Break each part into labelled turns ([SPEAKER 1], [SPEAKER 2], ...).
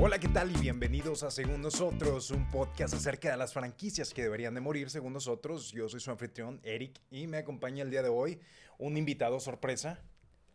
[SPEAKER 1] Hola, ¿qué tal? Y bienvenidos a Según Nosotros, un podcast acerca de las franquicias que deberían de morir según nosotros. Yo soy su anfitrión, Eric, y me acompaña el día de hoy un invitado sorpresa.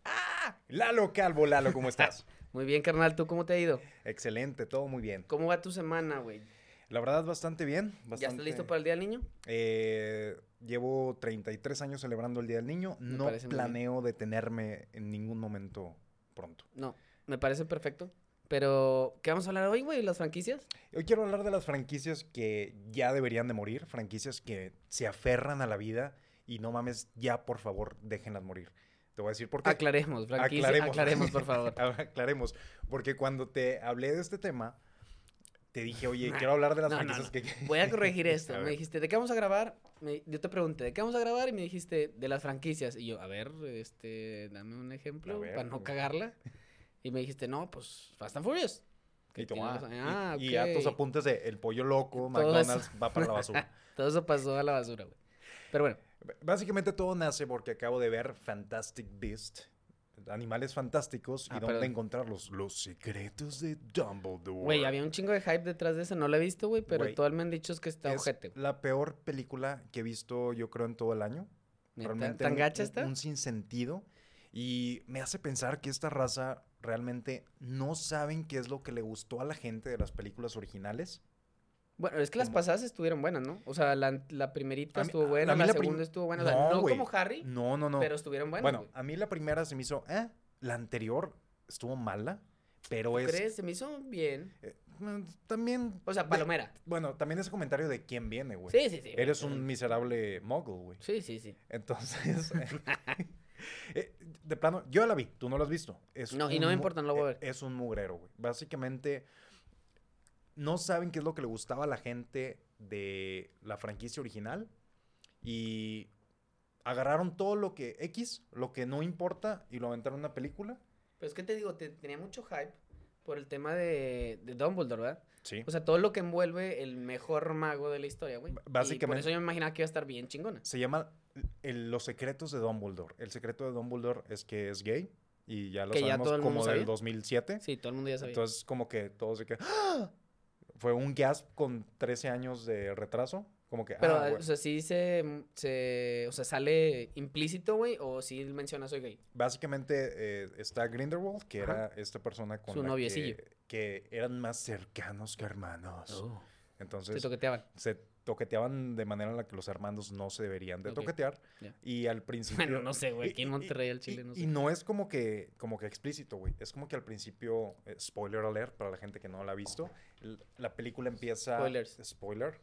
[SPEAKER 1] ¡Ah! Lalo Calvo, Lalo, ¿cómo estás?
[SPEAKER 2] Muy bien, carnal, ¿tú cómo te ha ido?
[SPEAKER 1] Excelente, todo muy bien.
[SPEAKER 2] ¿Cómo va tu semana, güey?
[SPEAKER 1] La verdad, bastante bien.
[SPEAKER 2] ¿Ya
[SPEAKER 1] bastante-
[SPEAKER 2] estás listo para el Día del Niño?
[SPEAKER 1] Eh, llevo 33 años celebrando el Día del Niño.
[SPEAKER 2] Me
[SPEAKER 1] No
[SPEAKER 2] parece muy bien.
[SPEAKER 1] planeo detenerme en ningún momento pronto.
[SPEAKER 2] No, me parece perfecto. Pero, ¿qué vamos a hablar hoy, güey? ¿Las franquicias?
[SPEAKER 1] Hoy quiero hablar de las franquicias que ya deberían de morir, franquicias que se aferran a la vida y no mames, ya por favor, déjenlas morir. Te voy a decir por qué.
[SPEAKER 2] Ah, Aclaremos, franquicias.
[SPEAKER 1] Aclaremos.
[SPEAKER 2] Aclaremos, por favor.
[SPEAKER 1] Aclaremos, porque cuando te hablé de este tema, te dije, oye, quiero hablar de las
[SPEAKER 2] No, no,
[SPEAKER 1] franquicias que...
[SPEAKER 2] no. Voy a corregir esto.
[SPEAKER 1] A
[SPEAKER 2] me
[SPEAKER 1] ver.
[SPEAKER 2] dijiste, ¿de qué vamos a grabar? Me- yo te pregunté, ¿de qué vamos a grabar? Y me dijiste, de las franquicias. Y yo, a ver, este, dame un
[SPEAKER 1] A
[SPEAKER 2] ejemplo
[SPEAKER 1] ver,
[SPEAKER 2] para no
[SPEAKER 1] güey.
[SPEAKER 2] cagarla. Y me dijiste, no, pues, Fast and Furious.
[SPEAKER 1] Y,
[SPEAKER 2] Que
[SPEAKER 1] tú,
[SPEAKER 2] tienes-
[SPEAKER 1] ah, y- y
[SPEAKER 2] ok.
[SPEAKER 1] a tus apuntes de El Pollo Loco,
[SPEAKER 2] Todo eso.
[SPEAKER 1] McDonald's, va para la basura.
[SPEAKER 2] Todo eso pasó a la basura, güey. Pero bueno,
[SPEAKER 1] B- Básicamente todo nace porque acabo de ver Fantastic Beast, Animales Fantásticos y
[SPEAKER 2] Ah,
[SPEAKER 1] dónde
[SPEAKER 2] pero-
[SPEAKER 1] encontrarlos, los secretos de Dumbledore.
[SPEAKER 2] güey, había un chingo de hype detrás de eso. No lo he visto, güey, pero
[SPEAKER 1] Güey,
[SPEAKER 2] todo el me han dicho es que está
[SPEAKER 1] Es
[SPEAKER 2] ojete. güey.
[SPEAKER 1] la peor película que he visto yo creo en todo el año.
[SPEAKER 2] Neta,
[SPEAKER 1] Realmente
[SPEAKER 2] ¿Tan
[SPEAKER 1] un-
[SPEAKER 2] gacha
[SPEAKER 1] un-
[SPEAKER 2] está?
[SPEAKER 1] Un sinsentido. Y me hace pensar que esta raza realmente no saben qué es lo que le gustó a la gente de las películas originales.
[SPEAKER 2] Bueno, es que las
[SPEAKER 1] como-
[SPEAKER 2] pasadas estuvieron buenas, ¿no? O sea, la, la primerita
[SPEAKER 1] A mí-
[SPEAKER 2] estuvo
[SPEAKER 1] a-
[SPEAKER 2] buena,
[SPEAKER 1] a mí
[SPEAKER 2] la,
[SPEAKER 1] la prim-
[SPEAKER 2] segunda estuvo buena. o sea,
[SPEAKER 1] No,
[SPEAKER 2] no
[SPEAKER 1] güey.
[SPEAKER 2] como Harry,
[SPEAKER 1] No, no, no.
[SPEAKER 2] pero estuvieron buenas,
[SPEAKER 1] bueno,
[SPEAKER 2] güey.
[SPEAKER 1] a mí la primera se me hizo, eh, la anterior estuvo mala, pero es...
[SPEAKER 2] ¿Crees? Se me hizo bien.
[SPEAKER 1] eh, mm, también...
[SPEAKER 2] O sea,
[SPEAKER 1] de-
[SPEAKER 2] palomera.
[SPEAKER 1] Bueno, también ese comentario de quién viene, güey.
[SPEAKER 2] Sí, sí, sí. güey.
[SPEAKER 1] Eres un miserable mogul, güey.
[SPEAKER 2] Sí, sí, sí.
[SPEAKER 1] Entonces, eh, de plano, yo la vi, tú no la has visto. Es
[SPEAKER 2] No, y
[SPEAKER 1] un
[SPEAKER 2] no me
[SPEAKER 1] mu-
[SPEAKER 2] importa, no la voy a
[SPEAKER 1] eh, Es un mugrero, güey. Básicamente, no saben qué es lo que le gustaba a la gente de la franquicia original y agarraron todo lo que X, lo que no importa y lo aventaron en una película.
[SPEAKER 2] Pero es que te digo, te- tenía mucho hype por el tema de, de Dumbledore, ¿verdad?
[SPEAKER 1] Sí.
[SPEAKER 2] O sea, todo lo que envuelve el mejor mago de la historia, güey.
[SPEAKER 1] B-
[SPEAKER 2] Y por
[SPEAKER 1] básicamente-
[SPEAKER 2] eso yo me imaginaba que iba a estar bien chingona.
[SPEAKER 1] Se llama el- Los secretos de Dumbledore. El secreto de Dumbledore es que es gay y ya lo
[SPEAKER 2] Que ya
[SPEAKER 1] sabemos
[SPEAKER 2] todo el mundo
[SPEAKER 1] como del
[SPEAKER 2] sabía.
[SPEAKER 1] 2007.
[SPEAKER 2] Sí, todo el mundo ya sabía.
[SPEAKER 1] Entonces, como que todos de que. ¡Ah! Fue un gasp con 13 años de retraso. Como que.
[SPEAKER 2] Pero,
[SPEAKER 1] ah, güey.
[SPEAKER 2] o sea, sí se, mm, se- O sea, sale implícito, güey, o sí menciona soy gay.
[SPEAKER 1] Básicamente eh, está Grindelwald, que
[SPEAKER 2] Ajá.
[SPEAKER 1] era esta persona con
[SPEAKER 2] Su
[SPEAKER 1] la
[SPEAKER 2] noviecillo. Oh.
[SPEAKER 1] Que, que eran más cercanos que hermanos.
[SPEAKER 2] Te
[SPEAKER 1] Entonces,
[SPEAKER 2] Pues, toqueteaban.
[SPEAKER 1] se toqueteaban de manera en la que los hermanos no se deberían de
[SPEAKER 2] Ok.
[SPEAKER 1] toquetear.
[SPEAKER 2] Ya.
[SPEAKER 1] Y al principio.
[SPEAKER 2] Bueno, no sé, güey.
[SPEAKER 1] y-
[SPEAKER 2] Aquí en
[SPEAKER 1] y-
[SPEAKER 2] Monterrey, al
[SPEAKER 1] y-
[SPEAKER 2] Chile, no
[SPEAKER 1] Y
[SPEAKER 2] sé.
[SPEAKER 1] no es como que, como que explícito, güey. Es como que al principio, eh, spoiler alert para la gente que no la ha visto, l- la película empieza...
[SPEAKER 2] Spoilers.
[SPEAKER 1] Spoiler.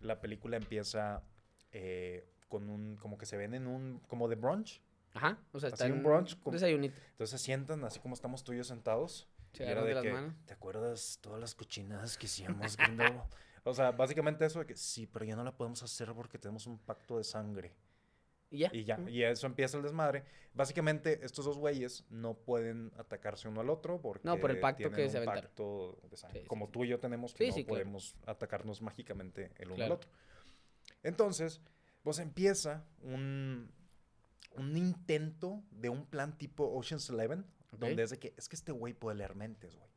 [SPEAKER 1] La película empieza eh, con un... Como que se ven en un... Como de brunch.
[SPEAKER 2] Ajá. O sea,
[SPEAKER 1] Así
[SPEAKER 2] está
[SPEAKER 1] un brunch con-
[SPEAKER 2] Desayunito.
[SPEAKER 1] Entonces se sientan así como estamos tú y yo sentados.
[SPEAKER 2] Se
[SPEAKER 1] y era
[SPEAKER 2] agarran de
[SPEAKER 1] de
[SPEAKER 2] las
[SPEAKER 1] que,
[SPEAKER 2] manos.
[SPEAKER 1] ¿Te acuerdas todas las cochinadas que hicimos, Grindelwald?" O sea, básicamente eso de que sí, pero ya no la podemos hacer porque tenemos un pacto de sangre.
[SPEAKER 2] Y ya.
[SPEAKER 1] Y ya,
[SPEAKER 2] Ujú.
[SPEAKER 1] y eso empieza el desmadre. Básicamente, estos dos güeyes no pueden atacarse uno al otro porque
[SPEAKER 2] No, por el pacto
[SPEAKER 1] tienen
[SPEAKER 2] que
[SPEAKER 1] un
[SPEAKER 2] se aventaron.
[SPEAKER 1] pacto de sangre.
[SPEAKER 2] Sí, sí,
[SPEAKER 1] Como
[SPEAKER 2] sí.
[SPEAKER 1] tú y yo tenemos que
[SPEAKER 2] Sí,
[SPEAKER 1] no
[SPEAKER 2] sí, claro.
[SPEAKER 1] podemos atacarnos mágicamente el uno
[SPEAKER 2] Claro.
[SPEAKER 1] al otro. Entonces, pues empieza un, un intento de un plan tipo Ocean's Eleven,
[SPEAKER 2] Ok.
[SPEAKER 1] donde es de que es que este güey puede leer mentes, güey.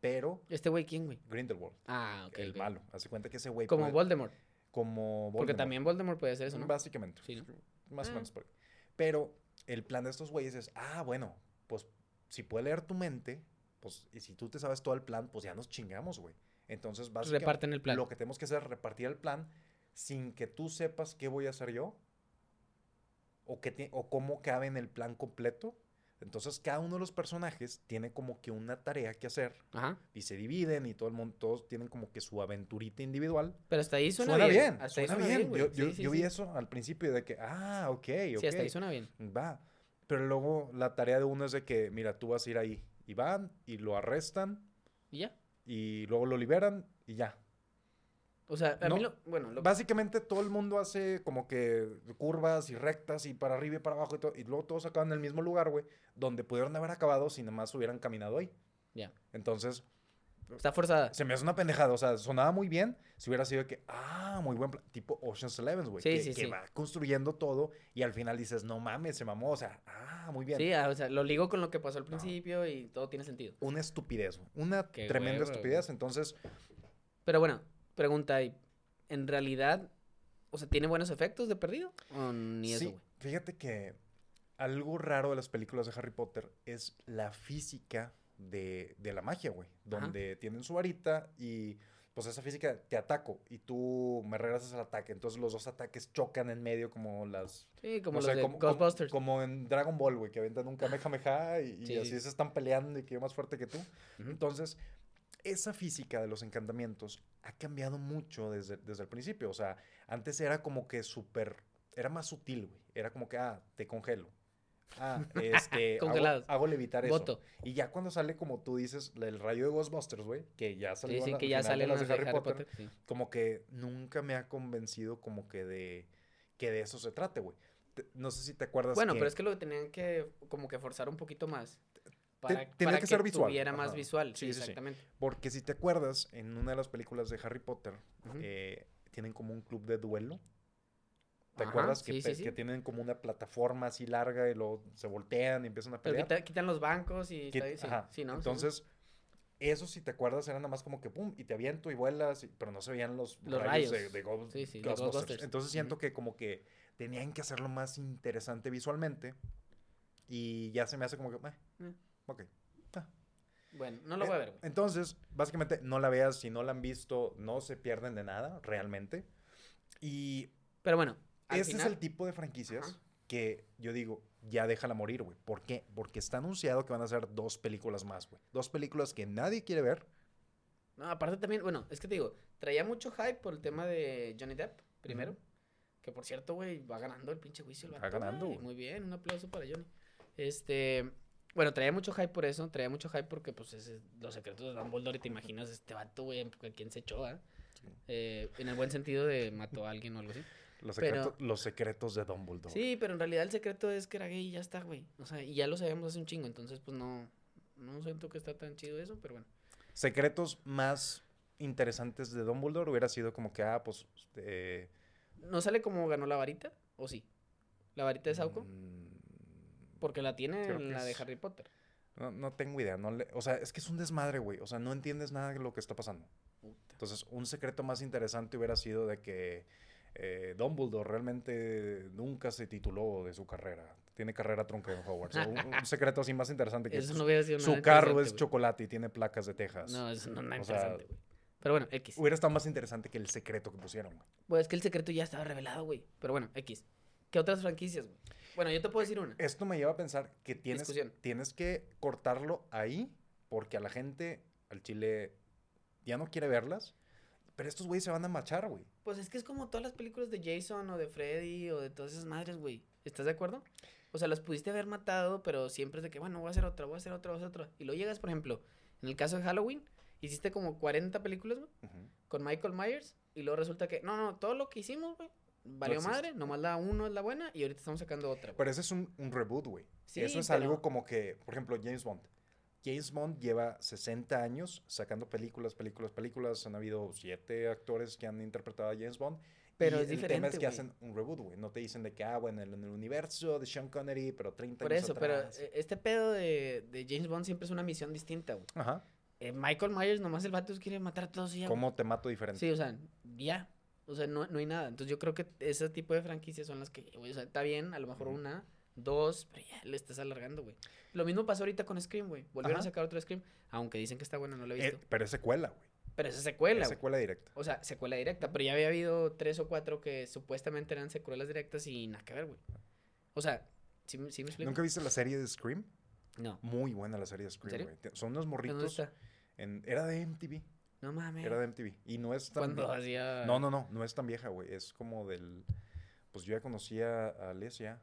[SPEAKER 1] Pero
[SPEAKER 2] ¿Este güey quién, güey?
[SPEAKER 1] Grindelwald,
[SPEAKER 2] Ah, ok.
[SPEAKER 1] el
[SPEAKER 2] ok.
[SPEAKER 1] malo, hace cuenta que ese güey
[SPEAKER 2] Como
[SPEAKER 1] puede-
[SPEAKER 2] Voldemort.
[SPEAKER 1] como
[SPEAKER 2] Porque
[SPEAKER 1] Voldemort.
[SPEAKER 2] también Voldemort podía hacer eso, ¿no?
[SPEAKER 1] Básicamente.
[SPEAKER 2] Sí, ¿no?
[SPEAKER 1] Más
[SPEAKER 2] Ah.
[SPEAKER 1] o menos. por ahí. Pero el plan de estos güeyes es, ah, bueno, pues si puede leer tu mente, pues, y si tú te sabes todo el plan, pues ya nos chingamos, güey. Entonces, básicamente,
[SPEAKER 2] Reparten Pues el plan.
[SPEAKER 1] lo que tenemos que hacer es repartir el plan sin que tú sepas qué voy a hacer yo o, qué ti- o cómo cabe en el plan completo. Entonces, cada uno de los personajes tiene como que una tarea que hacer
[SPEAKER 2] Ajá.
[SPEAKER 1] y se dividen y todo el mundo, todos tienen como que su aventurita individual.
[SPEAKER 2] Pero hasta ahí suena,
[SPEAKER 1] Suena bien,
[SPEAKER 2] Hasta
[SPEAKER 1] suena
[SPEAKER 2] ahí suena
[SPEAKER 1] bien.
[SPEAKER 2] güey.
[SPEAKER 1] Yo, yo-
[SPEAKER 2] Sí, sí,
[SPEAKER 1] yo
[SPEAKER 2] sí.
[SPEAKER 1] vi eso al principio de que, ah, ok, ok.
[SPEAKER 2] Sí, hasta ahí suena bien.
[SPEAKER 1] Va. Pero luego la tarea de uno es de que, mira, tú vas a ir ahí. Y van, y lo arrestan,
[SPEAKER 2] Y ya.
[SPEAKER 1] y luego lo liberan, y ya.
[SPEAKER 2] O sea, a
[SPEAKER 1] No.
[SPEAKER 2] mí lo. Bueno, lo.
[SPEAKER 1] Básicamente todo el mundo hace como que curvas y rectas y para arriba y para abajo y todo. Y luego todos acaban en el mismo lugar, güey, donde pudieron haber acabado si nada más hubieran caminado ahí.
[SPEAKER 2] Ya.
[SPEAKER 1] Entonces,
[SPEAKER 2] Está forzada.
[SPEAKER 1] Se me hace una pendejada. O sea, sonaba muy bien si hubiera sido de que, ah, muy buen plan. Tipo Ocean's Eleven, güey.
[SPEAKER 2] Sí,
[SPEAKER 1] que,
[SPEAKER 2] sí,
[SPEAKER 1] que
[SPEAKER 2] sí.
[SPEAKER 1] va construyendo todo y al final dices, no mames, se mamó. O sea, ah, muy bien.
[SPEAKER 2] Sí, ah, o sea, lo ligo con lo que pasó al principio y todo tiene sentido.
[SPEAKER 1] Una estupidez, güey. Una
[SPEAKER 2] Qué
[SPEAKER 1] tremenda
[SPEAKER 2] hueva, güey.
[SPEAKER 1] estupidez. Entonces,
[SPEAKER 2] Pero bueno, pregunta ahí. ¿En realidad, o sea, tiene buenos efectos de perdido? ¿O ni eso,
[SPEAKER 1] sí,
[SPEAKER 2] güey?
[SPEAKER 1] fíjate que algo raro de las películas de Harry Potter es la física de, de la magia, güey. Donde tienen su varita y pues esa física te ataco y tú me regresas al ataque. Entonces los dos ataques chocan en medio como las...
[SPEAKER 2] Sí, como
[SPEAKER 1] no
[SPEAKER 2] los
[SPEAKER 1] sé,
[SPEAKER 2] de Ghostbusters.
[SPEAKER 1] como en Dragon Ball, güey, que aventan un Kamehameha y, y
[SPEAKER 2] Sí,
[SPEAKER 1] así
[SPEAKER 2] sí.
[SPEAKER 1] se están peleando y que yo más fuerte que tú.
[SPEAKER 2] Ujú.
[SPEAKER 1] Entonces, esa física de los encantamientos ha cambiado mucho desde, desde el principio. O sea, antes era como que súper. Era más sutil, güey. Era como que, ah, te congelo. Ah, este. hago-
[SPEAKER 2] Congelados.
[SPEAKER 1] Hago, levitar eso.
[SPEAKER 2] Voto.
[SPEAKER 1] Y ya cuando sale, como tú dices, la- el rayo de Ghostbusters, güey, que ya
[SPEAKER 2] Sí,
[SPEAKER 1] salió
[SPEAKER 2] sí,
[SPEAKER 1] a la-
[SPEAKER 2] que
[SPEAKER 1] al
[SPEAKER 2] ya
[SPEAKER 1] final
[SPEAKER 2] salen
[SPEAKER 1] las
[SPEAKER 2] las de Harry Potter. sí.
[SPEAKER 1] como que nunca me ha convencido, como que de. Que de eso se trate, güey. Te- No sé si te acuerdas.
[SPEAKER 2] Bueno,
[SPEAKER 1] que-
[SPEAKER 2] pero es que lo tenían que como que forzar un poquito más. Para,
[SPEAKER 1] tenía
[SPEAKER 2] para
[SPEAKER 1] que ser visual,
[SPEAKER 2] tuviera más
[SPEAKER 1] ajá.
[SPEAKER 2] visual.
[SPEAKER 1] Sí,
[SPEAKER 2] Sí,
[SPEAKER 1] sí, sí.
[SPEAKER 2] exactamente.
[SPEAKER 1] Porque si te acuerdas, en una de las películas de Harry Potter,
[SPEAKER 2] Ujú.
[SPEAKER 1] eh, tienen como un club de duelo. ¿Te
[SPEAKER 2] Ajá,
[SPEAKER 1] acuerdas que,
[SPEAKER 2] sí,
[SPEAKER 1] pe-
[SPEAKER 2] sí,
[SPEAKER 1] que
[SPEAKER 2] sí.
[SPEAKER 1] tienen como una plataforma así larga y luego se voltean y empiezan a
[SPEAKER 2] Pero
[SPEAKER 1] pelear?
[SPEAKER 2] quita- quitan los bancos y...
[SPEAKER 1] Quit-
[SPEAKER 2] está- sí,
[SPEAKER 1] ajá.
[SPEAKER 2] sí, ¿no? Sí, ¿no?
[SPEAKER 1] Entonces, eso si te acuerdas era nada más como que pum, y te aviento y vuelas, y- pero no se veían los,
[SPEAKER 2] Los
[SPEAKER 1] de,
[SPEAKER 2] rayos.
[SPEAKER 1] de Ghost-
[SPEAKER 2] Sí, sí, de
[SPEAKER 1] Ghostbusters.
[SPEAKER 2] Ghostbusters.
[SPEAKER 1] Entonces siento
[SPEAKER 2] Ujú.
[SPEAKER 1] que como que tenían que hacerlo más interesante visualmente y ya se me hace como que, "Meh,
[SPEAKER 2] Eh.
[SPEAKER 1] ok. ah,
[SPEAKER 2] Bueno, no lo
[SPEAKER 1] eh,
[SPEAKER 2] voy a ver, güey.
[SPEAKER 1] entonces, básicamente, no la veas. Si no la han visto, no se pierden de nada, realmente. Y
[SPEAKER 2] Pero bueno, al
[SPEAKER 1] ese
[SPEAKER 2] final-
[SPEAKER 1] es el tipo de franquicias
[SPEAKER 2] Ajá.
[SPEAKER 1] que yo digo, ya déjala morir, güey. ¿Por qué? Porque está anunciado que van a hacer dos películas más, güey. Dos películas que nadie quiere ver.
[SPEAKER 2] No, aparte también, bueno, es que te digo, traía mucho hype por el tema de Johnny Depp, primero.
[SPEAKER 1] Ujú.
[SPEAKER 2] Que por cierto, güey, va ganando el pinche juicio. el
[SPEAKER 1] Va
[SPEAKER 2] vato,
[SPEAKER 1] ganando,
[SPEAKER 2] güey,
[SPEAKER 1] güey.
[SPEAKER 2] Muy bien, un aplauso para Johnny. Este, bueno, traía mucho hype por eso, traía mucho hype porque, pues, ese- los secretos de Dumbledore, y te imaginas este vato, güey, a quién se echó, ah? Eh, en el buen sentido de mató a alguien o algo así.
[SPEAKER 1] Los,
[SPEAKER 2] Pero-
[SPEAKER 1] secretos, los secretos de Dumbledore.
[SPEAKER 2] Sí, pero en realidad el secreto es que era gay y ya está, güey. O sea, y ya lo sabíamos hace un chingo, entonces, pues, no, no siento que está tan chido eso, pero bueno.
[SPEAKER 1] Secretos más interesantes de Dumbledore hubiera sido como que, ah, pues. eh,
[SPEAKER 2] ¿No sale como ganó la varita? ¿O sí? ¿La varita de Sauco?
[SPEAKER 1] mm,
[SPEAKER 2] Porque la tiene
[SPEAKER 1] Creo
[SPEAKER 2] en
[SPEAKER 1] que
[SPEAKER 2] la de
[SPEAKER 1] es-
[SPEAKER 2] Harry Potter.
[SPEAKER 1] No, no tengo idea. No le- o sea, es que es un desmadre, güey. O sea, no entiendes nada de lo que está pasando. Entonces, un secreto más interesante hubiera sido de que eh, Dumbledore realmente nunca se tituló de su carrera. Tiene carrera trunca en Hogwarts. O un, un secreto así más interesante que
[SPEAKER 2] Eso
[SPEAKER 1] pues,
[SPEAKER 2] no hubiera sido nada
[SPEAKER 1] su carro
[SPEAKER 2] interesante,
[SPEAKER 1] es
[SPEAKER 2] güey.
[SPEAKER 1] chocolate y tiene placas de Texas.
[SPEAKER 2] No, eso no es nada
[SPEAKER 1] O sea,
[SPEAKER 2] interesante, güey. Pero bueno, X.
[SPEAKER 1] Hubiera estado más interesante que el secreto que pusieron, güey.
[SPEAKER 2] Pues es que el secreto ya estaba revelado, güey. Pero bueno, X. ¿Qué otras franquicias, güey? Bueno, yo te puedo decir una.
[SPEAKER 1] Esto me lleva a pensar que tienes,
[SPEAKER 2] Discusión.
[SPEAKER 1] tienes que cortarlo ahí porque a la gente, al chile, ya no quiere verlas. Pero estos güeyes se van a machar, güey.
[SPEAKER 2] Pues es que es como todas las películas de Jason o de Freddy o de todas esas madres, güey. ¿Estás de acuerdo? O sea, las pudiste haber matado, pero siempre es de que, bueno, voy a hacer otra, voy a hacer otra, voy a hacer otra. Y luego llegas, por ejemplo, en el caso de Halloween, hiciste como 40 películas, güey.
[SPEAKER 1] Ujú.
[SPEAKER 2] con Michael Myers y luego resulta que, no, no, todo lo que hicimos, güey, valió
[SPEAKER 1] existe.
[SPEAKER 2] madre, nomás la uno es la buena y ahorita estamos sacando otra. güey.
[SPEAKER 1] Pero ese es un, un reboot, güey.
[SPEAKER 2] Sí,
[SPEAKER 1] Eso es
[SPEAKER 2] pero-
[SPEAKER 1] algo como que, por ejemplo, James Bond. James Bond lleva 60 años sacando películas, películas, películas. Han habido siete actores que han interpretado a James Bond.
[SPEAKER 2] Pero
[SPEAKER 1] y
[SPEAKER 2] es
[SPEAKER 1] el tema es
[SPEAKER 2] diferente,
[SPEAKER 1] que
[SPEAKER 2] güey.
[SPEAKER 1] hacen un reboot, güey. No te dicen de que, ah, bueno, en el universo de Sean Connery, pero 30
[SPEAKER 2] Por
[SPEAKER 1] años
[SPEAKER 2] eso,
[SPEAKER 1] atrás.
[SPEAKER 2] pero eh, este pedo de, de James Bond siempre es una misión distinta, güey.
[SPEAKER 1] Ajá.
[SPEAKER 2] Eh, Michael Myers nomás el vato quiere matar a todos y ya. güey.
[SPEAKER 1] ¿Cómo te mato diferente?
[SPEAKER 2] Sí, o sea, ya. O sea, no, no hay nada. Entonces yo creo que ese tipo de franquicias son las que, güey, o sea, está bien, a lo mejor
[SPEAKER 1] Ujú.
[SPEAKER 2] una, dos, pero ya le estás alargando, güey. Lo mismo pasó ahorita con Scream, güey. Volvieron
[SPEAKER 1] Ajá.
[SPEAKER 2] a sacar otro Scream, aunque dicen que está bueno, no lo he
[SPEAKER 1] Eh,
[SPEAKER 2] visto.
[SPEAKER 1] pero es secuela, güey.
[SPEAKER 2] pero esa
[SPEAKER 1] Es
[SPEAKER 2] secuela, güey.
[SPEAKER 1] secuela directa.
[SPEAKER 2] O sea, secuela directa, pero ya había habido tres o cuatro que supuestamente eran secuelas directas y nada que ver, güey. O sea, ¿sí, me- sí me explico?
[SPEAKER 1] ¿Nunca viste la serie de Scream?
[SPEAKER 2] No.
[SPEAKER 1] Muy buena la serie de
[SPEAKER 2] serio?
[SPEAKER 1] Scream, güey. Te- Son unos
[SPEAKER 2] ¿En ¿Dónde
[SPEAKER 1] morritos.
[SPEAKER 2] está?
[SPEAKER 1] en- era de MTV.
[SPEAKER 2] No mames.
[SPEAKER 1] Era de MTV. Y no es tan...
[SPEAKER 2] Cuando hacía...
[SPEAKER 1] No, no, no, no es tan vieja, güey. Es como del. Pues yo ya conocía a Alicia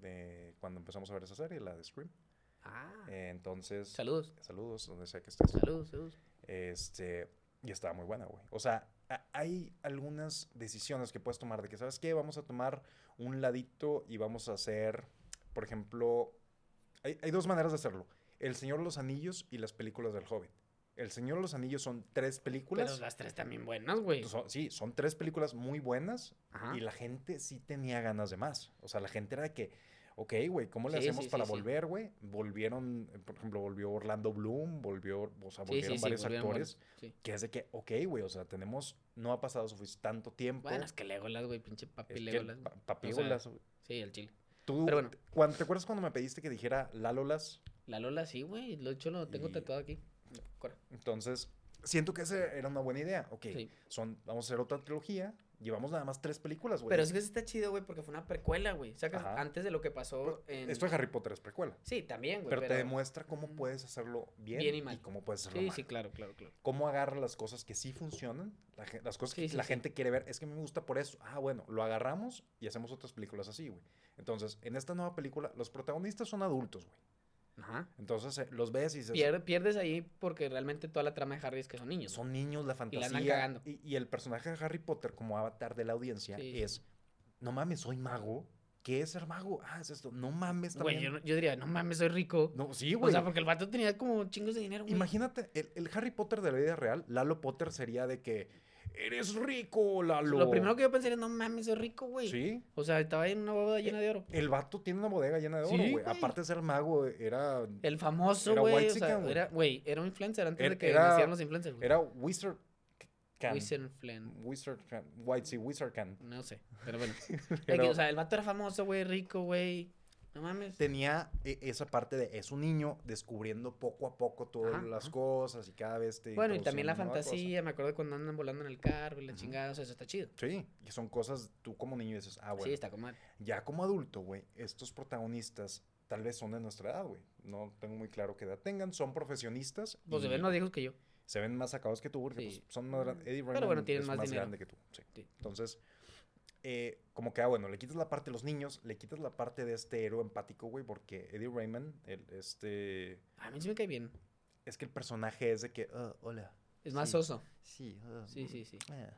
[SPEAKER 1] de cuando empezamos a ver esa serie, la de Scream.
[SPEAKER 2] Ah.
[SPEAKER 1] Eh, entonces.
[SPEAKER 2] Saludos.
[SPEAKER 1] Saludos, donde sea que estés.
[SPEAKER 2] Saludos, saludos.
[SPEAKER 1] Este. Y estaba muy buena, güey. O sea, a- hay algunas decisiones que puedes tomar de que, ¿sabes qué? Vamos a tomar un ladito y vamos a hacer, por ejemplo. Hay, hay dos maneras de hacerlo: El Señor de los Anillos y las películas del Hobbit. El Señor de los Anillos son tres
[SPEAKER 2] Pero
[SPEAKER 1] películas.
[SPEAKER 2] las tres también buenas, güey.
[SPEAKER 1] Son- sí, son tres películas muy buenas
[SPEAKER 2] Ajá.
[SPEAKER 1] y la gente sí tenía ganas de más. O sea, la gente era de que, ok, güey, ¿cómo le
[SPEAKER 2] Sí,
[SPEAKER 1] hacemos
[SPEAKER 2] sí,
[SPEAKER 1] para
[SPEAKER 2] sí, sí.
[SPEAKER 1] volver, güey? Volvieron, eh, por ejemplo, volvió Orlando Bloom, volvió, o sea,
[SPEAKER 2] Sí, sí,
[SPEAKER 1] volvieron
[SPEAKER 2] sí,
[SPEAKER 1] varios
[SPEAKER 2] volvieron
[SPEAKER 1] actores.
[SPEAKER 2] buenas, sí.
[SPEAKER 1] Que es de que, ok, güey, o sea, tenemos, no ha pasado suficiente tanto tiempo.
[SPEAKER 2] Bueno, es que Legolas, güey, pinche papi
[SPEAKER 1] Es que
[SPEAKER 2] Legolas.
[SPEAKER 1] pa-
[SPEAKER 2] güey.
[SPEAKER 1] papi
[SPEAKER 2] o sea,
[SPEAKER 1] Legolas, güey.
[SPEAKER 2] Sí, el chile.
[SPEAKER 1] Tú,
[SPEAKER 2] pero bueno.
[SPEAKER 1] cuando, ¿te acuerdas cuando me pediste que dijera Lalolas?
[SPEAKER 2] La Lola sí, güey. Lo hecho lo tengo
[SPEAKER 1] Y-
[SPEAKER 2] tatuado aquí. Corre.
[SPEAKER 1] Entonces, siento que esa era una buena idea. Ok,
[SPEAKER 2] Sí.
[SPEAKER 1] son, vamos a hacer otra trilogía. Llevamos nada más tres películas, güey.
[SPEAKER 2] Pero es que sí está chido, güey, porque fue una precuela, güey. Sacas
[SPEAKER 1] Pues Ajá.
[SPEAKER 2] antes de lo que pasó en.
[SPEAKER 1] Esto es Harry Potter, es precuela.
[SPEAKER 2] Sí, también, güey.
[SPEAKER 1] pero, te demuestra cómo
[SPEAKER 2] Ujú.
[SPEAKER 1] puedes hacerlo bien,
[SPEAKER 2] Bien y
[SPEAKER 1] y,
[SPEAKER 2] mal.
[SPEAKER 1] cómo puedes hacerlo
[SPEAKER 2] Sí,
[SPEAKER 1] mal.
[SPEAKER 2] sí, claro, claro, claro.
[SPEAKER 1] Cómo agarra las cosas que sí funcionan, la gen- las cosas que
[SPEAKER 2] Sí, sí,
[SPEAKER 1] la
[SPEAKER 2] sí.
[SPEAKER 1] gente quiere ver. Es que me gusta por eso. Ah, bueno, lo agarramos y hacemos otras películas así, güey. Entonces, en esta nueva película, los protagonistas son adultos, güey.
[SPEAKER 2] Ajá.
[SPEAKER 1] Entonces, eh, los ves y dices,
[SPEAKER 2] Pier- pierdes ahí porque realmente toda la trama de Harry es que son niños.
[SPEAKER 1] son niños, la
[SPEAKER 2] la andan
[SPEAKER 1] fantasía.
[SPEAKER 2] cagando.
[SPEAKER 1] Y, y el personaje de Harry Potter como avatar de la audiencia
[SPEAKER 2] Sí, sí.
[SPEAKER 1] es, no mames, soy mago. ¿Qué es ser mago? Ah, es esto. No mames
[SPEAKER 2] Güey,
[SPEAKER 1] también.
[SPEAKER 2] yo, no- yo diría, no mames, soy rico.
[SPEAKER 1] No, sí,
[SPEAKER 2] o
[SPEAKER 1] güey.
[SPEAKER 2] sea, porque el vato tenía como chingos de dinero, güey.
[SPEAKER 1] Imagínate, el, el Harry Potter de la vida real, Lalo Potter sería de que, eres rico, Lalo.
[SPEAKER 2] Lo... primero que yo pensé era, no mames, soy rico, güey.
[SPEAKER 1] Sí.
[SPEAKER 2] O sea, estaba en una boda llena de oro.
[SPEAKER 1] El vato tiene una bodega llena de
[SPEAKER 2] Sí,
[SPEAKER 1] oro, güey.
[SPEAKER 2] güey.
[SPEAKER 1] Aparte de ser mago, era,
[SPEAKER 2] El famoso,
[SPEAKER 1] Era
[SPEAKER 2] güey. O
[SPEAKER 1] whitexican,
[SPEAKER 2] sea,
[SPEAKER 1] güey.
[SPEAKER 2] era, güey, era un influencer antes
[SPEAKER 1] Era-
[SPEAKER 2] de que
[SPEAKER 1] era-
[SPEAKER 2] nacieran los influencers, güey.
[SPEAKER 1] era Wizard Can.
[SPEAKER 2] Wizard Flan.
[SPEAKER 1] Wizard Can. White, sí, Wizard Can.
[SPEAKER 2] No sé, pero bueno. De que,
[SPEAKER 1] Pero-
[SPEAKER 2] o sea, el vato era famoso, güey, rico, güey. No mames.
[SPEAKER 1] Tenía e- esa parte de, es un niño descubriendo poco a poco todas
[SPEAKER 2] Ajá,
[SPEAKER 1] las
[SPEAKER 2] ajá.
[SPEAKER 1] cosas y cada vez te...
[SPEAKER 2] Bueno, y también la
[SPEAKER 1] introducían nueva cosa.
[SPEAKER 2] fantasía, me acuerdo cuando andan volando en el carro y la
[SPEAKER 1] Ujú.
[SPEAKER 2] chingada, o sea, eso está chido.
[SPEAKER 1] Sí, que son cosas, tú como niño dices, ah, bueno,
[SPEAKER 2] Sí, está como...
[SPEAKER 1] ya como adulto, güey, estos protagonistas tal vez son de nuestra edad, güey. No tengo muy claro qué edad tengan, son profesionistas.
[SPEAKER 2] Pues se
[SPEAKER 1] y
[SPEAKER 2] ven más viejos que yo.
[SPEAKER 1] se ven más sacados que tú porque
[SPEAKER 2] Sí.
[SPEAKER 1] pues, son más grandes. Eddie Redmayne
[SPEAKER 2] bueno, tienen
[SPEAKER 1] es
[SPEAKER 2] más
[SPEAKER 1] más
[SPEAKER 2] dinero.
[SPEAKER 1] grande que tú. sí.
[SPEAKER 2] Sí.
[SPEAKER 1] Entonces, eh, como que, ah, bueno, le quitas la parte de los niños, le quitas la parte de este héroe empático, güey, porque Eddie Raymond, el, este...
[SPEAKER 2] A mí sí me cae bien.
[SPEAKER 1] Es que el personaje es de que, "Ah, hola,
[SPEAKER 2] Es más
[SPEAKER 1] Sí.
[SPEAKER 2] oso.
[SPEAKER 1] sí, ah,
[SPEAKER 2] Sí,
[SPEAKER 1] mm,
[SPEAKER 2] sí, sí.
[SPEAKER 1] ah,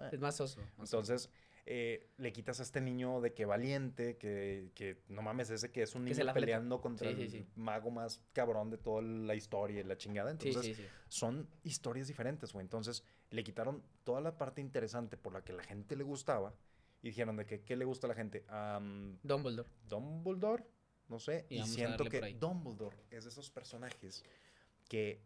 [SPEAKER 1] ah".
[SPEAKER 2] Es más oso. más oso.
[SPEAKER 1] Entonces, eh, le quitas a este niño de que valiente, que, que no mames, ese que es un
[SPEAKER 2] Que se
[SPEAKER 1] niño
[SPEAKER 2] la fleta.
[SPEAKER 1] peleando contra
[SPEAKER 2] Sí, sí,
[SPEAKER 1] el
[SPEAKER 2] sí.
[SPEAKER 1] mago más cabrón de toda la historia y la chingada.
[SPEAKER 2] sí,
[SPEAKER 1] Entonces,
[SPEAKER 2] sí, sí.
[SPEAKER 1] son historias diferentes, güey. Entonces, le quitaron toda la parte interesante por la que la gente le gustaba y dijeron de que, ¿qué le gusta a la gente? Am,
[SPEAKER 2] Dumbledore.
[SPEAKER 1] Dumbledore, no sé.
[SPEAKER 2] Y
[SPEAKER 1] Y,
[SPEAKER 2] vamos a
[SPEAKER 1] siento
[SPEAKER 2] darle por
[SPEAKER 1] que
[SPEAKER 2] ahí.
[SPEAKER 1] Dumbledore es de esos personajes que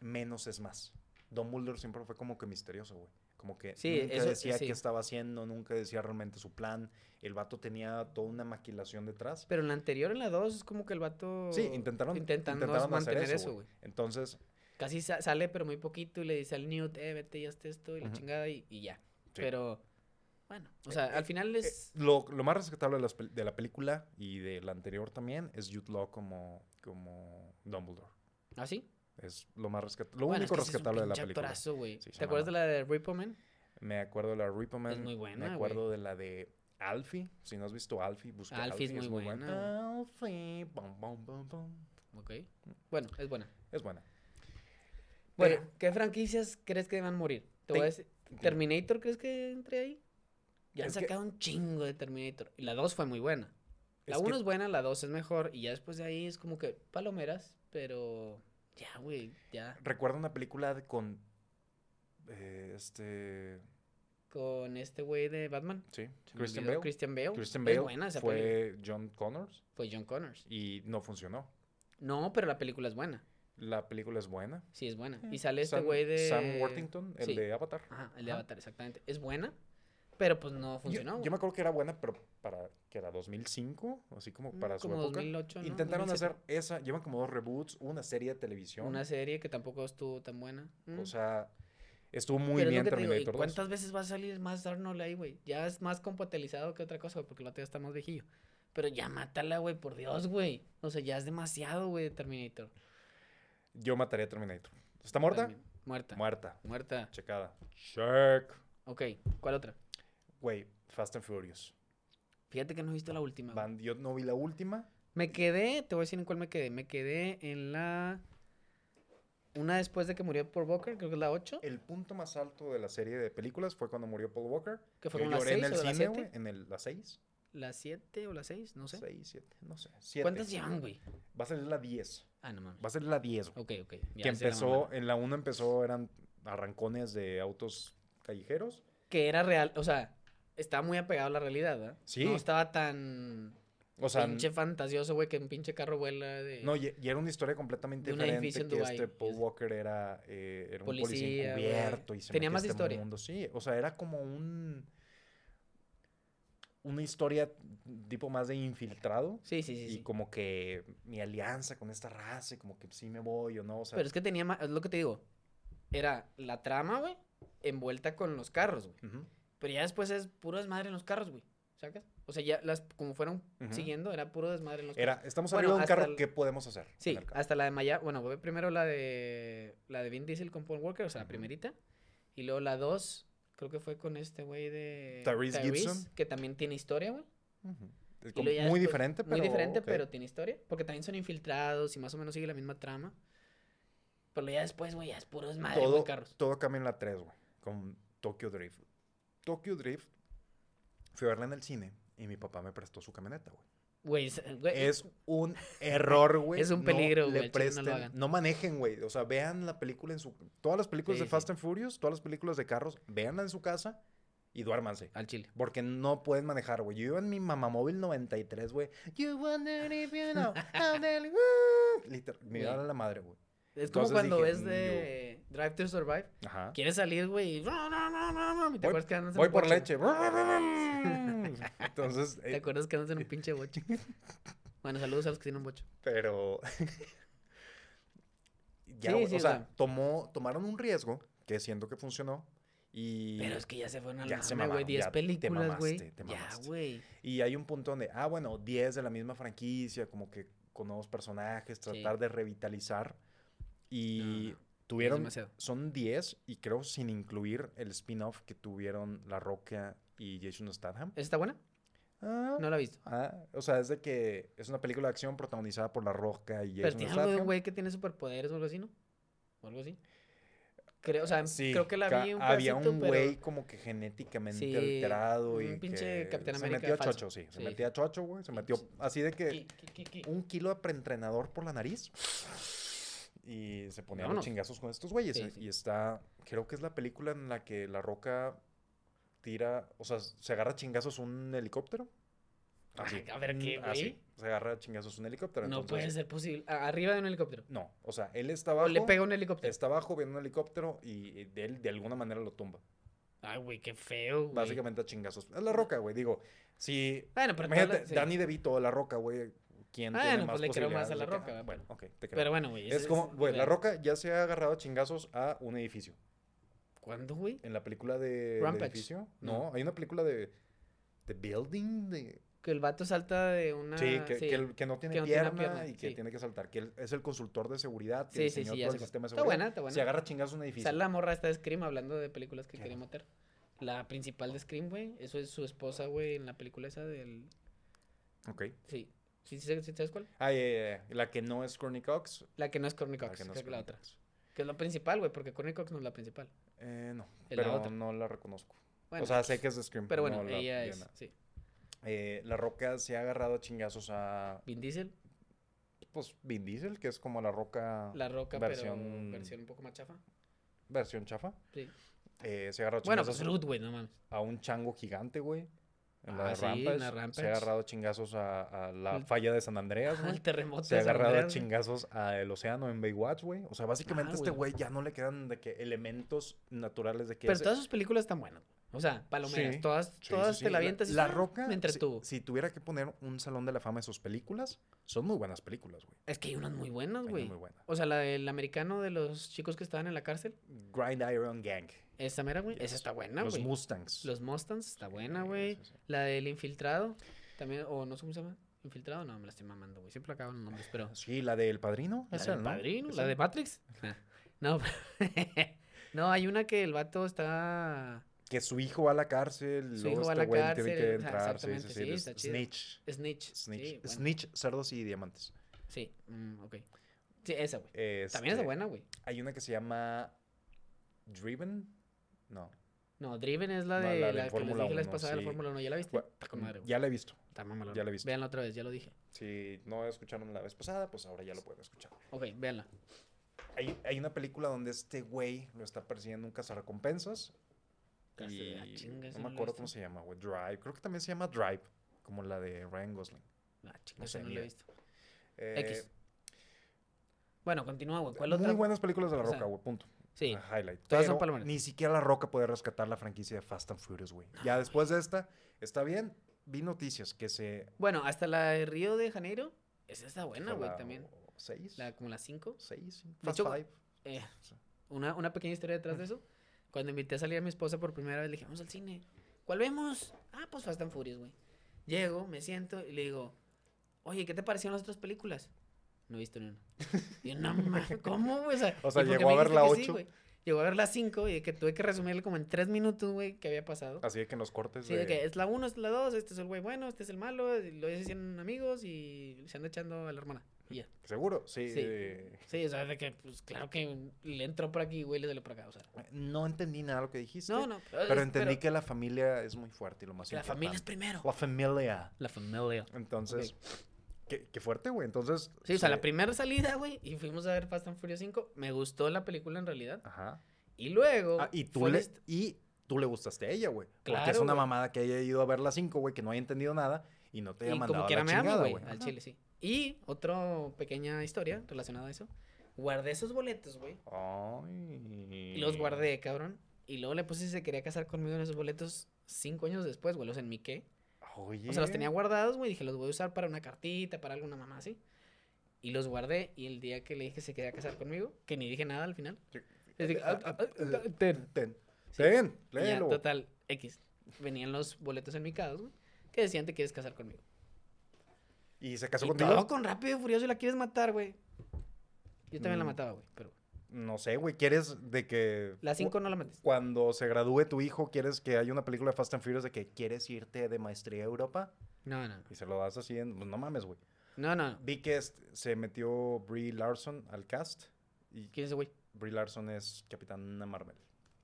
[SPEAKER 1] menos es más. Dumbledore siempre fue como que misterioso, güey. Como que
[SPEAKER 2] Sí,
[SPEAKER 1] nunca
[SPEAKER 2] eso-
[SPEAKER 1] decía
[SPEAKER 2] sí.
[SPEAKER 1] qué estaba haciendo, nunca decía realmente su plan. El vato tenía toda una maquilación detrás.
[SPEAKER 2] Pero en la anterior, en la 2, es como que el vato...
[SPEAKER 1] Sí, intentaron,
[SPEAKER 2] Intentan no
[SPEAKER 1] intentaron hacer
[SPEAKER 2] mantener eso, güey.
[SPEAKER 1] Entonces,
[SPEAKER 2] Casi sa- sale, pero muy poquito, y le dice al Newt, eh, vete y hazte esto, y la
[SPEAKER 1] Ujú.
[SPEAKER 2] chingada, y, y ya.
[SPEAKER 1] Sí.
[SPEAKER 2] Pero, bueno, o sea, al final
[SPEAKER 1] Eh,
[SPEAKER 2] es...
[SPEAKER 1] lo, lo más rescatable de, las pel- de la película y de la anterior también es Jude Law como, como Dumbledatore.
[SPEAKER 2] ¿Ah, sí?
[SPEAKER 1] Es lo más rescatable. Lo
[SPEAKER 2] Bueno, es
[SPEAKER 1] único
[SPEAKER 2] que ese es un
[SPEAKER 1] rescatable de la
[SPEAKER 2] pinche
[SPEAKER 1] película.
[SPEAKER 2] actorazo, güey.
[SPEAKER 1] Sí, se
[SPEAKER 2] ¿Te acuerdas de
[SPEAKER 1] mama.
[SPEAKER 2] la de Repo Man?
[SPEAKER 1] Me acuerdo de la Reaper Man.
[SPEAKER 2] muy buena,
[SPEAKER 1] Me
[SPEAKER 2] güey.
[SPEAKER 1] acuerdo de la de Alfie. Si no has visto Alfie, busca
[SPEAKER 2] Alfie
[SPEAKER 1] Alfie.
[SPEAKER 2] es muy
[SPEAKER 1] Alfie. bum, bum, bum, bum.
[SPEAKER 2] Ok. Bueno, es buena.
[SPEAKER 1] Es buena.
[SPEAKER 2] Bueno, ¿qué franquicias crees que deban morir? Te voy
[SPEAKER 1] Ten-
[SPEAKER 2] a decir, ¿Terminator crees que entre ahí? Ya han
[SPEAKER 1] Es que-
[SPEAKER 2] sacado un chingo de Terminator. Y la 2 fue muy buena. La
[SPEAKER 1] Es que
[SPEAKER 2] 1 es buena, la 2 es mejor. Y ya después de ahí es como que palomeras, pero ya, güey, ya.
[SPEAKER 1] Recuerdo una película de- con. eh, este.
[SPEAKER 2] Con este güey de Batman.
[SPEAKER 1] Sí.
[SPEAKER 2] se me
[SPEAKER 1] Christian
[SPEAKER 2] olvidó,
[SPEAKER 1] Bale.
[SPEAKER 2] Christian Bale.
[SPEAKER 1] Christian
[SPEAKER 2] es
[SPEAKER 1] Bale.
[SPEAKER 2] buena esa peli.
[SPEAKER 1] fue John Connors
[SPEAKER 2] Fue John Connors.
[SPEAKER 1] y no funcionó.
[SPEAKER 2] No, pero la película es buena.
[SPEAKER 1] La película es buena.
[SPEAKER 2] Sí, es buena. Y
[SPEAKER 1] Eh,
[SPEAKER 2] sale este
[SPEAKER 1] Sam-
[SPEAKER 2] güey de...
[SPEAKER 1] Sam Worthington, el
[SPEAKER 2] sí. Ah,
[SPEAKER 1] de Avatar.
[SPEAKER 2] Ajá, el de
[SPEAKER 1] Ajá.
[SPEAKER 2] Avatar, exactamente. Es buena, pero pues no
[SPEAKER 1] Yo-
[SPEAKER 2] funcionó.
[SPEAKER 1] Yo,
[SPEAKER 2] güey.
[SPEAKER 1] me acuerdo que era buena, pero para que era 2005, así como
[SPEAKER 2] Mm,
[SPEAKER 1] para
[SPEAKER 2] como
[SPEAKER 1] su época.
[SPEAKER 2] 2008, ¿no?
[SPEAKER 1] Intentaron
[SPEAKER 2] 2007.
[SPEAKER 1] hacer esa, llevan como dos reboots, una serie de televisión.
[SPEAKER 2] Una serie que tampoco estuvo tan buena. Mm.
[SPEAKER 1] O sea, estuvo muy
[SPEAKER 2] Pero es lo
[SPEAKER 1] bien
[SPEAKER 2] que te digo, ¿y
[SPEAKER 1] Terminator 2.
[SPEAKER 2] ¿Cuántas veces va a salir más Arnold ahí, güey? Ya es más compatibilizado que otra cosa, güey, porque el otro ya está más viejillo. Pero ya mátala, güey, por Dios, güey. O sea, ya es demasiado, güey, de Terminator.
[SPEAKER 1] Yo mataría a Terminator. ¿Está muerta?
[SPEAKER 2] Termin- Muerta.
[SPEAKER 1] Muerta.
[SPEAKER 2] Muerta.
[SPEAKER 1] Checada. Check.
[SPEAKER 2] Ok, ¿cuál otra?
[SPEAKER 1] Güey, Fast and Furious.
[SPEAKER 2] Fíjate que no he visto la última. güey.
[SPEAKER 1] Van- yo no vi la última.
[SPEAKER 2] Me quedé, te voy a decir en cuál me quedé. Me quedé en la. Una después de que murió por Walker, creo que es la 8.
[SPEAKER 1] El punto más alto de la serie de películas fue cuando murió Paul Walker.
[SPEAKER 2] Que fue
[SPEAKER 1] Yo
[SPEAKER 2] como la
[SPEAKER 1] lloré en
[SPEAKER 2] 6
[SPEAKER 1] el
[SPEAKER 2] o la
[SPEAKER 1] cine,
[SPEAKER 2] 7.
[SPEAKER 1] güey, en el, la 6.
[SPEAKER 2] La 7 o la 6, no sé.
[SPEAKER 1] 6, 7, no sé. 7.
[SPEAKER 2] ¿Cuántas llevan, güey?
[SPEAKER 1] Va a salir la 10.
[SPEAKER 2] Ah, no mames.
[SPEAKER 1] Va a ser la 10, güey.
[SPEAKER 2] Ok, ok. ya
[SPEAKER 1] que
[SPEAKER 2] sé la
[SPEAKER 1] empezó,
[SPEAKER 2] mamada.
[SPEAKER 1] en la 1 empezó, eran arrancones de autos callejeros.
[SPEAKER 2] Que era real, o sea, estaba muy apegado a la realidad, ¿verdad?
[SPEAKER 1] Sí.
[SPEAKER 2] No estaba tan
[SPEAKER 1] O sea,
[SPEAKER 2] pinche fantasioso, güey, que un pinche carro vuela de
[SPEAKER 1] no, y, y era una historia completamente
[SPEAKER 2] de un
[SPEAKER 1] diferente
[SPEAKER 2] edificio en
[SPEAKER 1] que
[SPEAKER 2] Dubái,
[SPEAKER 1] este Paul
[SPEAKER 2] yo sé.
[SPEAKER 1] Walker era, eh, era un policía,
[SPEAKER 2] Policía, güey.
[SPEAKER 1] encubierto y se metía
[SPEAKER 2] Tenía
[SPEAKER 1] a
[SPEAKER 2] más
[SPEAKER 1] este
[SPEAKER 2] historia.
[SPEAKER 1] mundo. Sí, o sea, era como un una historia tipo más de infiltrado
[SPEAKER 2] Sí, sí, sí.
[SPEAKER 1] y
[SPEAKER 2] sí.
[SPEAKER 1] como que mi alianza con esta raza y como que sí me voy o no, o sea,
[SPEAKER 2] Pero es que tenía más, es lo que te digo. Era la trama, güey, envuelta con los carros, güey.
[SPEAKER 1] ujú,
[SPEAKER 2] Pero ya después es puro desmadre en los carros, güey. ¿Sacas? O sea, ya las, como fueron
[SPEAKER 1] Ujú.
[SPEAKER 2] siguiendo, era puro desmadre en los
[SPEAKER 1] era estamos
[SPEAKER 2] Bueno,
[SPEAKER 1] hablando de un
[SPEAKER 2] hasta
[SPEAKER 1] carro,
[SPEAKER 2] el-
[SPEAKER 1] ¿qué podemos hacer? con
[SPEAKER 2] Sí,
[SPEAKER 1] el carro?
[SPEAKER 2] hasta la de Maya. Bueno, voy primero la de. La de Vin Diesel con Paul Walker, o sea, la
[SPEAKER 1] Ujú.
[SPEAKER 2] primerita. Y luego la dos, creo que fue con este güey de.
[SPEAKER 1] Tyrese Gibson.
[SPEAKER 2] Que también tiene historia, güey.
[SPEAKER 1] Ujú. Es
[SPEAKER 2] Y
[SPEAKER 1] como
[SPEAKER 2] luego ya
[SPEAKER 1] muy
[SPEAKER 2] después-
[SPEAKER 1] diferente, pero
[SPEAKER 2] Muy diferente,
[SPEAKER 1] ok.
[SPEAKER 2] pero tiene historia. Porque también son infiltrados y más o menos sigue la misma trama. Pero ya después, güey, ya es puro desmadre, güey,
[SPEAKER 1] todo,
[SPEAKER 2] Ah, carros.
[SPEAKER 1] todo cambia en la 3, güey, con Tokyo Drift. Tokyo Drift, fui a verla en el cine y mi papá me prestó su camioneta, güey.
[SPEAKER 2] Güey, es- güey, eh,
[SPEAKER 1] Es un error, güey.
[SPEAKER 2] Es un peligro,
[SPEAKER 1] no
[SPEAKER 2] güey,
[SPEAKER 1] Le
[SPEAKER 2] al chile no
[SPEAKER 1] presten,
[SPEAKER 2] lo
[SPEAKER 1] no,
[SPEAKER 2] hagan.
[SPEAKER 1] manejen, güey. O sea, vean la película en su... Todas las películas
[SPEAKER 2] Sí,
[SPEAKER 1] de
[SPEAKER 2] sí.
[SPEAKER 1] Fast and Furious, todas las películas de carros, véanla en su casa y duérmanse.
[SPEAKER 2] Al chile.
[SPEAKER 1] Porque no pueden manejar, güey. Yo iba en mi mamamóvil 93, güey. You wonder if you know how the- uh, Literal, me iba a
[SPEAKER 2] Güey.
[SPEAKER 1] dar la madre, güey.
[SPEAKER 2] Es como
[SPEAKER 1] Entonces
[SPEAKER 2] cuando
[SPEAKER 1] dije,
[SPEAKER 2] ves de Drive to Survive.
[SPEAKER 1] Ajá.
[SPEAKER 2] Quieres salir, güey. Y... y te
[SPEAKER 1] Voy-
[SPEAKER 2] acuerdas que andas en
[SPEAKER 1] Voy
[SPEAKER 2] un
[SPEAKER 1] por
[SPEAKER 2] boche.
[SPEAKER 1] leche. Entonces,
[SPEAKER 2] ¿Te
[SPEAKER 1] eh,
[SPEAKER 2] acuerdas que andas en un pinche bocho? bueno, saludos a los que tienen bocho.
[SPEAKER 1] pero... ya,
[SPEAKER 2] Sí,
[SPEAKER 1] güey,
[SPEAKER 2] sí,
[SPEAKER 1] o
[SPEAKER 2] o
[SPEAKER 1] sea,
[SPEAKER 2] sea.
[SPEAKER 1] tomó, tomaron un riesgo que siento que funcionó y,
[SPEAKER 2] Pero es que ya se fueron a
[SPEAKER 1] Ya
[SPEAKER 2] la
[SPEAKER 1] se
[SPEAKER 2] mame, güey.
[SPEAKER 1] mamaron,
[SPEAKER 2] 10
[SPEAKER 1] ya te
[SPEAKER 2] películas, güey.
[SPEAKER 1] mamaste, te
[SPEAKER 2] Ya,
[SPEAKER 1] mamaste.
[SPEAKER 2] güey.
[SPEAKER 1] y hay un punto donde, ah, bueno, 10 de la misma franquicia, como que con nuevos personajes,
[SPEAKER 2] Sí.
[SPEAKER 1] tratar de revitalizar y
[SPEAKER 2] No, no,
[SPEAKER 1] tuvieron,
[SPEAKER 2] demasiado.
[SPEAKER 1] son 10 y creo sin incluir el spin-off que tuvieron La Roca y Jason Statham.
[SPEAKER 2] ¿Esa ¿Está buena?
[SPEAKER 1] Ah,
[SPEAKER 2] No la he visto.
[SPEAKER 1] Ah, o sea, es de que es una película de acción protagonizada por La Roca y
[SPEAKER 2] Pero
[SPEAKER 1] Jason
[SPEAKER 2] tiene algo de un
[SPEAKER 1] Statham.
[SPEAKER 2] güey que tiene superpoderes o algo así, ¿no? O algo así. Creo, o sea,
[SPEAKER 1] Sí,
[SPEAKER 2] creo que la
[SPEAKER 1] ca-
[SPEAKER 2] vi un
[SPEAKER 1] había
[SPEAKER 2] pedacito,
[SPEAKER 1] un
[SPEAKER 2] pero-
[SPEAKER 1] güey como que genéticamente
[SPEAKER 2] Sí,
[SPEAKER 1] alterado y
[SPEAKER 2] un pinche
[SPEAKER 1] que
[SPEAKER 2] Capitán
[SPEAKER 1] se
[SPEAKER 2] América
[SPEAKER 1] metió a
[SPEAKER 2] falso.
[SPEAKER 1] chocho, sí, se
[SPEAKER 2] Sí.
[SPEAKER 1] metía a chocho, güey, se metió
[SPEAKER 2] Pinche-
[SPEAKER 1] así de que
[SPEAKER 2] Qui, qui, qui, qui.
[SPEAKER 1] un kilo de preentrenador por la nariz y se ponía los
[SPEAKER 2] Vámonos.
[SPEAKER 1] chingazos con estos güeyes
[SPEAKER 2] Sí,
[SPEAKER 1] eh,
[SPEAKER 2] sí.
[SPEAKER 1] y está, creo que es la película en la que La Roca tira, o sea, se agarra a chingazos un helicóptero. Así,
[SPEAKER 2] a ver, ¿qué,
[SPEAKER 1] mm, así,
[SPEAKER 2] güey?
[SPEAKER 1] se agarra a chingazos un helicóptero.
[SPEAKER 2] No
[SPEAKER 1] entonces-
[SPEAKER 2] puede ser posible. A- Arriba de un helicóptero.
[SPEAKER 1] No, o sea, él está
[SPEAKER 2] O
[SPEAKER 1] abajo.
[SPEAKER 2] le pega un helicóptero.
[SPEAKER 1] Está abajo viendo un helicóptero y eh, de él de alguna manera lo tumba.
[SPEAKER 2] Ay, güey, qué feo, güey.
[SPEAKER 1] Básicamente a chingazos. Es la roca, güey. Digo, si.
[SPEAKER 2] Bueno, pero, todas
[SPEAKER 1] Imagínate,
[SPEAKER 2] las- sí.
[SPEAKER 1] Danny DeVito o la roca, güey. ¿Quién
[SPEAKER 2] Ah,
[SPEAKER 1] tiene
[SPEAKER 2] no,
[SPEAKER 1] más
[SPEAKER 2] pues le creo más
[SPEAKER 1] posibilidades
[SPEAKER 2] a La
[SPEAKER 1] de que-
[SPEAKER 2] Roca,
[SPEAKER 1] ah,
[SPEAKER 2] güey,
[SPEAKER 1] bueno, ok, te creo.
[SPEAKER 2] pero bueno, güey.
[SPEAKER 1] es
[SPEAKER 2] ese
[SPEAKER 1] como, güey, la
[SPEAKER 2] real.
[SPEAKER 1] roca ya se ha agarrado a chingazos a un edificio.
[SPEAKER 2] ¿Cuándo, güey?
[SPEAKER 1] En la película de. del
[SPEAKER 2] Rampage.
[SPEAKER 1] edificio? No,
[SPEAKER 2] No.
[SPEAKER 1] hay una película de. The Building. De...
[SPEAKER 2] Que el vato salta de una.
[SPEAKER 1] sí, que, que el- que no tiene
[SPEAKER 2] Ah, que no tiene
[SPEAKER 1] pierna,
[SPEAKER 2] una pierna,
[SPEAKER 1] y que
[SPEAKER 2] sí.
[SPEAKER 1] tiene que saltar. Que él es el consultor de seguridad. Que
[SPEAKER 2] Sí, sí,
[SPEAKER 1] diseñó
[SPEAKER 2] sí, ya
[SPEAKER 1] todo
[SPEAKER 2] sé
[SPEAKER 1] el
[SPEAKER 2] cuál.
[SPEAKER 1] sistema de
[SPEAKER 2] Está
[SPEAKER 1] seguridad.
[SPEAKER 2] buena, está buena.
[SPEAKER 1] Se agarra a chingazos a un edificio.
[SPEAKER 2] Sale la morra esta de Scream hablando de películas que
[SPEAKER 1] ¿Qué?
[SPEAKER 2] quería meter. La principal de Scream, güey. Eso es su esposa, güey, en la película esa del.
[SPEAKER 1] Ok.
[SPEAKER 2] Sí. ¿Sí, sí, sí, sabes cuál?
[SPEAKER 1] Ah, ya, ya, ya. La que no es Courtney Cox.
[SPEAKER 2] La que no es Corny
[SPEAKER 1] la
[SPEAKER 2] Cox,
[SPEAKER 1] que no
[SPEAKER 2] creo
[SPEAKER 1] es
[SPEAKER 2] que la
[SPEAKER 1] Courtney
[SPEAKER 2] otra.
[SPEAKER 1] Cox.
[SPEAKER 2] Que es la principal, güey, porque Corny Cox no es la principal.
[SPEAKER 1] Eh, no,
[SPEAKER 2] Es la
[SPEAKER 1] pero
[SPEAKER 2] otra.
[SPEAKER 1] no la reconozco.
[SPEAKER 2] Bueno, pues,
[SPEAKER 1] o sea, sé que es de Scream.
[SPEAKER 2] pero bueno,
[SPEAKER 1] no la-
[SPEAKER 2] ella
[SPEAKER 1] ya
[SPEAKER 2] es.
[SPEAKER 1] no.
[SPEAKER 2] Sí.
[SPEAKER 1] Eh, la Roca se ha agarrado a chingazos a,
[SPEAKER 2] Vin Diesel,
[SPEAKER 1] pues, Vin Diesel, que es como la Roca,
[SPEAKER 2] La Roca,
[SPEAKER 1] versión-
[SPEAKER 2] pero versión un poco más chafa.
[SPEAKER 1] versión chafa.
[SPEAKER 2] Sí.
[SPEAKER 1] Eh, se ha agarrado a
[SPEAKER 2] Bueno,
[SPEAKER 1] chingazos
[SPEAKER 2] pues Ruth, güey, no mames.
[SPEAKER 1] a un chango gigante, güey. En la
[SPEAKER 2] Ah,
[SPEAKER 1] de
[SPEAKER 2] sí, en
[SPEAKER 1] Rampage.
[SPEAKER 2] la
[SPEAKER 1] Se ha
[SPEAKER 2] Rampage.
[SPEAKER 1] agarrado a chingazos a, a la
[SPEAKER 2] El-
[SPEAKER 1] falla de San Andreas,
[SPEAKER 2] Al
[SPEAKER 1] güey.
[SPEAKER 2] terremoto.
[SPEAKER 1] Se ha
[SPEAKER 2] de San
[SPEAKER 1] agarrado a
[SPEAKER 2] Andreas, güey.
[SPEAKER 1] chingazos al océano en Baywatch, güey. O sea, básicamente
[SPEAKER 2] Ah,
[SPEAKER 1] este
[SPEAKER 2] güey.
[SPEAKER 1] güey ya no le quedan de que elementos naturales de que
[SPEAKER 2] Pero
[SPEAKER 1] es-
[SPEAKER 2] todas sus películas están buenas. güey. O sea, palomeras,
[SPEAKER 1] Sí,
[SPEAKER 2] todas,
[SPEAKER 1] Sí,
[SPEAKER 2] todas
[SPEAKER 1] sí,
[SPEAKER 2] te
[SPEAKER 1] sí.
[SPEAKER 2] la avientas y
[SPEAKER 1] La
[SPEAKER 2] ¡ah!
[SPEAKER 1] Roca,
[SPEAKER 2] me
[SPEAKER 1] si-
[SPEAKER 2] entretuvo.
[SPEAKER 1] Si, tuviera que poner un salón de la fama de sus películas, son muy buenas películas, güey.
[SPEAKER 2] Es que hay unas muy buenas,
[SPEAKER 1] Hay
[SPEAKER 2] Ah, güey.
[SPEAKER 1] una Muy buena.
[SPEAKER 2] O sea, la del americano de los chicos que estaban en la cárcel.
[SPEAKER 1] Grind Iron Gang.
[SPEAKER 2] Esa mera, güey.
[SPEAKER 1] Yes.
[SPEAKER 2] Esa está buena,
[SPEAKER 1] Los
[SPEAKER 2] güey. Los,
[SPEAKER 1] Mustangs.
[SPEAKER 2] Mustangs está buena,
[SPEAKER 1] Sí,
[SPEAKER 2] güey.
[SPEAKER 1] sí, sí.
[SPEAKER 2] La del infiltrado. También, o no sé cómo se llama. ¿Infiltrado? No, me la estoy mamando, güey. Siempre acaban los nombres, pero.
[SPEAKER 1] Sí, la del padrino.
[SPEAKER 2] La
[SPEAKER 1] es
[SPEAKER 2] del
[SPEAKER 1] él, ¿no?
[SPEAKER 2] padrino,
[SPEAKER 1] Es
[SPEAKER 2] la
[SPEAKER 1] él.
[SPEAKER 2] de Matrix. Ah, No, no, hay una que el vato está.
[SPEAKER 1] Que su hijo va a la cárcel.
[SPEAKER 2] Su
[SPEAKER 1] luego
[SPEAKER 2] hijo va a
[SPEAKER 1] este
[SPEAKER 2] la
[SPEAKER 1] güey Tiene
[SPEAKER 2] cárcel,
[SPEAKER 1] que
[SPEAKER 2] o sea,
[SPEAKER 1] entrar. Sí, sí,
[SPEAKER 2] exactamente,
[SPEAKER 1] sí.
[SPEAKER 2] sí,
[SPEAKER 1] los
[SPEAKER 2] está chido.
[SPEAKER 1] Snitch.
[SPEAKER 2] Snitch.
[SPEAKER 1] Snitch.
[SPEAKER 2] Sí, bueno,
[SPEAKER 1] Snitch, cerdos y diamantes.
[SPEAKER 2] sí, mm, ok. Sí, esa, güey.
[SPEAKER 1] Este,
[SPEAKER 2] También es buena, güey.
[SPEAKER 1] Hay una que se llama Driven. No.
[SPEAKER 2] No, Driven es la
[SPEAKER 1] No, la
[SPEAKER 2] de la,
[SPEAKER 1] de
[SPEAKER 2] que les
[SPEAKER 1] Fórmula
[SPEAKER 2] dije la vez
[SPEAKER 1] 1,
[SPEAKER 2] pasada de
[SPEAKER 1] sí.
[SPEAKER 2] la Fórmula 1. ¿Ya la viste?
[SPEAKER 1] Bueno,
[SPEAKER 2] Está con madre, güey.
[SPEAKER 1] Ya la he visto.
[SPEAKER 2] Está mamalona.
[SPEAKER 1] ya la he visto.
[SPEAKER 2] Véanla otra vez, ya lo dije.
[SPEAKER 1] Si no escucharon la vez pasada, pues ahora ya lo pueden escuchar.
[SPEAKER 2] Ok, véanla.
[SPEAKER 1] Hay, hay una película donde este güey lo está persiguiendo un cazarrecompensas.
[SPEAKER 2] Casi, ah,
[SPEAKER 1] y
[SPEAKER 2] chinga, esa
[SPEAKER 1] no
[SPEAKER 2] no
[SPEAKER 1] me
[SPEAKER 2] la he
[SPEAKER 1] acuerdo
[SPEAKER 2] visto.
[SPEAKER 1] cómo se llama, güey. Drive. Creo que también se llama Drive, como la de Ryan Gosling.
[SPEAKER 2] Ah, chinga,
[SPEAKER 1] No
[SPEAKER 2] esa
[SPEAKER 1] sé,
[SPEAKER 2] no la
[SPEAKER 1] mira.
[SPEAKER 2] he visto.
[SPEAKER 1] Eh,
[SPEAKER 2] X. Bueno, continúa, güey. ¿Cuál
[SPEAKER 1] muy
[SPEAKER 2] otra?
[SPEAKER 1] buenas películas de La
[SPEAKER 2] o sea,
[SPEAKER 1] Roca, güey. Punto.
[SPEAKER 2] Sí.
[SPEAKER 1] Ah, Highlight.
[SPEAKER 2] Todas son
[SPEAKER 1] Pero
[SPEAKER 2] palomeras.
[SPEAKER 1] ni siquiera La Roca puede rescatar la franquicia de Fast and Furious, güey. Ya después de esta, está bien. Vi noticias que se...
[SPEAKER 2] Bueno, hasta la de Río de Janeiro. Esa está buena,
[SPEAKER 1] fue
[SPEAKER 2] güey,
[SPEAKER 1] la
[SPEAKER 2] también.
[SPEAKER 1] ¿Seis?
[SPEAKER 2] La, como las 5.
[SPEAKER 1] ¿Seis? sí. Fast
[SPEAKER 2] hecho,
[SPEAKER 1] Five.
[SPEAKER 2] Eh,
[SPEAKER 1] Sí.
[SPEAKER 2] una, una pequeña historia detrás de eso. Cuando invité a salir a mi esposa por primera vez, le dije, vamos al cine. ¿Cuál vemos? Ah, pues Fast and Furious, güey. Llego, me siento y le digo, oye, ¿qué te parecieron las otras películas? No he visto ni una. Y yo, no mames, ¿cómo, güey? O sea,
[SPEAKER 1] O sea,
[SPEAKER 2] ¿y por qué
[SPEAKER 1] llegó a
[SPEAKER 2] me
[SPEAKER 1] ver
[SPEAKER 2] dijiste
[SPEAKER 1] la
[SPEAKER 2] que sí,
[SPEAKER 1] ocho?
[SPEAKER 2] güey? llegó a ver las 5 y que tuve que resumirle como en 3 minutos, güey, qué había pasado.
[SPEAKER 1] Así de que nos cortes
[SPEAKER 2] Sí,
[SPEAKER 1] de...
[SPEAKER 2] de que es la 1, es la 2, este es el güey bueno, este es el malo, y luego ya se hicieron amigos y se anda echando a la hermana. Y ya.
[SPEAKER 1] ¿Seguro? Sí.
[SPEAKER 2] Sí.
[SPEAKER 1] eh,
[SPEAKER 2] Sí, o sea, de que, pues claro que le entró por aquí, güey, le salió por acá, o sea.
[SPEAKER 1] No entendí nada de lo que dijiste.
[SPEAKER 2] No, no.
[SPEAKER 1] Pero entendí que la familia es muy fuerte y lo más
[SPEAKER 2] La
[SPEAKER 1] importante.
[SPEAKER 2] familia es primero.
[SPEAKER 1] La familia.
[SPEAKER 2] La familia.
[SPEAKER 1] Entonces, qué, qué fuerte, güey. Entonces... eh,
[SPEAKER 2] Sí, o sea,
[SPEAKER 1] se-
[SPEAKER 2] la primera salida, güey, y fuimos a ver Fast and Furious 5. Me gustó la película en realidad.
[SPEAKER 1] Ajá.
[SPEAKER 2] Y luego.
[SPEAKER 1] Ah, y, tú
[SPEAKER 2] fue
[SPEAKER 1] le,
[SPEAKER 2] la hist-
[SPEAKER 1] y tú le gustaste a ella, güey. porque es
[SPEAKER 2] Claro,
[SPEAKER 1] una
[SPEAKER 2] güey.
[SPEAKER 1] mamada que haya ido a ver las 5, güey, que no haya entendido nada y no te haya
[SPEAKER 2] Y
[SPEAKER 1] mandado
[SPEAKER 2] como
[SPEAKER 1] a
[SPEAKER 2] quiera
[SPEAKER 1] la
[SPEAKER 2] me ama,
[SPEAKER 1] chingada,
[SPEAKER 2] güey,
[SPEAKER 1] güey.
[SPEAKER 2] al
[SPEAKER 1] Ajá.
[SPEAKER 2] chile, sí. Y otra pequeña historia relacionada a eso. Guardé esos boletos, güey.
[SPEAKER 1] Ay.
[SPEAKER 2] Y los guardé, cabrón. Y luego le puse si se quería casar conmigo en esos boletos cinco años después, güey. Los enmiqué.
[SPEAKER 1] Oye.
[SPEAKER 2] O sea, los tenía guardados, güey. Dije, los voy a usar para una cartita, para alguna mamá así. Y los guardé. Y el día que le dije que se quería casar conmigo, que ni dije nada al final.
[SPEAKER 1] Sí.
[SPEAKER 2] les dije,
[SPEAKER 1] Ah, ah,
[SPEAKER 2] "Ah, ah, ah,
[SPEAKER 1] ah,
[SPEAKER 2] ten".
[SPEAKER 1] Ten.
[SPEAKER 2] Sí.
[SPEAKER 1] Ten,
[SPEAKER 2] Y ya,
[SPEAKER 1] léelo.
[SPEAKER 2] total, X. Venían los boletos enmicados, güey. Que decían, te quieres casar conmigo.
[SPEAKER 1] ¿Y se casó
[SPEAKER 2] Y
[SPEAKER 1] contigo?
[SPEAKER 2] todo con rápido y furioso y la quieres matar, güey. Yo también la
[SPEAKER 1] Mm.
[SPEAKER 2] mataba, güey. Pero
[SPEAKER 1] No sé, güey. ¿Quieres de que.
[SPEAKER 2] la cinco no la mates.
[SPEAKER 1] Cuando se gradúe tu hijo, ¿quieres que haya una película de Fast and Furious de que quieres irte de maestría a Europa?
[SPEAKER 2] No, no, no.
[SPEAKER 1] Y se lo das así en. Pues no mames, güey.
[SPEAKER 2] No, no, no.
[SPEAKER 1] Vi que est- se metió Brie Larson al cast. Y
[SPEAKER 2] ¿Quién es ese güey?
[SPEAKER 1] Brie Larson es Capitana Marvel.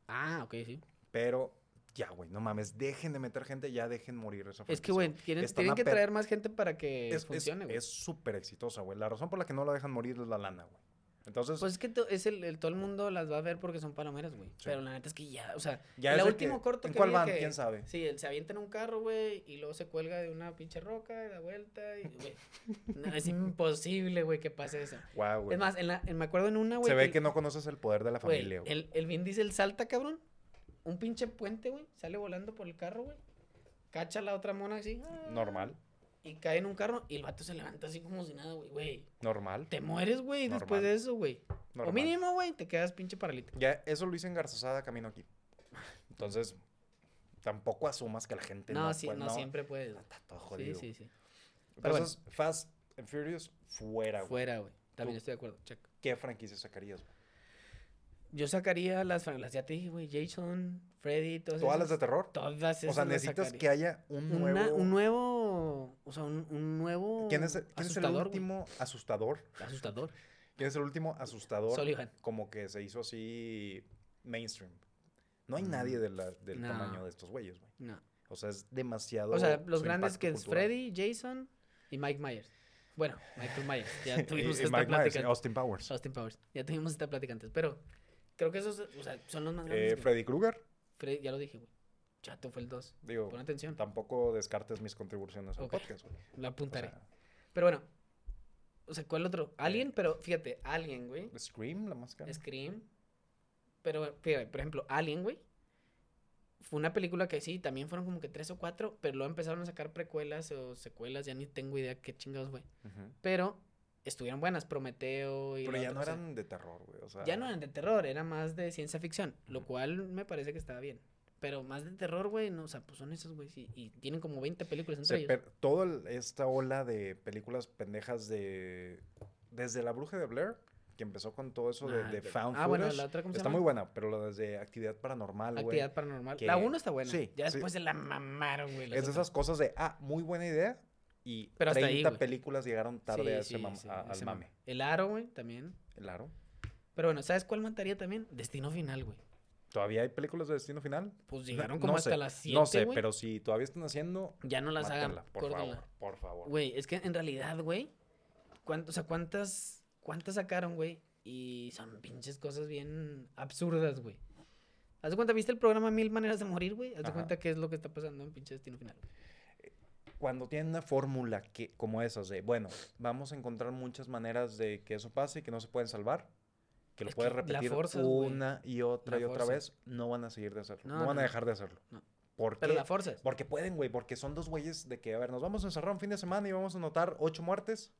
[SPEAKER 2] Ah, ok, sí.
[SPEAKER 1] Pero ya, güey, no mames, dejen de meter gente, ya dejen morir esa
[SPEAKER 2] Es que,
[SPEAKER 1] franquicia,
[SPEAKER 2] güey, tienen,
[SPEAKER 1] Están
[SPEAKER 2] tienen
[SPEAKER 1] a
[SPEAKER 2] que
[SPEAKER 1] per-
[SPEAKER 2] traer más gente para que
[SPEAKER 1] Es- es-
[SPEAKER 2] funcione, güey.
[SPEAKER 1] Es súper exitosa, güey. La razón por la que no la dejan morir es la lana, güey. Entonces,
[SPEAKER 2] Pues es que to- es el, el- todo el mundo las va a ver porque son palomeras, güey.
[SPEAKER 1] Sí.
[SPEAKER 2] Pero la neta es que ya, o sea,
[SPEAKER 1] ya
[SPEAKER 2] el
[SPEAKER 1] es de
[SPEAKER 2] último
[SPEAKER 1] que-
[SPEAKER 2] corto
[SPEAKER 1] ¿En
[SPEAKER 2] que
[SPEAKER 1] cuál
[SPEAKER 2] vi
[SPEAKER 1] van?
[SPEAKER 2] que-
[SPEAKER 1] ¿Quién sabe?
[SPEAKER 2] sí, él se avienta en un carro, güey, y luego se cuelga de una pinche roca, y da vuelta, y, güey. no, es imposible, güey, que pase eso.
[SPEAKER 1] Guau, güey.
[SPEAKER 2] Es más, en la- en- me acuerdo en una, güey.
[SPEAKER 1] Se ve
[SPEAKER 2] el-
[SPEAKER 1] que no conoces el poder de la
[SPEAKER 2] güey,
[SPEAKER 1] familia, güey.
[SPEAKER 2] el, el Vin Diesel salta, cabrón. Un pinche puente, güey. Sale volando por el carro, güey. Cacha a la otra mona así. ah,
[SPEAKER 1] Normal,
[SPEAKER 2] Y cae en un carro y el vato se levanta así como si nada, güey. Güey,
[SPEAKER 1] normal,
[SPEAKER 2] te mueres, güey, después
[SPEAKER 1] Normal.
[SPEAKER 2] de eso, güey. O
[SPEAKER 1] normal.
[SPEAKER 2] mínimo, güey, te quedas pinche paralítico.
[SPEAKER 1] Ya, eso lo hice en Garzosada camino aquí. Entonces, tampoco asumas que la gente no
[SPEAKER 2] No, sí,
[SPEAKER 1] puede-
[SPEAKER 2] no, siempre puedes. güey.
[SPEAKER 1] Está todo
[SPEAKER 2] Sí,
[SPEAKER 1] jodido.
[SPEAKER 2] sí, sí. Pero
[SPEAKER 1] Entonces, Fast and Furious, fuera, güey.
[SPEAKER 2] Fuera, güey. También
[SPEAKER 1] Tú-
[SPEAKER 2] estoy de acuerdo. Check.
[SPEAKER 1] ¿Qué franquicia sacarías, güey?
[SPEAKER 2] Yo sacaría las, fran- las ya te dije, güey, Jason, Freddy, todas
[SPEAKER 1] ¿Todas las
[SPEAKER 2] esas.
[SPEAKER 1] de terror?
[SPEAKER 2] Todas esas.
[SPEAKER 1] O sea,
[SPEAKER 2] las
[SPEAKER 1] necesitas
[SPEAKER 2] sacaría.
[SPEAKER 1] que haya un
[SPEAKER 2] Una-
[SPEAKER 1] nuevo.
[SPEAKER 2] un nuevo. O sea, un, un nuevo.
[SPEAKER 1] ¿Quién, es, quién es el
[SPEAKER 2] asustador, güey.
[SPEAKER 1] último asustador?
[SPEAKER 2] Asustador.
[SPEAKER 1] ¿Quién es el último asustador?
[SPEAKER 2] Solihan.
[SPEAKER 1] Como que se hizo así mainstream. No hay
[SPEAKER 2] Mm,
[SPEAKER 1] nadie de la- del
[SPEAKER 2] no.
[SPEAKER 1] tamaño de estos güeyes, güey.
[SPEAKER 2] No.
[SPEAKER 1] O sea, es demasiado.
[SPEAKER 2] O sea, los
[SPEAKER 1] su
[SPEAKER 2] grandes
[SPEAKER 1] impacto
[SPEAKER 2] que es
[SPEAKER 1] cultural.
[SPEAKER 2] Freddy, Jason y Mike Myers. Bueno, Michael Myers. Ya
[SPEAKER 1] Y- y
[SPEAKER 2] tuvimos esta
[SPEAKER 1] Mike Myers,
[SPEAKER 2] plática. antes.
[SPEAKER 1] Austin Powers.
[SPEAKER 2] Austin Powers. Ya tuvimos esta plática antes. Pero creo que esos o sea, son los más grandes.
[SPEAKER 1] Eh,
[SPEAKER 2] güey.
[SPEAKER 1] Freddy Krueger.
[SPEAKER 2] Freddy, ya lo dije, güey. Chato fue el 2.
[SPEAKER 1] Digo,
[SPEAKER 2] Pon atención.
[SPEAKER 1] tampoco descartes mis contribuciones al
[SPEAKER 2] Ok.
[SPEAKER 1] podcast, güey.
[SPEAKER 2] Lo
[SPEAKER 1] O
[SPEAKER 2] apuntaré.
[SPEAKER 1] sea,
[SPEAKER 2] Pero bueno. O sea, ¿cuál otro? Alien, pero fíjate, Alien, güey.
[SPEAKER 1] Scream, la máscara.
[SPEAKER 2] Scream. Pero, fíjate, por ejemplo, Alien, güey. Fue una película que sí, también fueron como que tres o cuatro, pero luego empezaron a sacar precuelas o secuelas, ya ni tengo idea qué chingados, güey.
[SPEAKER 1] Ujú.
[SPEAKER 2] Pero estuvieron buenas, Prometeo y...
[SPEAKER 1] Pero
[SPEAKER 2] la
[SPEAKER 1] ya
[SPEAKER 2] otra,
[SPEAKER 1] no
[SPEAKER 2] o sea,
[SPEAKER 1] eran de terror, güey. O sea,
[SPEAKER 2] ya no eran de terror, era más de ciencia ficción, lo
[SPEAKER 1] Ujú.
[SPEAKER 2] cual me parece que estaba bien. Pero más de terror, güey, no, o sea, pues son esos, güey, sí, y tienen como 20 películas entre
[SPEAKER 1] Se
[SPEAKER 2] ellos.
[SPEAKER 1] per- toda el- esta ola de películas pendejas de... Desde La Bruja de Blair, que empezó con todo eso de,
[SPEAKER 2] Ah,
[SPEAKER 1] de
[SPEAKER 2] ok.
[SPEAKER 1] found
[SPEAKER 2] Ah, bueno,
[SPEAKER 1] footage,
[SPEAKER 2] la otra, ¿cómo se
[SPEAKER 1] está
[SPEAKER 2] llama?
[SPEAKER 1] muy buena, pero la desde Actividad Paranormal, güey.
[SPEAKER 2] Actividad paranormal.
[SPEAKER 1] que-
[SPEAKER 2] La 1 está buena.
[SPEAKER 1] sí,
[SPEAKER 2] ya
[SPEAKER 1] sí.
[SPEAKER 2] después se la mamaron, güey. las
[SPEAKER 1] Es de
[SPEAKER 2] otras.
[SPEAKER 1] esas cosas de, ah, muy buena idea, y
[SPEAKER 2] Pero hasta ahí,
[SPEAKER 1] 30
[SPEAKER 2] güey.
[SPEAKER 1] películas llegaron tarde a
[SPEAKER 2] Sí,
[SPEAKER 1] ese
[SPEAKER 2] sí,
[SPEAKER 1] mam-
[SPEAKER 2] sí,
[SPEAKER 1] a- al
[SPEAKER 2] ese
[SPEAKER 1] mame.
[SPEAKER 2] El aro, güey, también.
[SPEAKER 1] Claro.
[SPEAKER 2] Pero bueno, ¿sabes cuál mataría también? Destino final, güey.
[SPEAKER 1] ¿Todavía hay películas de Destino Final?
[SPEAKER 2] Pues
[SPEAKER 1] No-
[SPEAKER 2] llegaron como
[SPEAKER 1] no
[SPEAKER 2] hasta
[SPEAKER 1] sé,
[SPEAKER 2] las 7,
[SPEAKER 1] No sé, pero si todavía están haciendo,
[SPEAKER 2] Ya no las hagan,
[SPEAKER 1] mátenla, por
[SPEAKER 2] córtala.
[SPEAKER 1] favor, por favor.
[SPEAKER 2] Güey, es que en realidad, güey, cuán- o sea, ¿cuántas, cuántas sacaron, güey? Y son pinches cosas bien absurdas, güey. Haz de cuenta, ¿viste el programa Mil Maneras de Morir, güey? Haz de
[SPEAKER 1] Ajá.
[SPEAKER 2] cuenta qué es lo que está pasando en pinche destino final.
[SPEAKER 1] Cuando tienen una fórmula que, como esas de, bueno, vamos a encontrar muchas maneras de que eso pase y que no se pueden salvar, que lo
[SPEAKER 2] Es
[SPEAKER 1] puedes
[SPEAKER 2] que la
[SPEAKER 1] repetir
[SPEAKER 2] forzas, güey.
[SPEAKER 1] una y otra
[SPEAKER 2] La
[SPEAKER 1] y otra
[SPEAKER 2] forzas.
[SPEAKER 1] vez, no van a seguir de hacerlo.
[SPEAKER 2] No,
[SPEAKER 1] No, van
[SPEAKER 2] no,
[SPEAKER 1] a
[SPEAKER 2] no.
[SPEAKER 1] dejar de hacerlo.
[SPEAKER 2] No.
[SPEAKER 1] ¿Por
[SPEAKER 2] Pero
[SPEAKER 1] qué?
[SPEAKER 2] la forzas.
[SPEAKER 1] Porque pueden, güey, porque son dos güeyes de que, a ver, nos vamos a encerrar un fin de semana y vamos a anotar ocho muertes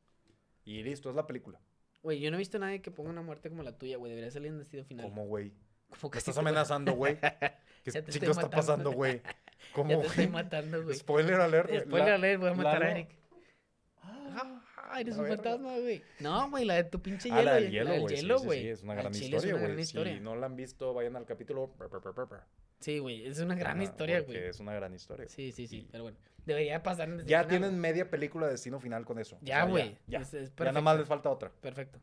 [SPEAKER 1] y listo, es la película.
[SPEAKER 2] Güey, yo no he visto a nadie que ponga una muerte como la tuya, güey. Debería salir en destino final.
[SPEAKER 1] ¿Cómo, güey?
[SPEAKER 2] Como
[SPEAKER 1] ¿Qué
[SPEAKER 2] que
[SPEAKER 1] estás
[SPEAKER 2] sí te-
[SPEAKER 1] amenazando, güey? ¿Qué
[SPEAKER 2] Ya te
[SPEAKER 1] chingados
[SPEAKER 2] estoy
[SPEAKER 1] está pasando,
[SPEAKER 2] matando.
[SPEAKER 1] güey? ¿Cómo,
[SPEAKER 2] Ya te estoy
[SPEAKER 1] güey?
[SPEAKER 2] matando, güey.
[SPEAKER 1] Spoiler alert. güey.
[SPEAKER 2] Spoiler
[SPEAKER 1] La-
[SPEAKER 2] alert, voy a matar
[SPEAKER 1] Lalo-
[SPEAKER 2] a Eric. Ah, eres
[SPEAKER 1] la
[SPEAKER 2] un
[SPEAKER 1] verga.
[SPEAKER 2] fantasma, güey. No, güey, la de tu pinche hielo.
[SPEAKER 1] Ah, la del
[SPEAKER 2] güey,
[SPEAKER 1] hielo, güey. Sí,
[SPEAKER 2] hielo,
[SPEAKER 1] sí, sí,
[SPEAKER 2] güey.
[SPEAKER 1] es una
[SPEAKER 2] Al
[SPEAKER 1] gran
[SPEAKER 2] chile es
[SPEAKER 1] historia,
[SPEAKER 2] una gran
[SPEAKER 1] güey.
[SPEAKER 2] historia.
[SPEAKER 1] Si no la han visto, vayan al capítulo. per, per, per, per, per.
[SPEAKER 2] Sí, güey, es una gran
[SPEAKER 1] Ah,
[SPEAKER 2] historia,
[SPEAKER 1] porque
[SPEAKER 2] güey.
[SPEAKER 1] Es una gran historia. güey.
[SPEAKER 2] Sí, sí, sí,
[SPEAKER 1] y-
[SPEAKER 2] pero bueno. Debería pasar en
[SPEAKER 1] Ya
[SPEAKER 2] Destino Final,
[SPEAKER 1] tienen
[SPEAKER 2] güey.
[SPEAKER 1] media película de destino final con eso. O sea,
[SPEAKER 2] Ya, güey.
[SPEAKER 1] Ya, ya.
[SPEAKER 2] Es- es
[SPEAKER 1] Ya nada
[SPEAKER 2] perfecto.
[SPEAKER 1] más les falta otra.
[SPEAKER 2] Perfecto.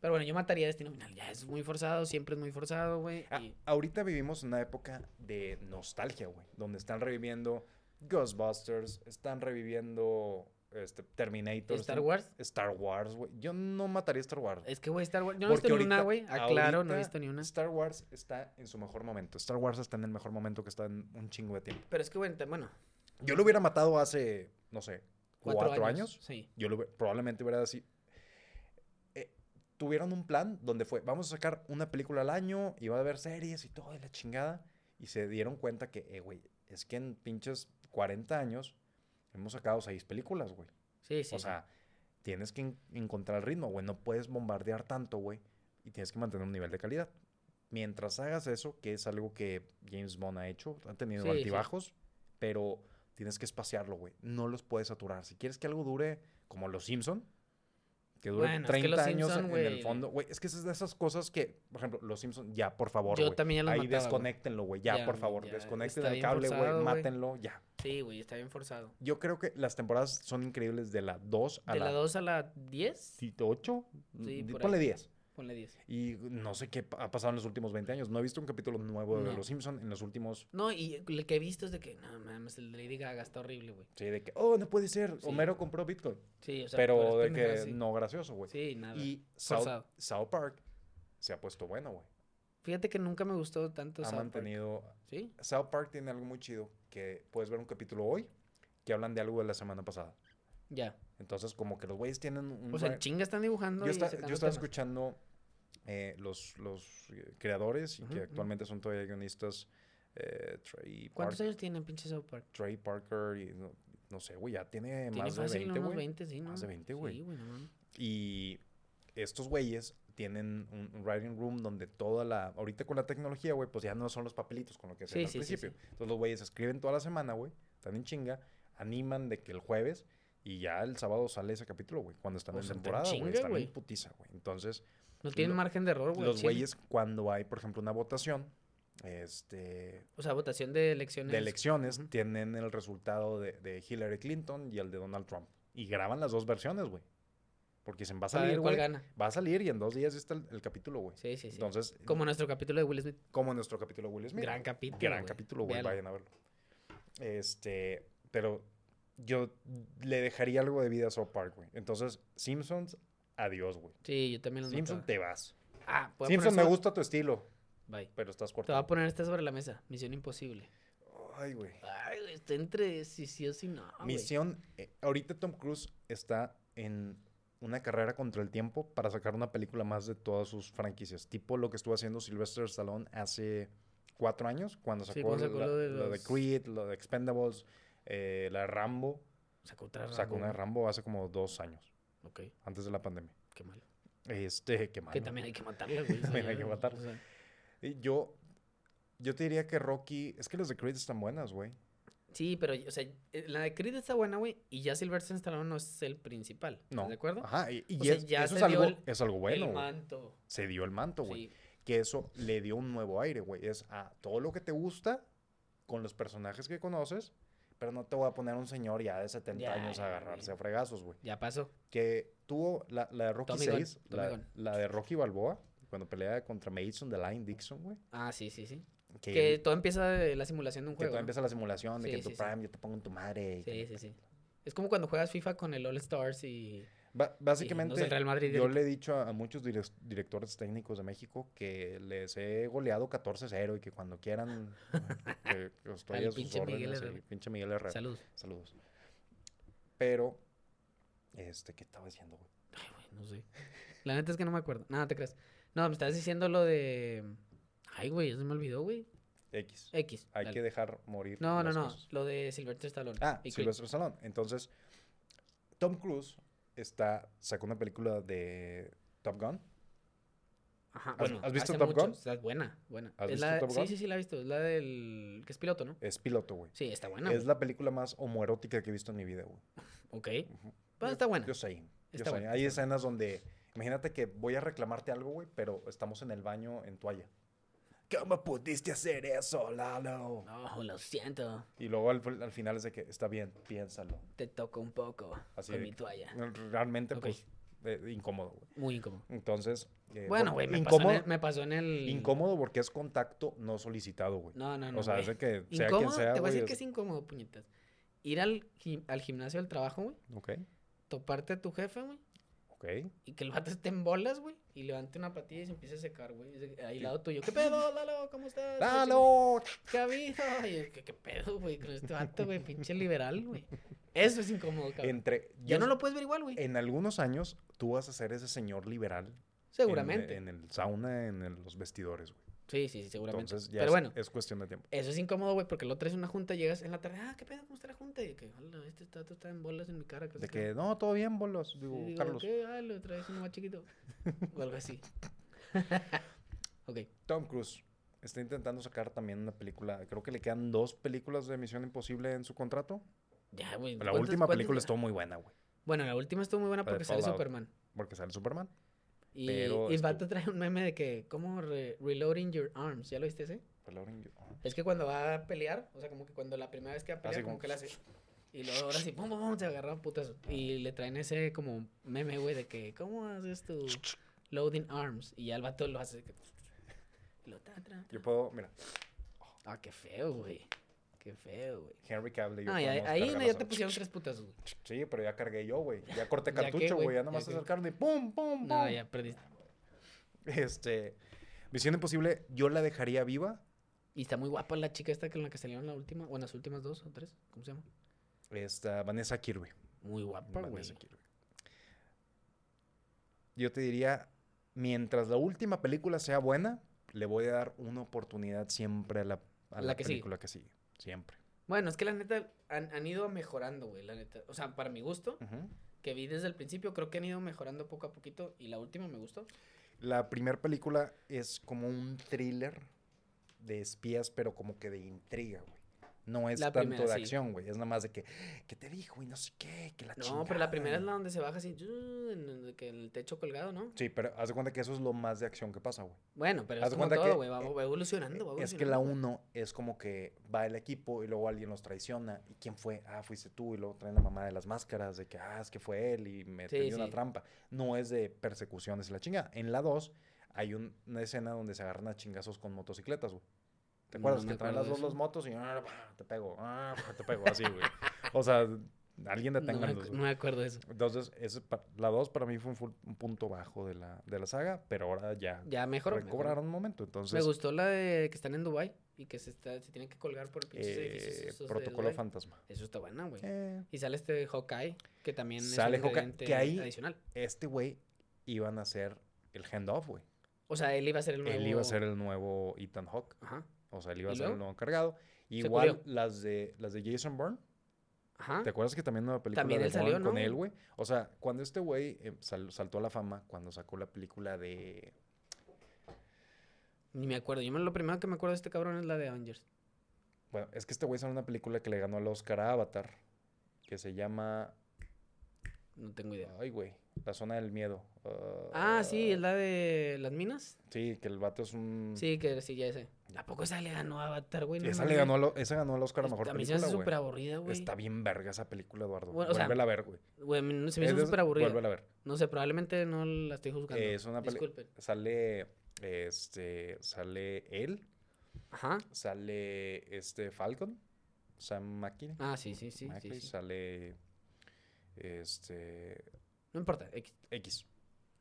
[SPEAKER 2] Pero bueno, yo mataría Destino Final. Ya es muy forzado, siempre es muy forzado, güey.
[SPEAKER 1] Ah,
[SPEAKER 2] y-
[SPEAKER 1] ahorita vivimos una época de nostalgia, güey. Donde están reviviendo Ghostbusters, están reviviendo este, Terminator.
[SPEAKER 2] Star
[SPEAKER 1] están-
[SPEAKER 2] Wars.
[SPEAKER 1] Star Wars, güey. Yo no mataría Star Wars.
[SPEAKER 2] Es que, güey, Star Wars. Yo no he visto
[SPEAKER 1] Porque
[SPEAKER 2] ni una, güey.
[SPEAKER 1] ahorita-
[SPEAKER 2] Aclaro, no
[SPEAKER 1] ahorita
[SPEAKER 2] he visto ni una.
[SPEAKER 1] Star Wars está en su mejor momento. Star Wars está en el mejor momento que está en un chingo de tiempo.
[SPEAKER 2] Pero es que, güey, te- bueno,
[SPEAKER 1] Yo lo hubiera matado hace, no sé,
[SPEAKER 2] cuatro,
[SPEAKER 1] cuatro,
[SPEAKER 2] años.
[SPEAKER 1] años.
[SPEAKER 2] Sí.
[SPEAKER 1] Yo lo hubie- probablemente hubiera así. eh, tuvieron un plan donde fue, vamos a sacar una película al año y va a haber series y todo, y la chingada. Y se dieron cuenta que, eh, güey, es que en pinches 40 años hemos sacado seis películas, güey.
[SPEAKER 2] Sí, sí.
[SPEAKER 1] o
[SPEAKER 2] sí.
[SPEAKER 1] sea, tienes que en- encontrar el ritmo, güey. No puedes bombardear tanto, güey. Y tienes que mantener un nivel de calidad. Mientras hagas eso, que es algo que James Bond ha hecho, ha tenido
[SPEAKER 2] Sí, sí.
[SPEAKER 1] altibajos, pero tienes que espaciarlo, güey. No los puedes saturar. Si quieres que algo dure como Los Simpson, que dure
[SPEAKER 2] Bueno, es que
[SPEAKER 1] 30
[SPEAKER 2] Los
[SPEAKER 1] años
[SPEAKER 2] Simpson,
[SPEAKER 1] en
[SPEAKER 2] güey.
[SPEAKER 1] el fondo, güey. Es que esas de esas cosas que, por ejemplo, Los Simpson, ya, por favor,
[SPEAKER 2] Yo
[SPEAKER 1] güey.
[SPEAKER 2] también ya los
[SPEAKER 1] Ahí
[SPEAKER 2] mataba, güey.
[SPEAKER 1] desconectenlo, güey. Ya,
[SPEAKER 2] Ya,
[SPEAKER 1] por
[SPEAKER 2] güey,
[SPEAKER 1] favor,
[SPEAKER 2] ya.
[SPEAKER 1] desconecten
[SPEAKER 2] Está
[SPEAKER 1] el
[SPEAKER 2] bien
[SPEAKER 1] cable, güey.
[SPEAKER 2] forzado, güey.
[SPEAKER 1] Mátenlo, ya.
[SPEAKER 2] Sí, güey, está bien forzado.
[SPEAKER 1] Yo creo que las temporadas son increíbles de la 2 a
[SPEAKER 2] De
[SPEAKER 1] la
[SPEAKER 2] la 2 a la 10,
[SPEAKER 1] 8,
[SPEAKER 2] Sí,
[SPEAKER 1] di-
[SPEAKER 2] por
[SPEAKER 1] ponle
[SPEAKER 2] ahí.
[SPEAKER 1] 10.
[SPEAKER 2] ponle 10.
[SPEAKER 1] Y no sé qué pa- ha pasado en los últimos 20 años. No he visto un capítulo nuevo de
[SPEAKER 2] No.
[SPEAKER 1] Los Simpson en los últimos.
[SPEAKER 2] No, y el que he visto es de que, no mames, el de Lady Gaga está horrible, güey.
[SPEAKER 1] Sí, de que, oh, no puede ser.
[SPEAKER 2] Sí.
[SPEAKER 1] Homero compró Bitcoin.
[SPEAKER 2] Sí, o sea, puras
[SPEAKER 1] pero de que
[SPEAKER 2] pendejadas, sí.
[SPEAKER 1] no gracioso, güey.
[SPEAKER 2] Sí, nada.
[SPEAKER 1] y South,
[SPEAKER 2] forzado.
[SPEAKER 1] South Park se ha puesto bueno, güey.
[SPEAKER 2] Fíjate que nunca me gustó tanto
[SPEAKER 1] Ha
[SPEAKER 2] South Park.
[SPEAKER 1] mantenido.
[SPEAKER 2] Sí,
[SPEAKER 1] South Park tiene algo muy chido que puedes ver un capítulo hoy que hablan de algo de la semana pasada.
[SPEAKER 2] ya.
[SPEAKER 1] Entonces, como que los güeyes tienen un.
[SPEAKER 2] O sea, en
[SPEAKER 1] buen-
[SPEAKER 2] chinga están dibujando.
[SPEAKER 1] Yo,
[SPEAKER 2] y
[SPEAKER 1] esta-
[SPEAKER 2] sacando
[SPEAKER 1] yo estaba
[SPEAKER 2] temas.
[SPEAKER 1] escuchando eh, los, los eh, creadores y
[SPEAKER 2] Ujú,
[SPEAKER 1] que
[SPEAKER 2] ujú.
[SPEAKER 1] actualmente son todavía guionistas. eh, Trey,
[SPEAKER 2] ¿Cuántos
[SPEAKER 1] Park-
[SPEAKER 2] años tiene pinche South Park?
[SPEAKER 1] Trey Parker y no, no sé, güey, ya tiene,
[SPEAKER 2] Tiene
[SPEAKER 1] más de
[SPEAKER 2] fácil
[SPEAKER 1] 20,
[SPEAKER 2] unos
[SPEAKER 1] güey.
[SPEAKER 2] 20, sí, ¿no?
[SPEAKER 1] Más de 20, güey.
[SPEAKER 2] Sí, güey, no mames.
[SPEAKER 1] Y estos güeyes tienen un un writing room donde toda la... Ahorita con la tecnología, güey, pues ya no son los papelitos con lo que hacían
[SPEAKER 2] Sí,
[SPEAKER 1] al
[SPEAKER 2] sí, sí,
[SPEAKER 1] principio. Entonces los güeyes escriben toda la semana, güey, están en chinga, animan de que el jueves y ya el sábado sale ese capítulo, güey, cuando están
[SPEAKER 2] O
[SPEAKER 1] en
[SPEAKER 2] sea, Pues están
[SPEAKER 1] temporada, güey,
[SPEAKER 2] chinga,
[SPEAKER 1] están
[SPEAKER 2] güey.
[SPEAKER 1] en putiza, güey. Entonces...
[SPEAKER 2] No tienen
[SPEAKER 1] Lo-
[SPEAKER 2] margen de error, güey.
[SPEAKER 1] los
[SPEAKER 2] chile.
[SPEAKER 1] güeyes cuando hay, por ejemplo, una votación, este,
[SPEAKER 2] O sea, votación de elecciones.
[SPEAKER 1] de elecciones,
[SPEAKER 2] Ujú.
[SPEAKER 1] tienen el resultado de, de Hillary Clinton y el de Donald Trump. Y graban las dos versiones, güey. Porque dicen, va a
[SPEAKER 2] Para ver
[SPEAKER 1] salir,
[SPEAKER 2] cuál
[SPEAKER 1] güey,
[SPEAKER 2] gana.
[SPEAKER 1] va a salir y en dos días ya está el, el capítulo, güey.
[SPEAKER 2] Sí, sí, sí.
[SPEAKER 1] Entonces,
[SPEAKER 2] Como nuestro capítulo de Will Smith.
[SPEAKER 1] como en nuestro capítulo de Will Smith.
[SPEAKER 2] Gran capítulo.
[SPEAKER 1] Gran
[SPEAKER 2] güey.
[SPEAKER 1] capítulo, güey,
[SPEAKER 2] Véalo.
[SPEAKER 1] vayan a verlo. Este, pero yo le dejaría algo de vida a South Park, güey. Entonces, Simpsons, adiós, güey.
[SPEAKER 2] Sí, yo también los
[SPEAKER 1] Simpson,
[SPEAKER 2] mataba.
[SPEAKER 1] te vas.
[SPEAKER 2] Ah, voy a poner
[SPEAKER 1] Simpson, me
[SPEAKER 2] sobre-
[SPEAKER 1] gusta tu estilo,
[SPEAKER 2] Bye.
[SPEAKER 1] pero estás
[SPEAKER 2] Te voy a
[SPEAKER 1] cortado.
[SPEAKER 2] poner esta sobre la mesa. Misión imposible.
[SPEAKER 1] Ay, güey.
[SPEAKER 2] Ay, güey, está entre si sí o si no. Ah, güey.
[SPEAKER 1] Misión. eh, ahorita Tom Cruise está en una carrera contra el tiempo para sacar una película más de todas sus franquicias. Tipo lo que estuvo haciendo Sylvester Stallone hace cuatro años, cuando
[SPEAKER 2] Sí,
[SPEAKER 1] sacó,
[SPEAKER 2] cuando sacó
[SPEAKER 1] la-
[SPEAKER 2] lo de
[SPEAKER 1] lo de
[SPEAKER 2] los-
[SPEAKER 1] Creed, lo de Expendables, eh, la de Rambo.
[SPEAKER 2] Sacó otra
[SPEAKER 1] Sacó una de
[SPEAKER 2] Rambo.
[SPEAKER 1] Rambo hace como dos años,
[SPEAKER 2] Ok,
[SPEAKER 1] antes de la pandemia.
[SPEAKER 2] qué mal.
[SPEAKER 1] Este, qué malo.
[SPEAKER 2] Que también hay que matarla, güey.
[SPEAKER 1] También
[SPEAKER 2] o sea,
[SPEAKER 1] hay que matarla.
[SPEAKER 2] o sea,
[SPEAKER 1] Y Yo, yo te diría que Rocky. Es que los de Creed están buenas, güey.
[SPEAKER 2] sí, pero, o sea, eh, la de Creed está buena, güey. Y ya Sylvester Stallone no es el principal. ¿estás
[SPEAKER 1] No.
[SPEAKER 2] ¿De acuerdo?
[SPEAKER 1] Ajá, y, y
[SPEAKER 2] O sea,
[SPEAKER 1] es-
[SPEAKER 2] ya
[SPEAKER 1] eso
[SPEAKER 2] se
[SPEAKER 1] es
[SPEAKER 2] dio
[SPEAKER 1] algo,
[SPEAKER 2] el-
[SPEAKER 1] es algo bueno.
[SPEAKER 2] el
[SPEAKER 1] güey.
[SPEAKER 2] manto.
[SPEAKER 1] Se dio el manto, güey.
[SPEAKER 2] Sí.
[SPEAKER 1] que eso le dio un nuevo aire, güey. Es a todo lo que te gusta, con los personajes que conoces, pero no te voy a poner un señor ya de 70
[SPEAKER 2] Ya,
[SPEAKER 1] años
[SPEAKER 2] ya,
[SPEAKER 1] a agarrarse
[SPEAKER 2] güey.
[SPEAKER 1] a fregazos, güey.
[SPEAKER 2] Ya pasó.
[SPEAKER 1] Que tuvo la, la de Rocky
[SPEAKER 2] Tommy Gunn,
[SPEAKER 1] 6,
[SPEAKER 2] Tommy
[SPEAKER 1] la,
[SPEAKER 2] Gunn.
[SPEAKER 1] la de Rocky Balboa, Cuando pelea contra Mason de Line Dixon, güey.
[SPEAKER 2] Ah, sí, sí, sí.
[SPEAKER 1] Que,
[SPEAKER 2] Que
[SPEAKER 1] que
[SPEAKER 2] todo empieza de la simulación de un juego.
[SPEAKER 1] todo
[SPEAKER 2] ¿no?
[SPEAKER 1] empieza la simulación de
[SPEAKER 2] Sí,
[SPEAKER 1] que tu
[SPEAKER 2] sí, sí.
[SPEAKER 1] prime yo te pongo en tu madre. y
[SPEAKER 2] Sí,
[SPEAKER 1] que-
[SPEAKER 2] sí, sí. Es como cuando juegas FIFA con el All Stars y.
[SPEAKER 1] Ba- básicamente,
[SPEAKER 2] el Real Madrid
[SPEAKER 1] yo
[SPEAKER 2] directo.
[SPEAKER 1] le he dicho a, a muchos direc- directores técnicos de México que les he goleado 14-0 y que cuando quieran que que estoy
[SPEAKER 2] Al
[SPEAKER 1] a sus
[SPEAKER 2] pinche
[SPEAKER 1] órdenes.
[SPEAKER 2] Miguel
[SPEAKER 1] sí,
[SPEAKER 2] Herrera.
[SPEAKER 1] pinche Miguel Herrera.
[SPEAKER 2] Salud.
[SPEAKER 1] Saludos. Pero, este, ¿qué estaba diciendo, güey?
[SPEAKER 2] Ay, güey, no sé. La neta es que no me acuerdo. Nada, te creas. No, me estás diciendo lo de. Ay, güey, eso me olvidó, güey.
[SPEAKER 1] X.
[SPEAKER 2] X.
[SPEAKER 1] Hay
[SPEAKER 2] Eh, dale.
[SPEAKER 1] que dejar morir.
[SPEAKER 2] No, no,
[SPEAKER 1] las
[SPEAKER 2] no.
[SPEAKER 1] cosas.
[SPEAKER 2] Lo de Silvestre Stallone.
[SPEAKER 1] Ah,
[SPEAKER 2] Y Creed.
[SPEAKER 1] Silvestre Stallone. Entonces, Tom Cruise está, sacó una película de Top Gun.
[SPEAKER 2] Ajá,
[SPEAKER 1] ¿Has-
[SPEAKER 2] bueno,
[SPEAKER 1] has visto
[SPEAKER 2] hace
[SPEAKER 1] Top
[SPEAKER 2] mucho.
[SPEAKER 1] Gun?
[SPEAKER 2] Está buena, buena.
[SPEAKER 1] ¿Has
[SPEAKER 2] Es
[SPEAKER 1] visto
[SPEAKER 2] la-
[SPEAKER 1] Top
[SPEAKER 2] Sí,
[SPEAKER 1] Gun?
[SPEAKER 2] sí, sí, la he visto. Es la del. que es piloto, ¿no?
[SPEAKER 1] Es piloto, güey.
[SPEAKER 2] Sí, está buena.
[SPEAKER 1] es
[SPEAKER 2] güey.
[SPEAKER 1] la película más homoerótica que he visto en mi vida, güey.
[SPEAKER 2] Ok.
[SPEAKER 1] Ujú.
[SPEAKER 2] Pues está buena.
[SPEAKER 1] Yo sé. Yo
[SPEAKER 2] Está
[SPEAKER 1] sé.
[SPEAKER 2] buena,
[SPEAKER 1] Hay escenas donde, imagínate que voy a reclamarte algo, güey, pero estamos en el baño en toalla. ¿Cómo pudiste hacer eso, Lalo?
[SPEAKER 2] No, Oh, lo siento.
[SPEAKER 1] Y luego al, al final es de que, está bien, piénsalo.
[SPEAKER 2] Te toco un poco
[SPEAKER 1] Así
[SPEAKER 2] con
[SPEAKER 1] de
[SPEAKER 2] mi
[SPEAKER 1] que-
[SPEAKER 2] toalla.
[SPEAKER 1] Realmente,
[SPEAKER 2] Ok.
[SPEAKER 1] pues, eh, incómodo, güey.
[SPEAKER 2] Muy incómodo.
[SPEAKER 1] Entonces... eh, bueno,
[SPEAKER 2] Bueno, güey, me, pasó
[SPEAKER 1] incómodo,
[SPEAKER 2] en el- me pasó en el.
[SPEAKER 1] incómodo porque es contacto no solicitado, güey.
[SPEAKER 2] No, no, no.
[SPEAKER 1] o sea, es
[SPEAKER 2] güey.
[SPEAKER 1] de que sea
[SPEAKER 2] incómodo,
[SPEAKER 1] quien sea,
[SPEAKER 2] te voy a
[SPEAKER 1] güey,
[SPEAKER 2] decir que
[SPEAKER 1] es-
[SPEAKER 2] es incómodo, puñetas. Ir al, gi- al gimnasio del trabajo, güey.
[SPEAKER 1] Ok,
[SPEAKER 2] Toparte a tu jefe, güey.
[SPEAKER 1] ok.
[SPEAKER 2] Y que el vato esté en bolas, güey. Y levante una patilla y se empiece a secar, güey. y se- Ahí al lado tuyo. ¿Qué pedo, Lalo? ¿Cómo estás? La chingada.
[SPEAKER 1] ¡Lalo!
[SPEAKER 2] ¿Qué ha habido? Y yo, ¿Qué, qué pedo, güey? Con este vato, güey. Pinche liberal, güey. Eso es incómodo, cabrón.
[SPEAKER 1] Entre...
[SPEAKER 2] Ya
[SPEAKER 1] yo-
[SPEAKER 2] no lo puedes ver igual, güey.
[SPEAKER 1] En algunos años tú vas a ser ese señor liberal en-
[SPEAKER 2] Seguramente.
[SPEAKER 1] En, el sauna, en el- los vestidores, güey.
[SPEAKER 2] Sí, sí, sí, seguramente.
[SPEAKER 1] Entonces ya
[SPEAKER 2] Pero
[SPEAKER 1] es,
[SPEAKER 2] bueno,
[SPEAKER 1] es cuestión de tiempo.
[SPEAKER 2] eso es incómodo, güey, porque lo traes a una junta, llegas en la tarde, ah, qué pedo, ¿cómo está la junta? Y que, hola, este tato está en bolas en mi cara.
[SPEAKER 1] De que, no, todo bien, bolos. Digo, Carlos.
[SPEAKER 2] ¿Qué? Ah, lo traes uno más chiquito. o algo así. ok.
[SPEAKER 1] Tom Cruise está intentando sacar también una película. Creo que le quedan dos películas de Misión Imposible en su contrato.
[SPEAKER 2] Ya, güey.
[SPEAKER 1] La
[SPEAKER 2] ¿cuántas-
[SPEAKER 1] última
[SPEAKER 2] cuántas-
[SPEAKER 1] película estuvo muy buena, güey.
[SPEAKER 2] Bueno, la última estuvo muy buena
[SPEAKER 1] La de
[SPEAKER 2] porque sale
[SPEAKER 1] Fallout.
[SPEAKER 2] Superman.
[SPEAKER 1] Porque sale Superman.
[SPEAKER 2] Y,
[SPEAKER 1] Pero
[SPEAKER 2] y el
[SPEAKER 1] estuvo-
[SPEAKER 2] vato trae un meme de que, ¿cómo re- reloading your arms? ¿Ya lo viste ese?
[SPEAKER 1] Pero ahora en- ajá.
[SPEAKER 2] Es que cuando va a pelear, o sea, como que cuando la primera vez que va a pelear,
[SPEAKER 1] Así
[SPEAKER 2] como,
[SPEAKER 1] como-
[SPEAKER 2] que la hace. Y luego ahora sí, pum, pum, pum, se agarra putas. Y le traen ese como meme, güey, de que, ¿cómo haces tu loading arms? Y ya el vato lo hace. de que- Lo tra, tra, tra.
[SPEAKER 1] Yo puedo, mira,
[SPEAKER 2] Ah, qué feo, güey. Qué feo, güey.
[SPEAKER 1] Henry Cavill y yo
[SPEAKER 2] No, y ahí,
[SPEAKER 1] podemos
[SPEAKER 2] ahí
[SPEAKER 1] cargar
[SPEAKER 2] Ah, ya
[SPEAKER 1] las-
[SPEAKER 2] te pusieron tres putas, güey.
[SPEAKER 1] Sí, pero ya cargué yo, güey. Ya corté
[SPEAKER 2] Ya qué,
[SPEAKER 1] cartucho,
[SPEAKER 2] güey,
[SPEAKER 1] güey. Ya
[SPEAKER 2] ya
[SPEAKER 1] nomás
[SPEAKER 2] qué.
[SPEAKER 1] se acercaron y pum, pum, pum.
[SPEAKER 2] No, ya perdiste.
[SPEAKER 1] Este, Misión Imposible, yo la dejaría viva.
[SPEAKER 2] Y está muy guapa la chica esta con la que salieron la última, o en las últimas dos o tres, ¿cómo se llama?
[SPEAKER 1] Esta, Vanessa Kirby.
[SPEAKER 2] Muy guapa, güey.
[SPEAKER 1] Vanessa Kirby. Yo te diría, mientras la última película sea buena, le voy a dar una oportunidad siempre a la, a
[SPEAKER 2] La
[SPEAKER 1] la
[SPEAKER 2] que sigue.
[SPEAKER 1] película que sigue. Siempre.
[SPEAKER 2] Bueno, es que la neta han, han ido mejorando, güey, la neta. O sea, para mi gusto,
[SPEAKER 1] Ujú.
[SPEAKER 2] que vi desde el principio, creo que han ido mejorando poco a poquito y la última me gustó.
[SPEAKER 1] La primera película es como un thriller de espías, pero como que de intriga, güey. No es
[SPEAKER 2] La
[SPEAKER 1] tanto
[SPEAKER 2] primera,
[SPEAKER 1] de
[SPEAKER 2] sí.
[SPEAKER 1] acción, güey. Es nada más de que, ¿qué te dijo? Y no sé qué, que la
[SPEAKER 2] No, pero
[SPEAKER 1] chingada,
[SPEAKER 2] la primera es
[SPEAKER 1] y-
[SPEAKER 2] la donde se baja así, yu, en el, que el techo colgado, ¿no?
[SPEAKER 1] Sí, pero haz de cuenta que eso es lo más de acción que pasa, güey.
[SPEAKER 2] Bueno, pero
[SPEAKER 1] Haz
[SPEAKER 2] es
[SPEAKER 1] de
[SPEAKER 2] como
[SPEAKER 1] cuenta
[SPEAKER 2] todo,
[SPEAKER 1] que,
[SPEAKER 2] güey, va,
[SPEAKER 1] eh,
[SPEAKER 2] va evolucionando, va
[SPEAKER 1] Es que la
[SPEAKER 2] evolucionando.
[SPEAKER 1] 1 es como que va el equipo y luego alguien los traiciona. ¿Y quién fue? Ah, fuiste tú. Y luego traen la mamá de las máscaras de que, ah, es que fue él y me
[SPEAKER 2] Sí,
[SPEAKER 1] tendió una
[SPEAKER 2] sí.
[SPEAKER 1] trampa. No es de persecuciones y la chingada. En la 2 hay un- una escena donde se agarran a chingazos con motocicletas, güey. ¿Te
[SPEAKER 2] No
[SPEAKER 1] acuerdas?
[SPEAKER 2] me
[SPEAKER 1] que traen las dos
[SPEAKER 2] acuerdo de
[SPEAKER 1] las
[SPEAKER 2] eso.
[SPEAKER 1] motos y ah, bah, te pego, ah, bah, te pego, así, güey. O sea, alguien
[SPEAKER 2] No me,
[SPEAKER 1] detenga
[SPEAKER 2] acu- no me acuerdo de eso.
[SPEAKER 1] Entonces, ese pa- la 2 para mí fue un, fu- un punto bajo de la, de la saga, pero ahora ya,
[SPEAKER 2] Ya mejoró. mejoró.
[SPEAKER 1] recobraron pues, un momento. Entonces,
[SPEAKER 2] Me gustó la de que están en Dubai y que se, está, se tienen que colgar por pinches edificios
[SPEAKER 1] eh,
[SPEAKER 2] esos de
[SPEAKER 1] protocolo
[SPEAKER 2] Dubái.
[SPEAKER 1] fantasma.
[SPEAKER 2] Eso está buena, güey.
[SPEAKER 1] Eh,
[SPEAKER 2] Y sale este Hawkeye, que también
[SPEAKER 1] Sale
[SPEAKER 2] es
[SPEAKER 1] Hawkeye,
[SPEAKER 2] un ingrediente
[SPEAKER 1] que ahí-
[SPEAKER 2] adicional.
[SPEAKER 1] este güey iban a hacer el handoff, güey.
[SPEAKER 2] O sea, él iba a ser el nuevo.
[SPEAKER 1] Él iba a ser el nuevo Ethan Hawk.
[SPEAKER 2] Ajá.
[SPEAKER 1] O sea, él iba
[SPEAKER 2] ¿Y
[SPEAKER 1] a ser el
[SPEAKER 2] luego?
[SPEAKER 1] nuevo encargado.
[SPEAKER 2] murió.
[SPEAKER 1] Igual las de las de Jason Bourne.
[SPEAKER 2] Ajá.
[SPEAKER 1] ¿Te acuerdas que también una película
[SPEAKER 2] También
[SPEAKER 1] de
[SPEAKER 2] él salió,
[SPEAKER 1] Bourne con
[SPEAKER 2] ¿no?
[SPEAKER 1] él, güey? O sea, cuando este güey eh, sal- saltó a la fama, cuando sacó la película de
[SPEAKER 2] Ni me acuerdo. Yo me- lo primero que me acuerdo de este cabrón es la de Avengers.
[SPEAKER 1] Bueno, es que este güey sale en una película que le ganó el Oscar a Avatar, que se llama.
[SPEAKER 2] No tengo idea.
[SPEAKER 1] Ay, güey. La zona del miedo.
[SPEAKER 2] Ah, sí, es
[SPEAKER 1] el
[SPEAKER 2] la de las minas.
[SPEAKER 1] Sí, que el vato es un.
[SPEAKER 2] Sí, que sí, ya sé. ¿A poco esa le ganó a Avatar, güey? No
[SPEAKER 1] Esa, le
[SPEAKER 2] mames.
[SPEAKER 1] ganó, el o- esa ganó el Oscar a mejor
[SPEAKER 2] A mí se me
[SPEAKER 1] película,
[SPEAKER 2] hace
[SPEAKER 1] güey.
[SPEAKER 2] súper aburrida, güey.
[SPEAKER 1] Está bien verga esa película, Eduardo.
[SPEAKER 2] Bueno, o sea,
[SPEAKER 1] Vuélvela a ver, güey.
[SPEAKER 2] Güey, no- se me
[SPEAKER 1] Es
[SPEAKER 2] hizo
[SPEAKER 1] de-
[SPEAKER 2] súper aburrida.
[SPEAKER 1] Vuélvela a ver.
[SPEAKER 2] No sé, probablemente no la estoy juzgando.
[SPEAKER 1] Eh, es una peli-
[SPEAKER 2] Disculpen.
[SPEAKER 1] Sale Este, sale él,
[SPEAKER 2] Ajá.
[SPEAKER 1] sale este Falcon, Sam McKinney.
[SPEAKER 2] Ah, sí, sí, sí. sí,
[SPEAKER 1] McKinney,
[SPEAKER 2] sí.
[SPEAKER 1] Sale este
[SPEAKER 2] No importa. X.
[SPEAKER 1] X.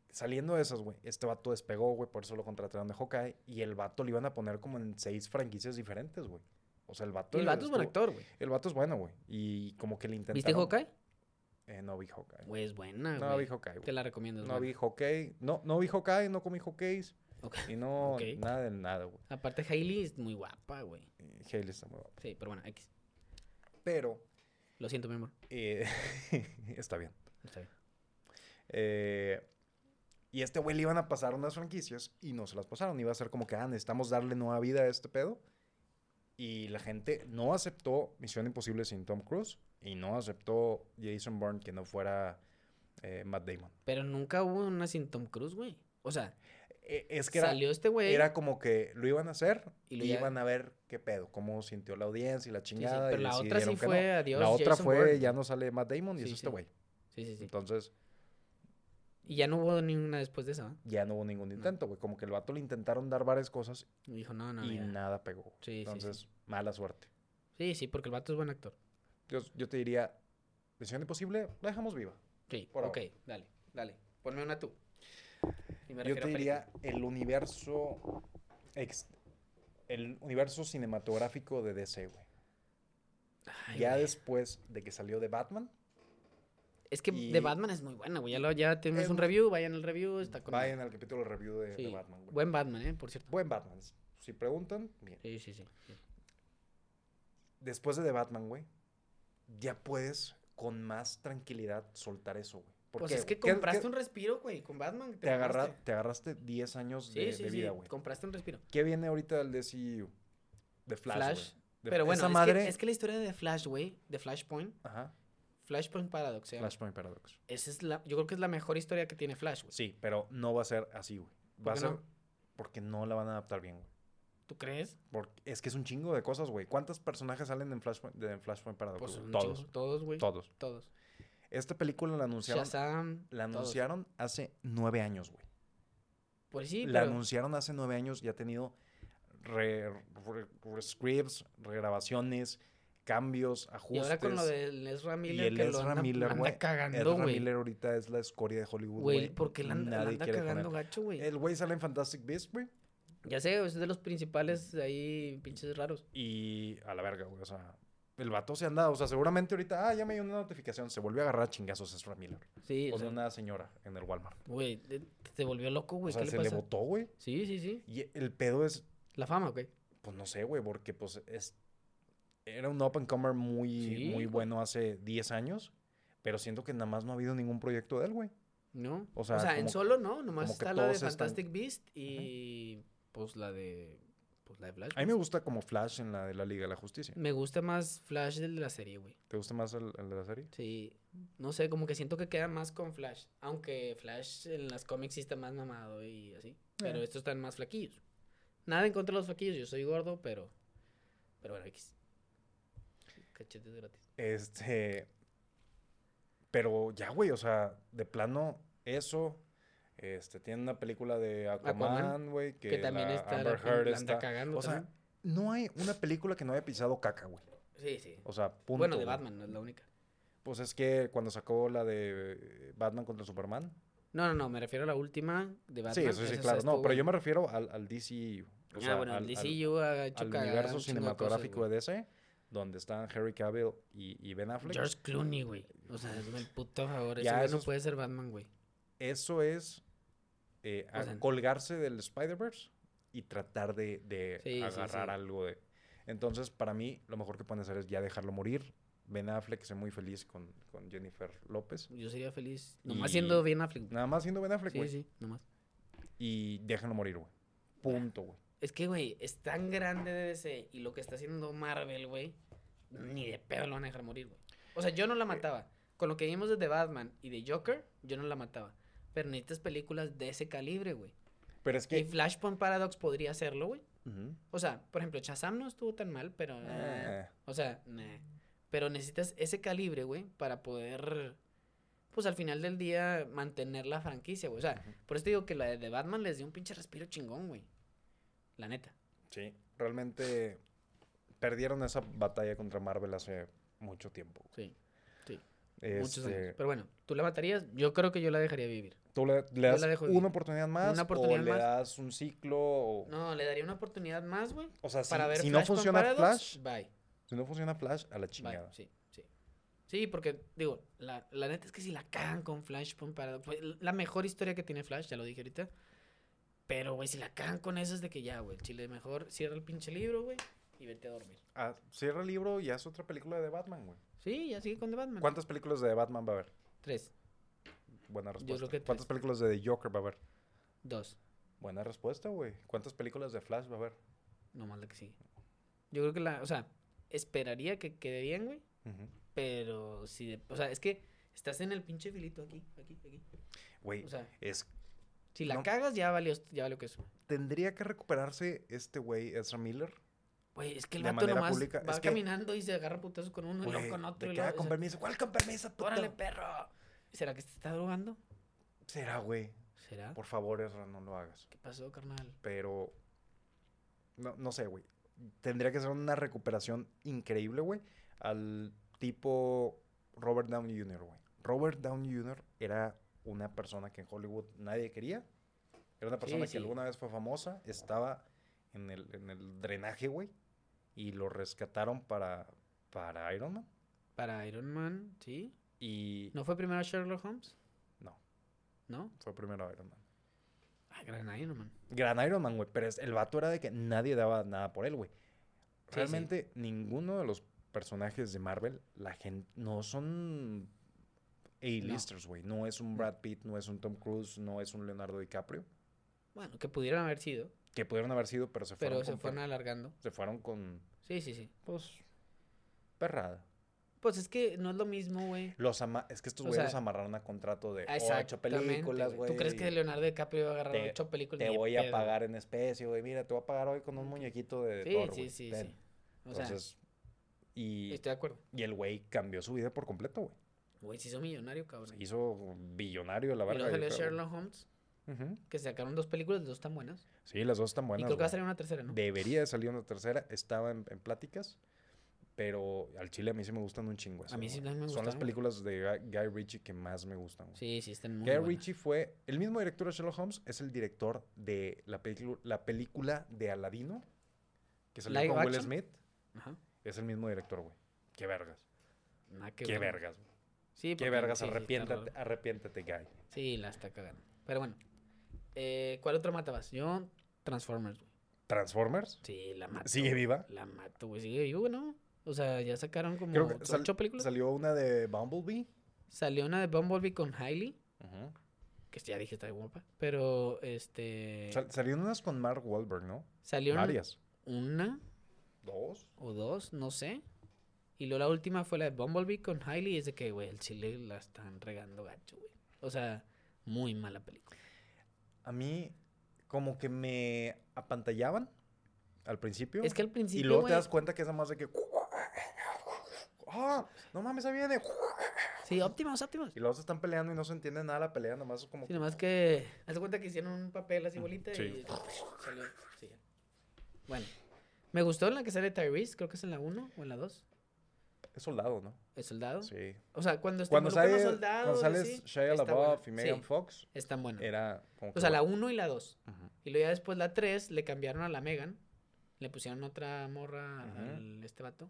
[SPEAKER 1] Saliendo de esas, güey, este vato despegó, güey, por eso lo contrataron de Hawkeye. Y el vato le iban a poner como en seis franquicias diferentes, güey. O sea, el vato...
[SPEAKER 2] El vato es buen
[SPEAKER 1] estuvo-
[SPEAKER 2] actor, güey.
[SPEAKER 1] El vato es bueno, güey. Y como que le intentaron...
[SPEAKER 2] ¿Viste Hawkeye?
[SPEAKER 1] Eh, no vi Hawkeye.
[SPEAKER 2] Güey, es buena,
[SPEAKER 1] no vi
[SPEAKER 2] Ah, güey.
[SPEAKER 1] Hawkeye,
[SPEAKER 2] Te
[SPEAKER 1] güey.
[SPEAKER 2] la recomiendo. es
[SPEAKER 1] No
[SPEAKER 2] buena.
[SPEAKER 1] vi Hawkeye. No, no vi Hawkeye, no comí Hawkeyes.
[SPEAKER 2] Ok.
[SPEAKER 1] Y no...
[SPEAKER 2] Ok.
[SPEAKER 1] Nada de nada, güey.
[SPEAKER 2] Aparte, Hailey es muy guapa, güey.
[SPEAKER 1] Eh, Hale está muy guapo.
[SPEAKER 2] Sí, pero bueno, X.
[SPEAKER 1] Pero...
[SPEAKER 2] Lo siento, mi amor.
[SPEAKER 1] eh, está bien.
[SPEAKER 2] Está bien.
[SPEAKER 1] Eh, y este güey le iban a pasar unas franquicias y no se las pasaron. Iba a ser como que, ah, necesitamos darle nueva vida a este pedo. Y la gente no aceptó Misión Imposible sin Tom Cruise y no aceptó Jason Bourne que no fuera eh, Matt Damon.
[SPEAKER 2] Pero nunca hubo una sin Tom Cruise, güey. O sea,
[SPEAKER 1] E- es que era,
[SPEAKER 2] salió este güey.
[SPEAKER 1] era como que lo iban a hacer
[SPEAKER 2] Y
[SPEAKER 1] y
[SPEAKER 2] lo ya-
[SPEAKER 1] iban a ver qué pedo, cómo sintió la audiencia y la
[SPEAKER 2] Sí, sí,
[SPEAKER 1] chingada.
[SPEAKER 2] pero
[SPEAKER 1] y
[SPEAKER 2] la otra sí
[SPEAKER 1] decidieron que no.
[SPEAKER 2] fue adiós.
[SPEAKER 1] La otra
[SPEAKER 2] Jason
[SPEAKER 1] fue,
[SPEAKER 2] Bourne.
[SPEAKER 1] ya no sale Matt Damon y
[SPEAKER 2] Sí,
[SPEAKER 1] es
[SPEAKER 2] sí.
[SPEAKER 1] este güey.
[SPEAKER 2] Sí, sí, sí.
[SPEAKER 1] Entonces,
[SPEAKER 2] Y ya no hubo ninguna después de esa. ¿va?
[SPEAKER 1] ya no hubo ningún intento, güey. Como que el vato le intentaron dar varias cosas
[SPEAKER 2] Y dijo, no, no.
[SPEAKER 1] y
[SPEAKER 2] ya.
[SPEAKER 1] nada pegó.
[SPEAKER 2] Sí, sí, sí.
[SPEAKER 1] Entonces, mala suerte.
[SPEAKER 2] Sí, sí, porque el vato es buen actor.
[SPEAKER 1] Yo, yo te diría, Misión Imposible, la dejamos viva.
[SPEAKER 2] Sí,
[SPEAKER 1] Por
[SPEAKER 2] ok, dale, dale. Ponme una tú. Y me
[SPEAKER 1] Yo
[SPEAKER 2] refiero
[SPEAKER 1] te
[SPEAKER 2] a
[SPEAKER 1] diría el universo ex- el universo cinematográfico de DC, güey.
[SPEAKER 2] películas. Ay,
[SPEAKER 1] Ya
[SPEAKER 2] güey.
[SPEAKER 1] después de que salió de Batman,
[SPEAKER 2] Es que
[SPEAKER 1] y-
[SPEAKER 2] de Batman es muy buena, güey. Ya, lo- ya tenemos
[SPEAKER 1] Es
[SPEAKER 2] un
[SPEAKER 1] muy-
[SPEAKER 2] review, vayan al review, está con...
[SPEAKER 1] vayan al capítulo review de, de
[SPEAKER 2] Sí,
[SPEAKER 1] Batman, güey.
[SPEAKER 2] Buen Batman, ¿eh? Por cierto.
[SPEAKER 1] Buen Batman. Si preguntan, bien.
[SPEAKER 2] Sí, sí, sí. sí.
[SPEAKER 1] Después de The Batman, güey, ya puedes con más tranquilidad soltar eso, güey. ¿Por
[SPEAKER 2] Pues
[SPEAKER 1] qué,
[SPEAKER 2] es que
[SPEAKER 1] güey? ¿Qué-
[SPEAKER 2] compraste
[SPEAKER 1] qué-
[SPEAKER 2] un respiro, güey, con Batman.
[SPEAKER 1] Te, agarra-
[SPEAKER 2] agarraste.
[SPEAKER 1] te agarraste 10 años
[SPEAKER 2] Sí,
[SPEAKER 1] de,
[SPEAKER 2] sí,
[SPEAKER 1] de
[SPEAKER 2] sí,
[SPEAKER 1] vida, güey.
[SPEAKER 2] compraste un respiro.
[SPEAKER 1] ¿Qué viene ahorita del DCU? De Flash.
[SPEAKER 2] Flash,
[SPEAKER 1] güey. De-
[SPEAKER 2] Pero bueno,
[SPEAKER 1] esa
[SPEAKER 2] es,
[SPEAKER 1] madre.
[SPEAKER 2] que, es que la historia de Flash, güey, de Flashpoint,
[SPEAKER 1] Ajá.
[SPEAKER 2] Flashpoint Paradox, se llama.
[SPEAKER 1] Flashpoint Paradox.
[SPEAKER 2] Esa es la, yo creo que es la mejor historia que tiene Flash, güey.
[SPEAKER 1] Sí, pero no va a ser así, güey. Va a
[SPEAKER 2] qué
[SPEAKER 1] ser.
[SPEAKER 2] no?
[SPEAKER 1] Porque no la van a adaptar bien, güey.
[SPEAKER 2] ¿Tú crees?
[SPEAKER 1] Porque es que es un chingo de cosas, güey. ¿Cuántos personajes salen en Flashpoint, de Flashpoint Paradox?
[SPEAKER 2] Pues
[SPEAKER 1] güey?
[SPEAKER 2] un
[SPEAKER 1] todos.
[SPEAKER 2] chingo, todos, güey.
[SPEAKER 1] Todos.
[SPEAKER 2] Todos.
[SPEAKER 1] Esta película la anunciaron.
[SPEAKER 2] Shazam.
[SPEAKER 1] La
[SPEAKER 2] todos.
[SPEAKER 1] anunciaron hace nueve años, güey.
[SPEAKER 2] Pues sí,
[SPEAKER 1] la
[SPEAKER 2] pero-
[SPEAKER 1] anunciaron hace nueve años y ha tenido re, re- re- scripts, regrabaciones, cambios,
[SPEAKER 2] Y
[SPEAKER 1] ajustes.
[SPEAKER 2] ahora con lo del Ezra
[SPEAKER 1] Y
[SPEAKER 2] Miller,
[SPEAKER 1] el
[SPEAKER 2] que lo
[SPEAKER 1] Ezra
[SPEAKER 2] anda, lo
[SPEAKER 1] Miller,
[SPEAKER 2] anda
[SPEAKER 1] güey.
[SPEAKER 2] cagando,
[SPEAKER 1] Ezra
[SPEAKER 2] güey.
[SPEAKER 1] Miller ahorita es la escoria de Hollywood,
[SPEAKER 2] Güey,
[SPEAKER 1] güey.
[SPEAKER 2] porque la anda, la
[SPEAKER 1] Nadie
[SPEAKER 2] anda
[SPEAKER 1] quiere con
[SPEAKER 2] cagando
[SPEAKER 1] él.
[SPEAKER 2] gacho, güey.
[SPEAKER 1] El güey sale en Fantastic Beasts, güey.
[SPEAKER 2] Ya sé, es de los principales ahí pinches raros.
[SPEAKER 1] Y a la verga, güey. O sea, el vato se anda. O sea, seguramente ahorita, ah, ya me dio una notificación. Se volvió a agarrar a chingazos Ezra Miller.
[SPEAKER 2] Sí, o
[SPEAKER 1] Con
[SPEAKER 2] sea,
[SPEAKER 1] una señora en el Walmart.
[SPEAKER 2] güey, de- se volvió loco,
[SPEAKER 1] O
[SPEAKER 2] güey.
[SPEAKER 1] sea,
[SPEAKER 2] ¿Qué
[SPEAKER 1] se
[SPEAKER 2] le
[SPEAKER 1] le
[SPEAKER 2] pasa?
[SPEAKER 1] botó, güey.
[SPEAKER 2] Sí, sí, sí.
[SPEAKER 1] Y el pedo es,
[SPEAKER 2] La fama, güey.
[SPEAKER 1] pues no sé, güey, porque pues es. Era un up and comer muy,
[SPEAKER 2] Sí, güey.
[SPEAKER 1] muy bueno hace 10 años. Pero siento que nada más no ha habido ningún proyecto de él, güey.
[SPEAKER 2] ¿No? O
[SPEAKER 1] O
[SPEAKER 2] sea,
[SPEAKER 1] sea,
[SPEAKER 2] en
[SPEAKER 1] como-
[SPEAKER 2] solo no, nomás
[SPEAKER 1] como que
[SPEAKER 2] está la de
[SPEAKER 1] todos están-
[SPEAKER 2] Fantastic Beast y pues la de pues la de Flash.
[SPEAKER 1] A mí
[SPEAKER 2] pues.
[SPEAKER 1] me gusta como Flash en la de la Liga de la Justicia.
[SPEAKER 2] Me gusta más Flash del de la serie, güey.
[SPEAKER 1] ¿Te gusta más el, el de la serie?
[SPEAKER 2] Sí, no sé, como que siento que queda más con Flash, aunque Flash en las cómics sí está más mamado y así, pero
[SPEAKER 1] Eh.
[SPEAKER 2] estos están más flaquillos. Nada en contra de los flaquillos, yo soy gordo, pero pero bueno, X. Cachetes gratis.
[SPEAKER 1] Este. Pero ya, güey, o sea, de plano, eso. Este, tiene una película de Aquaman,
[SPEAKER 2] Aquaman,
[SPEAKER 1] güey, que,
[SPEAKER 2] Que, también
[SPEAKER 1] la
[SPEAKER 2] está
[SPEAKER 1] Amber
[SPEAKER 2] la,
[SPEAKER 1] Heard
[SPEAKER 2] la anda
[SPEAKER 1] está.
[SPEAKER 2] cagando
[SPEAKER 1] O sea,
[SPEAKER 2] también.
[SPEAKER 1] no hay una película que no haya pisado caca, güey.
[SPEAKER 2] Sí, sí.
[SPEAKER 1] O sea, punto.
[SPEAKER 2] bueno, de
[SPEAKER 1] güey.
[SPEAKER 2] Batman no es la única.
[SPEAKER 1] Pues es que cuando sacó la de eh, Batman contra Superman.
[SPEAKER 2] No, no, no, me refiero a la última de Batman.
[SPEAKER 1] sí, eso sí,
[SPEAKER 2] esa
[SPEAKER 1] claro.
[SPEAKER 2] estuvo
[SPEAKER 1] No, pero yo
[SPEAKER 2] buena.
[SPEAKER 1] me refiero al, al DCU. O
[SPEAKER 2] Ah,
[SPEAKER 1] sea,
[SPEAKER 2] bueno,
[SPEAKER 1] al,
[SPEAKER 2] el
[SPEAKER 1] al-
[SPEAKER 2] DCU ha hecho
[SPEAKER 1] al universo
[SPEAKER 2] cagada un chingo de cosas,
[SPEAKER 1] cinematográfico
[SPEAKER 2] güey.
[SPEAKER 1] de DC, donde están Harry Cavill y, y Ben Affleck.
[SPEAKER 2] George Clooney, güey. O sea, hazme el puto favor, ese
[SPEAKER 1] Ya,
[SPEAKER 2] güey no
[SPEAKER 1] esos-
[SPEAKER 2] puede ser Batman, güey.
[SPEAKER 1] Eso es eh,
[SPEAKER 2] O
[SPEAKER 1] a-
[SPEAKER 2] sea-
[SPEAKER 1] colgarse del Spider-Verse y tratar de, de
[SPEAKER 2] Sí, sí,
[SPEAKER 1] agarrar
[SPEAKER 2] sí.
[SPEAKER 1] algo de... Entonces, para mí, lo mejor que pueden hacer es ya dejarlo morir. Ben Affleck, soy muy feliz con, con Jennifer López.
[SPEAKER 2] Yo sería feliz.
[SPEAKER 1] Y-
[SPEAKER 2] Nomás siendo bien Affleck. güey.
[SPEAKER 1] Nada más siendo Ben Affleck,
[SPEAKER 2] Sí,
[SPEAKER 1] güey.
[SPEAKER 2] sí, nomás.
[SPEAKER 1] Y déjenlo morir, güey. Punto, güey.
[SPEAKER 2] Es que, güey, es tan grande DC y lo que está haciendo Marvel, güey, ni de pedo lo van a dejar morir, güey. O sea, yo no la mataba. Con lo que vimos de The Batman y de Joker, yo no la mataba. Pero necesitas películas de ese calibre, güey.
[SPEAKER 1] Pero es
[SPEAKER 2] Y
[SPEAKER 1] que...
[SPEAKER 2] Flashpoint Paradox podría hacerlo, güey.
[SPEAKER 1] Ujú.
[SPEAKER 2] O sea, por ejemplo, Shazam no estuvo tan mal, pero... eh,
[SPEAKER 1] Eh,
[SPEAKER 2] O sea, nah. pero necesitas ese calibre, güey, para poder pues al final del día mantener la franquicia, güey. O sea,
[SPEAKER 1] Ujú.
[SPEAKER 2] por eso te digo que la de Batman les dio un pinche respiro chingón, güey. La neta.
[SPEAKER 1] Sí, realmente perdieron esa batalla contra Marvel hace mucho tiempo.
[SPEAKER 2] Sí. Muchos
[SPEAKER 1] Este,
[SPEAKER 2] años. Pero bueno, ¿tú la matarías? Yo creo que yo la dejaría vivir.
[SPEAKER 1] ¿Tú le, le das
[SPEAKER 2] la dejo vivir.
[SPEAKER 1] una oportunidad más
[SPEAKER 2] Una oportunidad
[SPEAKER 1] o le
[SPEAKER 2] más.
[SPEAKER 1] das un ciclo? O,
[SPEAKER 2] No, le daría una oportunidad más, güey.
[SPEAKER 1] o sea, si,
[SPEAKER 2] para ver
[SPEAKER 1] si no
[SPEAKER 2] Flash con
[SPEAKER 1] funciona
[SPEAKER 2] Paradox,
[SPEAKER 1] Flash,
[SPEAKER 2] Bye.
[SPEAKER 1] si no funciona Flash, a la
[SPEAKER 2] Vale,
[SPEAKER 1] chingada.
[SPEAKER 2] sí, sí. Sí, porque, digo, la, la neta es que si la cagan con Flashpoint Paradox, fue la mejor historia que tiene Flash, ya lo dije ahorita. Pero, güey, si la cagan con eso es de que ya, güey, chile, mejor cierra el pinche libro, güey, y vete a dormir.
[SPEAKER 1] Ah, cierra el libro y haz otra película de Batman, güey.
[SPEAKER 2] Sí, ya sigue con The Batman.
[SPEAKER 1] ¿Cuántas películas de Batman va a haber?
[SPEAKER 2] Tres,
[SPEAKER 1] Buena
[SPEAKER 2] creo
[SPEAKER 1] respuesta.
[SPEAKER 2] que tres.
[SPEAKER 1] ¿Cuántas películas de The Joker va a haber?
[SPEAKER 2] dos,
[SPEAKER 1] Buena respuesta, güey. ¿Cuántas películas de Flash va a haber?
[SPEAKER 2] nomás la que sigue. Yo creo que la, o sea, esperaría que quede bien, güey,
[SPEAKER 1] Ujú.
[SPEAKER 2] pero si, de- o sea, es que estás en el pinche filito aquí, aquí, aquí.
[SPEAKER 1] Güey,
[SPEAKER 2] O sea,
[SPEAKER 1] es
[SPEAKER 2] si la
[SPEAKER 1] no.
[SPEAKER 2] cagas ya valió, ya valió que eso.
[SPEAKER 1] tendría que recuperarse este güey, Ezra Miller.
[SPEAKER 2] Güey, es que el
[SPEAKER 1] de
[SPEAKER 2] vato
[SPEAKER 1] manera
[SPEAKER 2] nomás
[SPEAKER 1] pública.
[SPEAKER 2] va
[SPEAKER 1] Es que-
[SPEAKER 2] caminando y se agarra putazos con uno y luego
[SPEAKER 1] Güey,
[SPEAKER 2] con
[SPEAKER 1] de
[SPEAKER 2] otro. Y
[SPEAKER 1] que, ah,
[SPEAKER 2] luego,
[SPEAKER 1] con
[SPEAKER 2] o sea,
[SPEAKER 1] permiso. ¿Cuál con permiso, puto?
[SPEAKER 2] ¡Órale, perro! ¿Será que se está drogando?
[SPEAKER 1] Será, güey.
[SPEAKER 2] ¿Será?
[SPEAKER 1] Por favor, Ezra, no lo hagas.
[SPEAKER 2] ¿Qué pasó, carnal?
[SPEAKER 1] Pero. No, no sé, güey. Tendría que ser una recuperación increíble, güey. Al tipo Robert Downey Jr., güey. Robert Downey Jr. era una persona que en Hollywood nadie quería. Era una persona
[SPEAKER 2] sí.
[SPEAKER 1] que alguna vez fue famosa. Estaba en el, en el drenaje, güey. Y lo rescataron para, para Iron Man.
[SPEAKER 2] Para Iron Man, ¿sí?
[SPEAKER 1] Y.
[SPEAKER 2] ¿No fue primero Sherlock Holmes?
[SPEAKER 1] no,
[SPEAKER 2] ¿No?
[SPEAKER 1] fue primero Iron Man.
[SPEAKER 2] Ah, gran Iron Man.
[SPEAKER 1] gran Iron Man, güey. Pero es- el vato era de que nadie daba nada por él, güey.
[SPEAKER 2] sí.
[SPEAKER 1] Realmente ninguno de los personajes de Marvel, la gente, no son A-listers, güey. No. es
[SPEAKER 2] Mm.
[SPEAKER 1] un Brad Pitt, no es un Tom Cruise, no es un Leonardo DiCaprio.
[SPEAKER 2] Bueno, que pudieran haber sido,
[SPEAKER 1] Que pudieron haber sido, pero se fueron,
[SPEAKER 2] pero se
[SPEAKER 1] con,
[SPEAKER 2] fueron
[SPEAKER 1] per-
[SPEAKER 2] alargando.
[SPEAKER 1] se fueron con,
[SPEAKER 2] Sí, sí, sí.
[SPEAKER 1] pues, perrada.
[SPEAKER 2] Pues es que no es lo mismo, güey.
[SPEAKER 1] Los ama- es que estos
[SPEAKER 2] O
[SPEAKER 1] güeyes
[SPEAKER 2] sea,
[SPEAKER 1] los amarraron a contrato de
[SPEAKER 2] Ah,
[SPEAKER 1] Eh, ocho películas,
[SPEAKER 2] exactamente,
[SPEAKER 1] güey.
[SPEAKER 2] ¿Tú crees que Leonardo DiCaprio va a agarrar
[SPEAKER 1] Te-
[SPEAKER 2] ocho películas?
[SPEAKER 1] Te
[SPEAKER 2] Ni de
[SPEAKER 1] voy a
[SPEAKER 2] pedo.
[SPEAKER 1] pagar en especie, güey. Mira, te voy a pagar hoy con un muñequito de
[SPEAKER 2] Sí,
[SPEAKER 1] Thor,
[SPEAKER 2] sí,
[SPEAKER 1] güey.
[SPEAKER 2] sí,
[SPEAKER 1] Ten.
[SPEAKER 2] sí. O sea, este
[SPEAKER 1] Entonces, y,
[SPEAKER 2] estoy de acuerdo.
[SPEAKER 1] y el güey cambió su vida por completo, güey.
[SPEAKER 2] Güey, se hizo millonario, cabrón.
[SPEAKER 1] Se hizo billonario la
[SPEAKER 2] y
[SPEAKER 1] verga.
[SPEAKER 2] luego
[SPEAKER 1] yo
[SPEAKER 2] salió
[SPEAKER 1] creo, güey.
[SPEAKER 2] Sherlock Holmes,
[SPEAKER 1] Ujú.
[SPEAKER 2] que sacaron dos películas, las dos tan buenas.
[SPEAKER 1] Sí, las dos están buenas.
[SPEAKER 2] y creo que va a
[SPEAKER 1] güey.
[SPEAKER 2] salir una tercera, ¿no?
[SPEAKER 1] Debería de salir una tercera. Estaba en, en pláticas. Pero al chile a mí sí me gustan un chingo. esas,
[SPEAKER 2] mí sí
[SPEAKER 1] güey.
[SPEAKER 2] también me
[SPEAKER 1] Son las
[SPEAKER 2] gustaron, güey.
[SPEAKER 1] películas de Guy, Guy Ritchie que más me gustan. güey.
[SPEAKER 2] Sí, sí, están muy
[SPEAKER 1] Guy
[SPEAKER 2] buenas.
[SPEAKER 1] Ritchie fue. El mismo director de Sherlock Holmes es el director de la, pelicu- la película de Aladino. Que salió
[SPEAKER 2] Live
[SPEAKER 1] con Will
[SPEAKER 2] action.
[SPEAKER 1] Smith.
[SPEAKER 2] Ajá.
[SPEAKER 1] Es el mismo director, güey. Qué vergas.
[SPEAKER 2] Nah, qué
[SPEAKER 1] Qué,
[SPEAKER 2] bueno.
[SPEAKER 1] vergas, güey.
[SPEAKER 2] Sí,
[SPEAKER 1] Qué
[SPEAKER 2] porque-
[SPEAKER 1] vergas,
[SPEAKER 2] sí, sí, está
[SPEAKER 1] arrepiéntate,
[SPEAKER 2] raro.
[SPEAKER 1] arrepiéntate, Guy.
[SPEAKER 2] Sí, la está cagando. Pero bueno. Eh, ¿Cuál otra matabas? Yo, Transformers, güey.
[SPEAKER 1] Transformers
[SPEAKER 2] Sí, la mato.
[SPEAKER 1] sigue viva.
[SPEAKER 2] La mato, güey. Sigue vivo, ¿no? O sea, ya sacaron como
[SPEAKER 1] Creo que
[SPEAKER 2] ocho
[SPEAKER 1] sal-
[SPEAKER 2] películas.
[SPEAKER 1] salió una de Bumblebee.
[SPEAKER 2] Salió una de Bumblebee con Hailey, que ya dije está guapa. Pero, este...
[SPEAKER 1] Sal- salieron unas con Mark Wahlberg, ¿no?
[SPEAKER 2] salieron
[SPEAKER 1] Varias.
[SPEAKER 2] una
[SPEAKER 1] Dos.
[SPEAKER 2] o dos, no sé. Y luego la última fue la de Bumblebee con Hailey. Y es de que, güey, el chile la están regando gacho, güey. O sea, muy mala película.
[SPEAKER 1] A mí como que me apantallaban al principio.
[SPEAKER 2] Es que al
[SPEAKER 1] y
[SPEAKER 2] principio.
[SPEAKER 1] luego te
[SPEAKER 2] güey,
[SPEAKER 1] das cuenta que es más de que... ¡Ah! no mames, ahí viene.
[SPEAKER 2] Sí, óptimos, óptimos.
[SPEAKER 1] Y luego se están peleando y no se entiende nada la pelea, nomás es como...
[SPEAKER 2] Sí, nomás que. Haz de cuenta que hicieron un papel así bolita
[SPEAKER 1] Sí.
[SPEAKER 2] y. Salió. Sí, ya. Bueno. Me gustó en la que sale Tyrese, creo que es en la 1 o en la 2.
[SPEAKER 1] Es soldado, ¿no?
[SPEAKER 2] El soldado.
[SPEAKER 1] Sí.
[SPEAKER 2] O sea, cuando está
[SPEAKER 1] Cuando sale,
[SPEAKER 2] los soldados.
[SPEAKER 1] cuando sale
[SPEAKER 2] así,
[SPEAKER 1] Shia
[SPEAKER 2] está
[SPEAKER 1] LaBeouf y
[SPEAKER 2] buena.
[SPEAKER 1] Megan
[SPEAKER 2] Sí,
[SPEAKER 1] Fox,
[SPEAKER 2] están buenas.
[SPEAKER 1] era como que
[SPEAKER 2] O sea, la
[SPEAKER 1] bueno.
[SPEAKER 2] 1 y la 2.
[SPEAKER 1] Ujú.
[SPEAKER 2] Y luego ya después la 3 le cambiaron a la Megan. Le pusieron otra morra
[SPEAKER 1] Ujú.
[SPEAKER 2] al este vato.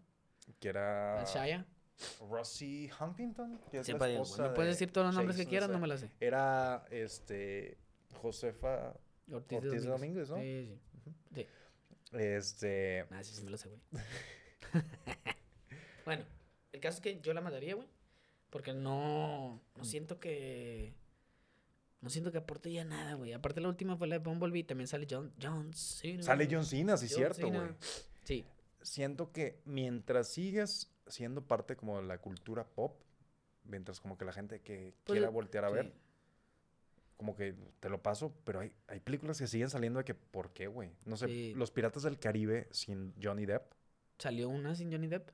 [SPEAKER 1] Que era...
[SPEAKER 2] Al Shia.
[SPEAKER 1] Rosie Huntington, que es
[SPEAKER 2] Siempre
[SPEAKER 1] la
[SPEAKER 2] digo,
[SPEAKER 1] esposa
[SPEAKER 2] no puedes
[SPEAKER 1] de
[SPEAKER 2] decir todos los nombres que
[SPEAKER 1] Jason
[SPEAKER 2] quieras, no
[SPEAKER 1] Statham.
[SPEAKER 2] me las sé.
[SPEAKER 1] Era, este, Josefa,
[SPEAKER 2] Ortiz,
[SPEAKER 1] Ortiz
[SPEAKER 2] de
[SPEAKER 1] de
[SPEAKER 2] Domínguez.
[SPEAKER 1] Domínguez, ¿no?
[SPEAKER 2] Sí, sí. Sí.
[SPEAKER 1] este,
[SPEAKER 2] Ah, sí, sí me lo sé, güey. bueno, el caso es que yo la mataría, güey. Porque no, no siento que... No siento que aporte ya nada, güey. Aparte la última fue la de Bumblebee. También sale John, John Cena.
[SPEAKER 1] sale John Cena, sí,
[SPEAKER 2] John
[SPEAKER 1] cierto,
[SPEAKER 2] Cena.
[SPEAKER 1] güey.
[SPEAKER 2] Sí,
[SPEAKER 1] Siento que mientras sigas siendo parte como de la cultura pop, mientras como que la gente que
[SPEAKER 2] Pues,
[SPEAKER 1] quiera voltear a
[SPEAKER 2] sí.
[SPEAKER 1] ver, como que te lo paso, pero hay, hay películas que siguen saliendo de que, ¿por qué, güey? No sé,
[SPEAKER 2] Sí.
[SPEAKER 1] Los Piratas del Caribe sin Johnny Depp,
[SPEAKER 2] Salió una sin Johnny Depp.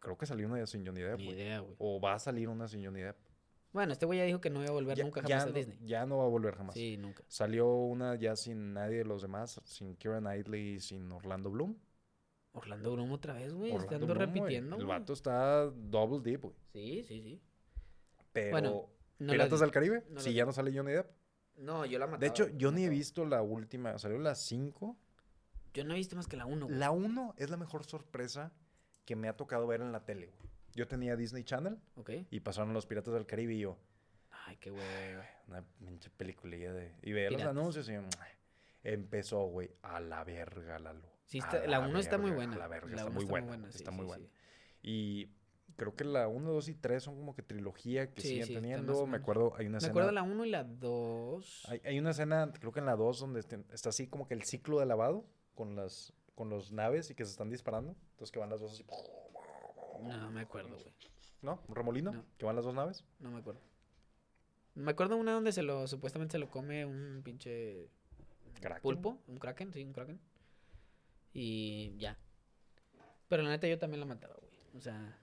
[SPEAKER 1] creo que salió una sin Johnny Depp,
[SPEAKER 2] Ni
[SPEAKER 1] güey.
[SPEAKER 2] idea, güey.
[SPEAKER 1] O va a salir una sin Johnny Depp.
[SPEAKER 2] Bueno, este güey ya dijo que no iba a volver
[SPEAKER 1] ya,
[SPEAKER 2] nunca
[SPEAKER 1] ya
[SPEAKER 2] jamás a
[SPEAKER 1] no,
[SPEAKER 2] Disney.
[SPEAKER 1] ya no va a volver jamás.
[SPEAKER 2] Sí, nunca.
[SPEAKER 1] Salió una ya sin nadie de los demás, sin Kira Knightley y sin Orlando Bloom.
[SPEAKER 2] Orlando Bloom otra vez, güey.
[SPEAKER 1] Orlando
[SPEAKER 2] Estando
[SPEAKER 1] Bloom, güey.
[SPEAKER 2] repitiendo.
[SPEAKER 1] El
[SPEAKER 2] güey.
[SPEAKER 1] vato está double deep, güey.
[SPEAKER 2] Sí, sí, sí.
[SPEAKER 1] Pero
[SPEAKER 2] Bueno, No la
[SPEAKER 1] Piratas
[SPEAKER 2] vi.
[SPEAKER 1] del Caribe,
[SPEAKER 2] no la
[SPEAKER 1] si
[SPEAKER 2] vi.
[SPEAKER 1] ya no sale Johnny Depp.
[SPEAKER 2] No, yo la mataba.
[SPEAKER 1] De hecho,
[SPEAKER 2] güey, la
[SPEAKER 1] yo ni he
[SPEAKER 2] mataba.
[SPEAKER 1] visto la última, salió la 5.
[SPEAKER 2] Yo no he visto más que la 1, güey.
[SPEAKER 1] La 1 es la mejor sorpresa que me ha tocado ver en la tele, güey. Yo tenía Disney Channel
[SPEAKER 2] Ok.
[SPEAKER 1] y pasaron los Piratas del Caribe y yo,
[SPEAKER 2] Ay, qué güey.
[SPEAKER 1] una pinche peliculilla de... Y veía los
[SPEAKER 2] Piratas.
[SPEAKER 1] anuncios y yo, empezó, güey, a la verga la luz.
[SPEAKER 2] Sí, está- la 1 está muy buena.
[SPEAKER 1] La verga, está
[SPEAKER 2] uno
[SPEAKER 1] muy buena.
[SPEAKER 2] sí,
[SPEAKER 1] está
[SPEAKER 2] sí,
[SPEAKER 1] muy
[SPEAKER 2] sí.
[SPEAKER 1] buena. Y creo que la 1, 2 y 3 son como que trilogía que
[SPEAKER 2] Sí,
[SPEAKER 1] siguen
[SPEAKER 2] sí, están más o
[SPEAKER 1] teniendo. Me
[SPEAKER 2] menos.
[SPEAKER 1] acuerdo, hay una
[SPEAKER 2] Me
[SPEAKER 1] escena...
[SPEAKER 2] acuerdo la 1 y la 2.
[SPEAKER 1] Hay, hay una escena, creo que en la 2, donde este- está así como que el ciclo de lavado con las con los naves y que se están disparando. Entonces que van las dos así,
[SPEAKER 2] No, me acuerdo, güey.
[SPEAKER 1] ¿no? Un remolino,
[SPEAKER 2] No.
[SPEAKER 1] que van las dos naves.
[SPEAKER 2] No me acuerdo. Me acuerdo una donde se lo, supuestamente se lo come un pinche
[SPEAKER 1] Kraken.
[SPEAKER 2] pulpo, un kraken, sí, un kraken. Y ya. Pero la neta yo también la mataba, güey. O sea,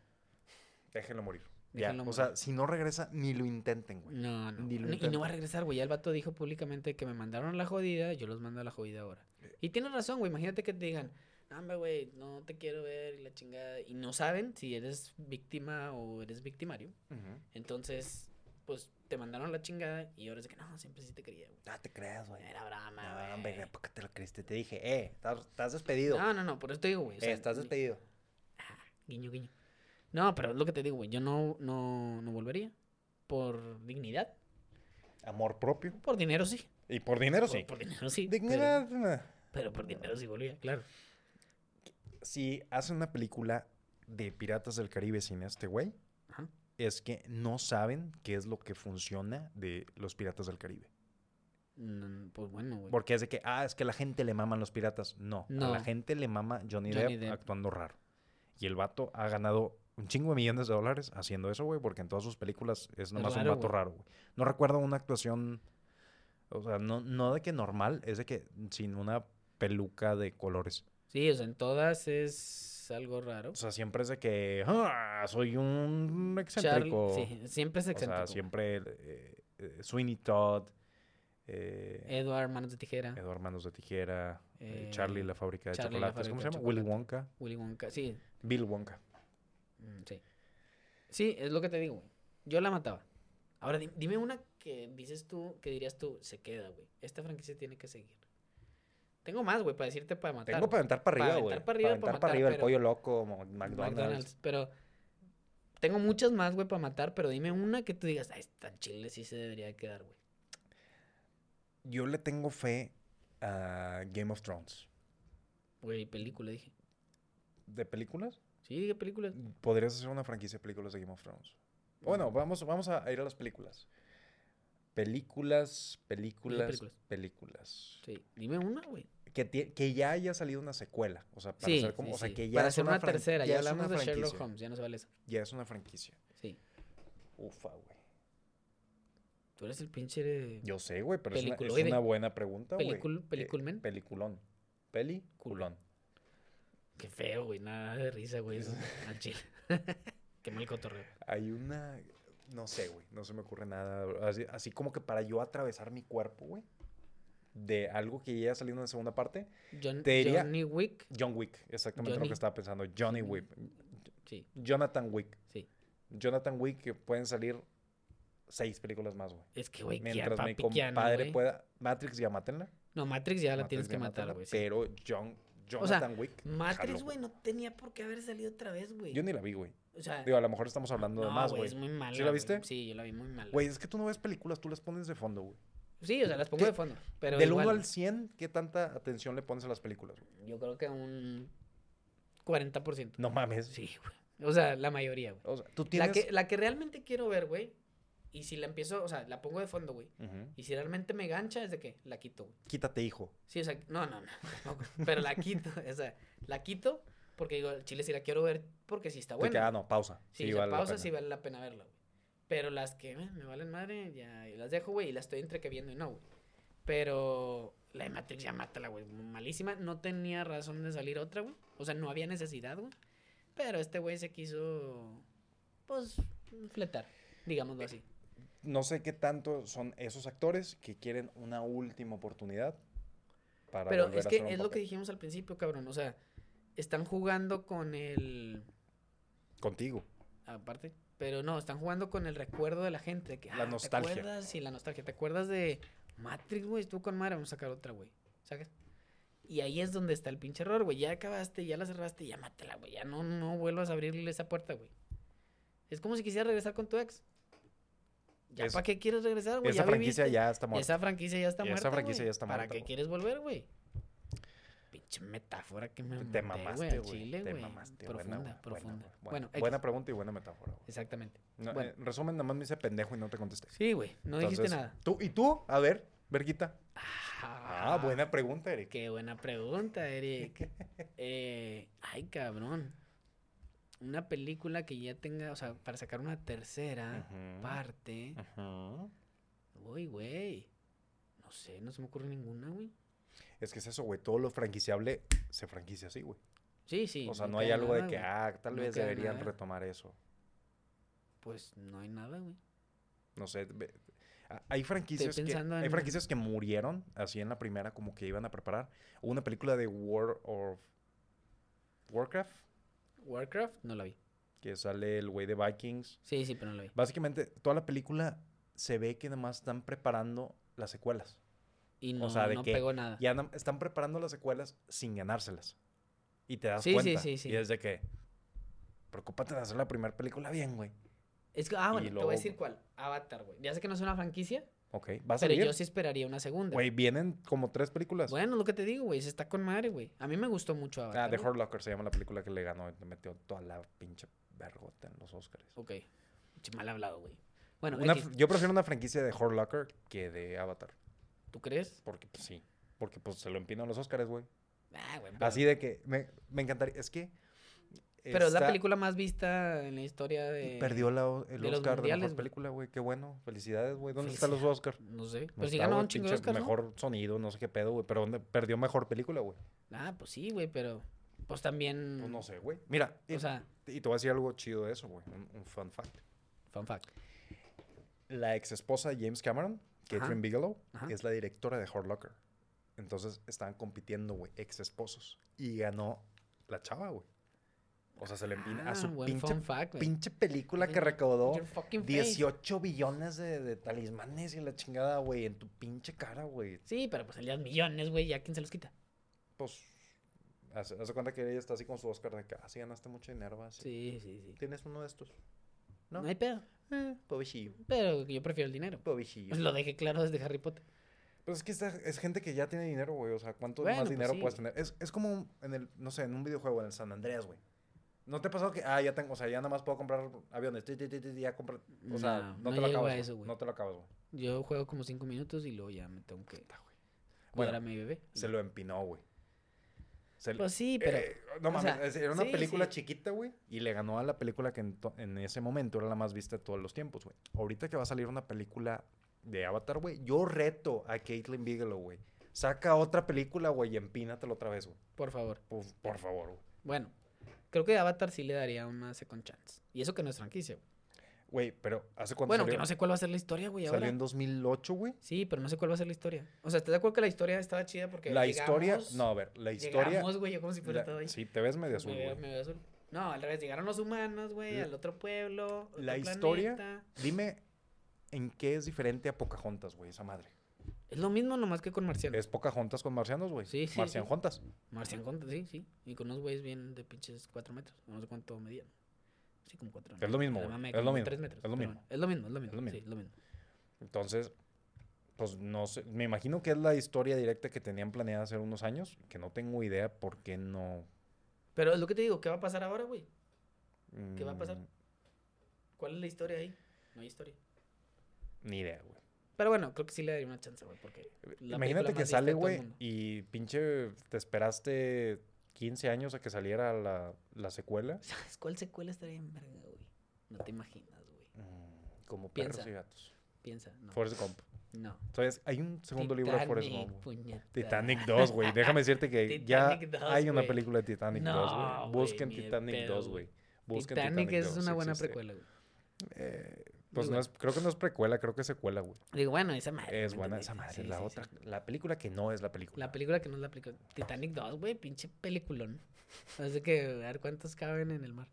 [SPEAKER 1] Déjenlo morir.
[SPEAKER 2] Déjenlo
[SPEAKER 1] ya, o
[SPEAKER 2] morir.
[SPEAKER 1] sea, si no regresa, ni lo intenten, güey.
[SPEAKER 2] no, no.
[SPEAKER 1] Ni lo
[SPEAKER 2] no, Y no va
[SPEAKER 1] intento.
[SPEAKER 2] a regresar, güey. Ya el vato dijo públicamente que me mandaron a la jodida, yo los mando a la jodida ahora.
[SPEAKER 1] Eh.
[SPEAKER 2] Y tienes razón, güey. Imagínate que te digan, no, hombre, güey, no te quiero ver y la chingada. Y no saben si eres víctima o eres victimario.
[SPEAKER 1] Ujú.
[SPEAKER 2] Entonces, pues te mandaron a la chingada y ahora es de que no, siempre sí te quería, güey.
[SPEAKER 1] No Ah, te creas, güey.
[SPEAKER 2] Era
[SPEAKER 1] No,
[SPEAKER 2] brama,
[SPEAKER 1] hombre,
[SPEAKER 2] Ah, güey.
[SPEAKER 1] ¿por qué te lo creíste? Te dije, eh, estás, estás despedido.
[SPEAKER 2] No, no, no, por eso te digo, güey. o
[SPEAKER 1] Eh,
[SPEAKER 2] sea,
[SPEAKER 1] estás
[SPEAKER 2] ni-
[SPEAKER 1] despedido.
[SPEAKER 2] Guiño, guiño. No, pero es lo que te digo, güey. Yo no, no, no volvería. Por dignidad.
[SPEAKER 1] Amor propio.
[SPEAKER 2] Por dinero sí.
[SPEAKER 1] Y por dinero,
[SPEAKER 2] Por,
[SPEAKER 1] sí.
[SPEAKER 2] por dinero sí.
[SPEAKER 1] Dignidad. nah.
[SPEAKER 2] Pero, pero por dinero sí volvía, claro.
[SPEAKER 1] Si hacen una película de Piratas del Caribe sin este güey,
[SPEAKER 2] Ajá.
[SPEAKER 1] es que no saben qué es lo que funciona de los piratas del Caribe.
[SPEAKER 2] Mm, pues bueno, güey.
[SPEAKER 1] Porque es de que, ah, es que a la gente le maman los piratas. No, a la
[SPEAKER 2] No.
[SPEAKER 1] gente le mama Johnny,
[SPEAKER 2] Johnny
[SPEAKER 1] Depp,
[SPEAKER 2] Depp.
[SPEAKER 1] actuando raro. Y el vato ha ganado un chingo de millones de dólares haciendo eso, güey, porque en todas sus películas es nomás
[SPEAKER 2] Raro,
[SPEAKER 1] un vato
[SPEAKER 2] güey.
[SPEAKER 1] raro, güey. No recuerdo una actuación, o sea, no, no de que normal, es de que sin una peluca de colores.
[SPEAKER 2] Sí, o sea, en todas es algo raro.
[SPEAKER 1] O sea, siempre es de que, ah, soy un
[SPEAKER 2] Charlie,
[SPEAKER 1] excéntrico.
[SPEAKER 2] sí, siempre es excéntrico.
[SPEAKER 1] O sea,
[SPEAKER 2] güey.
[SPEAKER 1] siempre eh, eh, Sweeney Todd, eh,
[SPEAKER 2] Edward, manos de tijera.
[SPEAKER 1] Eduardo Manos de Tijera, eh,
[SPEAKER 2] Eh,
[SPEAKER 1] Charlie la fábrica de
[SPEAKER 2] Charlie, la
[SPEAKER 1] chocolates, ¿cómo se
[SPEAKER 2] fábrica
[SPEAKER 1] llama?
[SPEAKER 2] de
[SPEAKER 1] Willy Wonka.
[SPEAKER 2] Willy Wonka. Sí,
[SPEAKER 1] Bill Wonka.
[SPEAKER 2] mm, sí. Sí, es lo que te digo, güey. Yo la mataba. Ahora, di- dime una que dices tú, que dirías tú, se queda, güey. Esta franquicia tiene que seguir. Tengo más, güey, para decirte para matar.
[SPEAKER 1] Tengo para aventar para
[SPEAKER 2] Para
[SPEAKER 1] arriba,
[SPEAKER 2] aventar
[SPEAKER 1] güey.
[SPEAKER 2] para arriba,
[SPEAKER 1] Para
[SPEAKER 2] para
[SPEAKER 1] aventar para
[SPEAKER 2] matar,
[SPEAKER 1] arriba, el
[SPEAKER 2] pero-
[SPEAKER 1] pollo loco, mo-
[SPEAKER 2] McDonald's.
[SPEAKER 1] McDonald's.
[SPEAKER 2] Pero tengo muchas más, güey, para matar, pero dime una que tú digas, ah, esta chile sí se debería de quedar, güey.
[SPEAKER 1] Yo le tengo fe a Game of Thrones.
[SPEAKER 2] Güey, película, dije.
[SPEAKER 1] ¿De películas?
[SPEAKER 2] Sí, dije película.
[SPEAKER 1] Podrías hacer una franquicia de películas de Game of Thrones.
[SPEAKER 2] Mm.
[SPEAKER 1] Bueno, pues. vamos, vamos a a ir a las películas. Películas, películas, películas.
[SPEAKER 2] películas. Sí, dime una, güey.
[SPEAKER 1] Que, tie- que ya haya salido una secuela. O sea, para
[SPEAKER 2] Sí,
[SPEAKER 1] hacer como.
[SPEAKER 2] sí,
[SPEAKER 1] o sea,
[SPEAKER 2] sí.
[SPEAKER 1] que ya
[SPEAKER 2] para
[SPEAKER 1] es
[SPEAKER 2] hacer una,
[SPEAKER 1] fran-
[SPEAKER 2] tercera, ya,
[SPEAKER 1] es una
[SPEAKER 2] hablamos de Sherlock
[SPEAKER 1] franquicia.
[SPEAKER 2] Holmes, ya no se vale eso.
[SPEAKER 1] Ya es una franquicia.
[SPEAKER 2] Sí,
[SPEAKER 1] Ufa, güey.
[SPEAKER 2] tú eres el pinche de...
[SPEAKER 1] Yo sé, güey, pero es una, es
[SPEAKER 2] Peliculoide.
[SPEAKER 1] una buena pregunta, güey. Eh,
[SPEAKER 2] Pelicul- peliculmen.
[SPEAKER 1] Peliculón. Peliculón.
[SPEAKER 2] Qué feo, güey, nada de risa, güey, eso, al chile. Qué mal cotorreo.
[SPEAKER 1] Hay una. No sé, güey. No se me ocurre nada. Así, así como que para yo atravesar mi cuerpo, güey. De algo que ya ha salido en la segunda parte.
[SPEAKER 2] John,
[SPEAKER 1] Te diría-
[SPEAKER 2] Johnny Wick,
[SPEAKER 1] John Wick. Exactamente lo
[SPEAKER 2] Johnny.
[SPEAKER 1] que estaba pensando. Johnny Wick.
[SPEAKER 2] sí,
[SPEAKER 1] Jonathan Wick.
[SPEAKER 2] sí.
[SPEAKER 1] Jonathan Wick, que pueden salir seis películas más, güey.
[SPEAKER 2] Es que, güey, que
[SPEAKER 1] Mientras
[SPEAKER 2] a
[SPEAKER 1] mi
[SPEAKER 2] papi Keanu,
[SPEAKER 1] compadre
[SPEAKER 2] güey.
[SPEAKER 1] pueda. Matrix ya mátenla.
[SPEAKER 2] No, Matrix ya la
[SPEAKER 1] Matrix
[SPEAKER 2] tienes
[SPEAKER 1] ya
[SPEAKER 2] que matar,
[SPEAKER 1] mátenla,
[SPEAKER 2] güey. sí.
[SPEAKER 1] Pero John,
[SPEAKER 2] O sea,
[SPEAKER 1] Jonathan Wick. jalo,
[SPEAKER 2] Matrix, güey, no tenía por qué haber salido otra vez, güey.
[SPEAKER 1] Yo ni la vi, güey.
[SPEAKER 2] O sea,
[SPEAKER 1] Digo, a lo mejor estamos hablando de
[SPEAKER 2] no,
[SPEAKER 1] más,
[SPEAKER 2] güey, es
[SPEAKER 1] güey.
[SPEAKER 2] muy mala.
[SPEAKER 1] la
[SPEAKER 2] güey.
[SPEAKER 1] viste?
[SPEAKER 2] Sí, yo la vi muy mala.
[SPEAKER 1] Güey, es que tú no ves películas, tú las pones de fondo, güey.
[SPEAKER 2] Sí, o sea, las pongo
[SPEAKER 1] ¿Qué?
[SPEAKER 2] de fondo, pero
[SPEAKER 1] Del 1
[SPEAKER 2] igual,
[SPEAKER 1] al 100, ¿qué tanta atención le pones a las películas? güey?
[SPEAKER 2] yo creo que un 40%.
[SPEAKER 1] No mames.
[SPEAKER 2] Sí, güey. O sea, la mayoría, güey.
[SPEAKER 1] O sea, tú
[SPEAKER 2] La
[SPEAKER 1] tienes...
[SPEAKER 2] que, la que realmente quiero ver, güey. Y si la empiezo, o sea, la pongo de fondo, güey.
[SPEAKER 1] Ujú.
[SPEAKER 2] Y si realmente me gancha, es de que la quito, güey.
[SPEAKER 1] Quítate, hijo.
[SPEAKER 2] Sí, o sea, no, no, no. tampoco, pero la quito, o sea, la quito porque digo, el chile sí la quiero ver porque sí está
[SPEAKER 1] Te queda,
[SPEAKER 2] buena.
[SPEAKER 1] no, pausa.
[SPEAKER 2] Sí, o sea,
[SPEAKER 1] vale la
[SPEAKER 2] pausa
[SPEAKER 1] pena.
[SPEAKER 2] sí vale la pena verla, güey. Pero las que eh, me valen madre, ya y las dejo, güey, y las estoy entre que viendo y no, güey. Pero la de Matrix ya mátala, güey. Malísima. No tenía razón de salir otra, güey. O sea, no había necesidad, güey. Pero este güey se quiso, pues, fletar, digámoslo así.
[SPEAKER 1] No sé qué tanto son esos actores que quieren una última oportunidad para
[SPEAKER 2] Pero
[SPEAKER 1] volver
[SPEAKER 2] es
[SPEAKER 1] a
[SPEAKER 2] que
[SPEAKER 1] hacer un
[SPEAKER 2] es lo que
[SPEAKER 1] papel.
[SPEAKER 2] dijimos al principio, cabrón. O sea, están jugando con el.
[SPEAKER 1] Contigo.
[SPEAKER 2] Aparte. Pero no, están jugando con el recuerdo de la gente. de que,
[SPEAKER 1] La
[SPEAKER 2] ah,
[SPEAKER 1] nostalgia.
[SPEAKER 2] ¿Te acuerdas? Sí, la nostalgia. ¿Te acuerdas de Matrix, güey? Estuvo con Mara, vamos a sacar otra, güey. ¿Sacas? Y ahí es donde está el pinche error, güey. Ya acabaste, ya la cerraste, ya mátala, güey. Ya no, no vuelvas a abrirle esa puerta, güey. Es como si quisieras regresar con tu ex. ¿Ya
[SPEAKER 1] Es-
[SPEAKER 2] para qué quieres regresar, güey?
[SPEAKER 1] Esa franquicia
[SPEAKER 2] viviste.
[SPEAKER 1] ya está muerta.
[SPEAKER 2] Esa franquicia ya está
[SPEAKER 1] Esa
[SPEAKER 2] muerta.
[SPEAKER 1] franquicia
[SPEAKER 2] güey.
[SPEAKER 1] ya está muerta,
[SPEAKER 2] ¿Para qué
[SPEAKER 1] güey.
[SPEAKER 2] quieres volver, güey? Pinche metáfora que me
[SPEAKER 1] Te
[SPEAKER 2] monté,
[SPEAKER 1] mamaste, güey.
[SPEAKER 2] al Chile,
[SPEAKER 1] Te
[SPEAKER 2] güey.
[SPEAKER 1] mamaste. buena,
[SPEAKER 2] Profunda,
[SPEAKER 1] buena,
[SPEAKER 2] profunda.
[SPEAKER 1] buena,
[SPEAKER 2] bueno,
[SPEAKER 1] buena,
[SPEAKER 2] X,
[SPEAKER 1] buena pregunta y buena metáfora. güey.
[SPEAKER 2] exactamente.
[SPEAKER 1] No,
[SPEAKER 2] bueno.
[SPEAKER 1] eh, en resumen, nada más me hice pendejo y no te contesté.
[SPEAKER 2] Sí, güey. No dijiste
[SPEAKER 1] Entonces,
[SPEAKER 2] nada.
[SPEAKER 1] ¿Tú? ¿Y tú? A ver, Verguita.
[SPEAKER 2] Ah,
[SPEAKER 1] Ah, buena pregunta, Eric.
[SPEAKER 2] Qué buena pregunta, Eric. Eh, ay, cabrón. Una película que ya tenga, o sea, para sacar una tercera
[SPEAKER 1] Ujú,
[SPEAKER 2] parte.
[SPEAKER 1] ujú.
[SPEAKER 2] Uy, güey. No sé, no se me ocurre ninguna, güey.
[SPEAKER 1] Es que es eso, güey. Todo lo franquiciable se franquicia así, güey.
[SPEAKER 2] Sí, sí.
[SPEAKER 1] O sea,
[SPEAKER 2] no
[SPEAKER 1] no hay
[SPEAKER 2] queda
[SPEAKER 1] algo de
[SPEAKER 2] nada,
[SPEAKER 1] que,
[SPEAKER 2] güey.
[SPEAKER 1] ah, tal
[SPEAKER 2] No
[SPEAKER 1] vez
[SPEAKER 2] queda
[SPEAKER 1] deberían
[SPEAKER 2] nada.
[SPEAKER 1] retomar eso. ah.
[SPEAKER 2] Pues no hay nada, güey.
[SPEAKER 1] No sé. ve- a- Hay franquicias, que,
[SPEAKER 2] pensando
[SPEAKER 1] hay
[SPEAKER 2] en-
[SPEAKER 1] franquicias que murieron así en la primera, como que iban a preparar. Hubo una película de War of Warcraft
[SPEAKER 2] Warcraft no la vi.
[SPEAKER 1] que sale el güey de Vikings.
[SPEAKER 2] Sí, sí, pero no la vi.
[SPEAKER 1] Básicamente, toda la película se ve que nada más están preparando las secuelas.
[SPEAKER 2] Y no,
[SPEAKER 1] sea, de
[SPEAKER 2] no
[SPEAKER 1] que
[SPEAKER 2] pegó nada.
[SPEAKER 1] Ya na- están preparando las secuelas sin ganárselas. Y te das
[SPEAKER 2] Sí, sí,
[SPEAKER 1] cuenta.
[SPEAKER 2] sí, sí.
[SPEAKER 1] Y es de que. Preocúpate de hacer la primera película bien, güey.
[SPEAKER 2] Es que, ah,
[SPEAKER 1] y
[SPEAKER 2] bueno, te
[SPEAKER 1] luego-
[SPEAKER 2] voy a decir cuál. Avatar, güey. Ya sé que no es una franquicia,
[SPEAKER 1] Ok, vas a
[SPEAKER 2] pero
[SPEAKER 1] ver.
[SPEAKER 2] yo sí esperaría una segunda.
[SPEAKER 1] Güey, vienen como tres películas.
[SPEAKER 2] Bueno, lo que te digo, güey, se está con madre, güey. A mí me gustó mucho Avatar.
[SPEAKER 1] Ah, The
[SPEAKER 2] güey.
[SPEAKER 1] Hurt Locker se llama la película que le ganó y le metió toda la pinche vergota en los Oscars.
[SPEAKER 2] Ok. Pinche Mal hablado, güey. Bueno,
[SPEAKER 1] Una
[SPEAKER 2] X,
[SPEAKER 1] fr- yo prefiero una franquicia de Hurt Locker que de Avatar.
[SPEAKER 2] ¿tú crees?
[SPEAKER 1] Porque, pues, sí. Porque, pues, se lo empinan los Oscars, güey.
[SPEAKER 2] Ah, güey.
[SPEAKER 1] Así de que me, me encantaría. Es que.
[SPEAKER 2] Pero es la
[SPEAKER 1] esta
[SPEAKER 2] película más vista en la historia de.
[SPEAKER 1] Perdió la o- el
[SPEAKER 2] Eh, de los
[SPEAKER 1] Oscar de
[SPEAKER 2] mundiales,
[SPEAKER 1] mejor
[SPEAKER 2] güey.
[SPEAKER 1] película, güey. Qué bueno. Felicidades, güey. ¿Dónde están los Oscars?
[SPEAKER 2] No sé.
[SPEAKER 1] No
[SPEAKER 2] Pero sí
[SPEAKER 1] está,
[SPEAKER 2] ganó
[SPEAKER 1] güey,
[SPEAKER 2] un chingo de
[SPEAKER 1] pinche
[SPEAKER 2] Oscar, ¿no?
[SPEAKER 1] Mejor sonido, no sé qué pedo, güey. Pero ¿dónde perdió mejor película, güey?
[SPEAKER 2] Ah, pues sí, güey, pero. Pues también.
[SPEAKER 1] Pues no sé, güey. Mira, y,
[SPEAKER 2] O sea,
[SPEAKER 1] y te voy a decir algo chido de eso, güey. Un, un fun fact.
[SPEAKER 2] fun fact.
[SPEAKER 1] La ex esposa de James Cameron, Catherine
[SPEAKER 2] Ajá.
[SPEAKER 1] Bigelow,
[SPEAKER 2] Ajá.
[SPEAKER 1] es la directora de Hurt Locker. Entonces estaban compitiendo, güey, ex esposos. Y ganó la chava, güey. O sea, se le empina a
[SPEAKER 2] Ah,
[SPEAKER 1] su
[SPEAKER 2] buen
[SPEAKER 1] pinche,
[SPEAKER 2] fun fact, güey.
[SPEAKER 1] pinche película que
[SPEAKER 2] Your
[SPEAKER 1] recaudó
[SPEAKER 2] Your fucking face.
[SPEAKER 1] 18 billones de, de talismanes y la chingada, güey, en tu pinche cara, güey.
[SPEAKER 2] Sí, pero pues salían millones, güey, ya quién se los quita.
[SPEAKER 1] Pues, hace, hace cuenta que ella está así con su Oscar de que, ah, sí, ganaste mucho dinero, va, sí.
[SPEAKER 2] Sí, sí, sí.
[SPEAKER 1] ¿Tienes uno de estos?
[SPEAKER 2] No,
[SPEAKER 1] ¿No? Eh.
[SPEAKER 2] hay pedo.
[SPEAKER 1] Pobrecillo,
[SPEAKER 2] Pero yo prefiero el dinero.
[SPEAKER 1] pobrecillo.
[SPEAKER 2] Pues Lo dejé claro desde Harry Potter.
[SPEAKER 1] Pues es que esta- es gente que ya tiene dinero, güey. O sea, ¿cuánto
[SPEAKER 2] Bueno,
[SPEAKER 1] más
[SPEAKER 2] pues
[SPEAKER 1] dinero
[SPEAKER 2] sí.
[SPEAKER 1] puedes tener? Es, es como un- en el, no sé, en un videojuego, en el San Andreas, güey. ¿No te ha pasado que, ah, ya tengo, o sea, ya nada más puedo comprar aviones, ti, ti, ti, ti, ya compré, o sea,
[SPEAKER 2] No,
[SPEAKER 1] no,
[SPEAKER 2] no
[SPEAKER 1] te lo
[SPEAKER 2] llego a
[SPEAKER 1] acabas,
[SPEAKER 2] eso,
[SPEAKER 1] güey.
[SPEAKER 2] güey.
[SPEAKER 1] No te lo acabas, güey.
[SPEAKER 2] Yo juego como cinco minutos y luego ya me tengo que
[SPEAKER 1] Puta, güey.
[SPEAKER 2] cuidar
[SPEAKER 1] Bueno,
[SPEAKER 2] a mi bebé.
[SPEAKER 1] Se lo empinó, güey. Se lo-
[SPEAKER 2] Pues sí, pero.
[SPEAKER 1] Eh, no
[SPEAKER 2] o
[SPEAKER 1] mames,
[SPEAKER 2] sea,
[SPEAKER 1] es- era una
[SPEAKER 2] sí,
[SPEAKER 1] película
[SPEAKER 2] sí.
[SPEAKER 1] chiquita, güey, y le ganó a la película que en, to- en ese momento era la más vista de todos los tiempos, güey. Ahorita que va a salir una película de Avatar, güey, yo reto a Caitlyn Bigelow, güey. Saca otra película, güey, y empínatelo otra vez, güey.
[SPEAKER 2] Por favor.
[SPEAKER 1] Por, por favor, güey.
[SPEAKER 2] Bueno, creo que Avatar sí le daría una second chance. Y eso que no es franquicia, güey.
[SPEAKER 1] Güey, pero ¿hace cuánto
[SPEAKER 2] Bueno,
[SPEAKER 1] salió?
[SPEAKER 2] que no sé cuál va a ser la historia, güey, ahora.
[SPEAKER 1] Salió en 2008, güey.
[SPEAKER 2] Sí, pero no sé cuál va a ser la historia. O sea, ¿estás de acuerdo que la historia estaba chida porque.
[SPEAKER 1] La historia...
[SPEAKER 2] llegamos-
[SPEAKER 1] No, a ver, la historia...
[SPEAKER 2] Llegamos, güey, yo como si fuera
[SPEAKER 1] la-
[SPEAKER 2] todo ahí.
[SPEAKER 1] sí, te ves medio azul,
[SPEAKER 2] me, veo-
[SPEAKER 1] güey.
[SPEAKER 2] me veo azul. No, al revés, llegaron los humanos, güey,
[SPEAKER 1] La-
[SPEAKER 2] al otro pueblo.
[SPEAKER 1] la
[SPEAKER 2] otro
[SPEAKER 1] historia-
[SPEAKER 2] planeta.
[SPEAKER 1] Dime en qué es diferente a Pocahontas, güey, esa madre.
[SPEAKER 2] Es lo mismo, nomás que con Marciano.
[SPEAKER 1] Es Pocahontas con marcianos, güey.
[SPEAKER 2] Sí, sí, sí.
[SPEAKER 1] Marcianjontas.
[SPEAKER 2] Marcian Conta, sí, sí. Y con unos güeyes bien de pinches 4 metros. No sé cuánto medían. Sí, como 4
[SPEAKER 1] Es lo mismo, güey, es lo mismo,
[SPEAKER 2] 3 metros.
[SPEAKER 1] es lo
[SPEAKER 2] pero
[SPEAKER 1] mismo.
[SPEAKER 2] bueno, es lo mismo, es lo mismo.
[SPEAKER 1] lo mismo.
[SPEAKER 2] Sí, es lo mismo.
[SPEAKER 1] Entonces, pues no sé, me imagino que es la historia directa que tenían planeada hace unos años, que no tengo idea por qué no.
[SPEAKER 2] Pero es lo que te digo, ¿qué va a pasar ahora, güey? ¿Qué va a pasar?
[SPEAKER 1] mm,
[SPEAKER 2] ¿Cuál es la historia ahí? No hay historia.
[SPEAKER 1] Ni idea, güey.
[SPEAKER 2] Pero bueno, creo que sí le daría una chance, güey, porque. la película
[SPEAKER 1] Imagínate
[SPEAKER 2] más
[SPEAKER 1] que
[SPEAKER 2] vista
[SPEAKER 1] sale,
[SPEAKER 2] de todo el
[SPEAKER 1] güey,
[SPEAKER 2] mundo.
[SPEAKER 1] y pinche te esperaste 15 años a que saliera la, la secuela.
[SPEAKER 2] ¿Sabes cuál secuela estaría en verga, güey? No te imaginas, güey.
[SPEAKER 1] Mm, Como perros
[SPEAKER 2] Piensa.
[SPEAKER 1] y gatos.
[SPEAKER 2] Piensa, no.
[SPEAKER 1] Forrest Gump.
[SPEAKER 2] No.
[SPEAKER 1] Entonces, hay un segundo libro de Forrest Gump. güey.
[SPEAKER 2] puñeta.
[SPEAKER 1] Titanic 2, güey. Déjame decirte que ya
[SPEAKER 2] Titanic 2,
[SPEAKER 1] hay una
[SPEAKER 2] güey.
[SPEAKER 1] película de Titanic 2,
[SPEAKER 2] No,
[SPEAKER 1] güey.
[SPEAKER 2] güey,
[SPEAKER 1] Busquen
[SPEAKER 2] ni de
[SPEAKER 1] Titanic
[SPEAKER 2] pedo,
[SPEAKER 1] 2,
[SPEAKER 2] güey.
[SPEAKER 1] güey. Busquen
[SPEAKER 2] Titanic es
[SPEAKER 1] 2,
[SPEAKER 2] una buena
[SPEAKER 1] existe.
[SPEAKER 2] precuela, güey.
[SPEAKER 1] Eh, Pues
[SPEAKER 2] Digo,
[SPEAKER 1] no es, creo que no es precuela, creo que es secuela, güey.
[SPEAKER 2] digo, bueno, esa madre.
[SPEAKER 1] Es
[SPEAKER 2] ¿me
[SPEAKER 1] buena
[SPEAKER 2] entendés?
[SPEAKER 1] esa madre.
[SPEAKER 2] Sí,
[SPEAKER 1] la
[SPEAKER 2] sí,
[SPEAKER 1] otra,
[SPEAKER 2] sí.
[SPEAKER 1] la película que no es la película.
[SPEAKER 2] La película que no es la película. Titanic 2, güey, pinche peliculón. Así que a ver cuántos caben en el mar.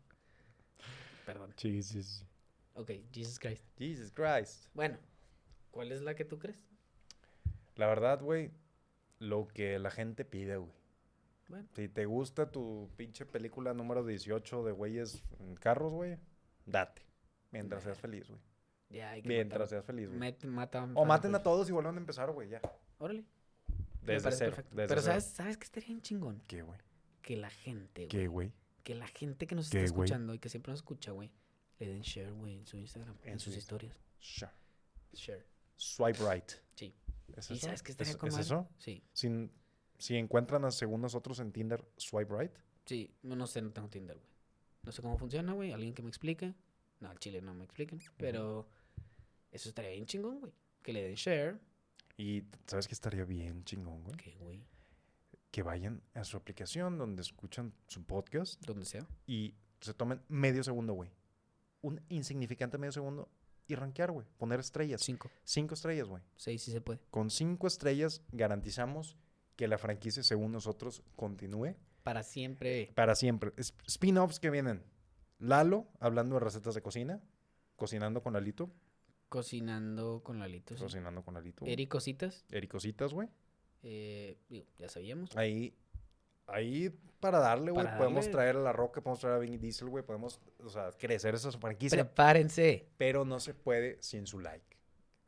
[SPEAKER 2] Perdón.
[SPEAKER 1] Jesus.
[SPEAKER 2] Ok, Jesus Christ.
[SPEAKER 1] Jesus Christ.
[SPEAKER 2] Bueno, ¿cuál es la que tú crees?
[SPEAKER 1] La verdad, güey, lo que la gente pide, güey.
[SPEAKER 2] Bueno.
[SPEAKER 1] Si te gusta tu pinche película número 18 de güeyes en carros, güey, date. Mientras seas feliz, güey.
[SPEAKER 2] Ya hay que
[SPEAKER 1] Mientras
[SPEAKER 2] matar-
[SPEAKER 1] seas feliz, güey.
[SPEAKER 2] met- mata un
[SPEAKER 1] O maten
[SPEAKER 2] fanboy.
[SPEAKER 1] a todos y vuelvan a empezar, güey, ya.
[SPEAKER 2] Órale. me
[SPEAKER 1] Desde
[SPEAKER 2] parece
[SPEAKER 1] cero.
[SPEAKER 2] perfecto.
[SPEAKER 1] desde
[SPEAKER 2] Pero
[SPEAKER 1] cero.
[SPEAKER 2] ¿sabes, ¿sabes qué estaría bien chingón?
[SPEAKER 1] ¿Qué, güey?
[SPEAKER 2] Que la gente, güey.
[SPEAKER 1] ¿Qué, güey?
[SPEAKER 2] Que la gente que nos
[SPEAKER 1] ¿Qué,
[SPEAKER 2] está
[SPEAKER 1] güey?
[SPEAKER 2] escuchando y que siempre nos escucha, güey, le den share, güey, en su Instagram, en,
[SPEAKER 1] En su
[SPEAKER 2] sus
[SPEAKER 1] Insta.
[SPEAKER 2] historias.
[SPEAKER 1] Sha-
[SPEAKER 2] Share.
[SPEAKER 1] Swipe right.
[SPEAKER 2] Sí.
[SPEAKER 1] ¿Es
[SPEAKER 2] ¿Y
[SPEAKER 1] eso?
[SPEAKER 2] sabes qué
[SPEAKER 1] ¿Es-
[SPEAKER 2] estaría con
[SPEAKER 1] ¿Es
[SPEAKER 2] madre?
[SPEAKER 1] eso?
[SPEAKER 2] Sí.
[SPEAKER 1] Si, si encuentran a según nosotros en Tinder, swipe right.
[SPEAKER 2] Sí, no, no sé, no tengo Tinder, güey. No sé cómo funciona, güey. Alguien que me explique. No, al chile no me expliquen. Pero eso estaría bien chingón, güey. Que le den share.
[SPEAKER 1] Y t- sabes que estaría bien chingón, güey.
[SPEAKER 2] Que, güey,
[SPEAKER 1] Que vayan a su aplicación donde escuchan su podcast
[SPEAKER 2] donde sea.
[SPEAKER 1] y se tomen medio segundo, güey. Un insignificante medio segundo y rankear, güey. Poner estrellas.
[SPEAKER 2] Cinco,
[SPEAKER 1] Cinco estrellas, güey.
[SPEAKER 2] seis, si se puede.
[SPEAKER 1] Con cinco estrellas garantizamos que la franquicia, según nosotros, continúe
[SPEAKER 2] Para siempre.
[SPEAKER 1] para siempre. Es- Spin-offs que vienen. Lalo hablando de recetas de cocina. Cocinando con Alito.
[SPEAKER 2] Cocinando con Lalito. Pues sí.
[SPEAKER 1] Cocinando con Alito.
[SPEAKER 2] Eri Cositas.
[SPEAKER 1] Ericositas, güey.
[SPEAKER 2] eh, digo, ya sabíamos.
[SPEAKER 1] Ahí, ahí para darle, güey,
[SPEAKER 2] Para
[SPEAKER 1] podemos
[SPEAKER 2] darle.
[SPEAKER 1] traer a La Roca, podemos traer a Vin Diesel, güey, podemos, o sea, crecer esa franquicia,
[SPEAKER 2] Prepárense.
[SPEAKER 1] pero no se puede sin su like.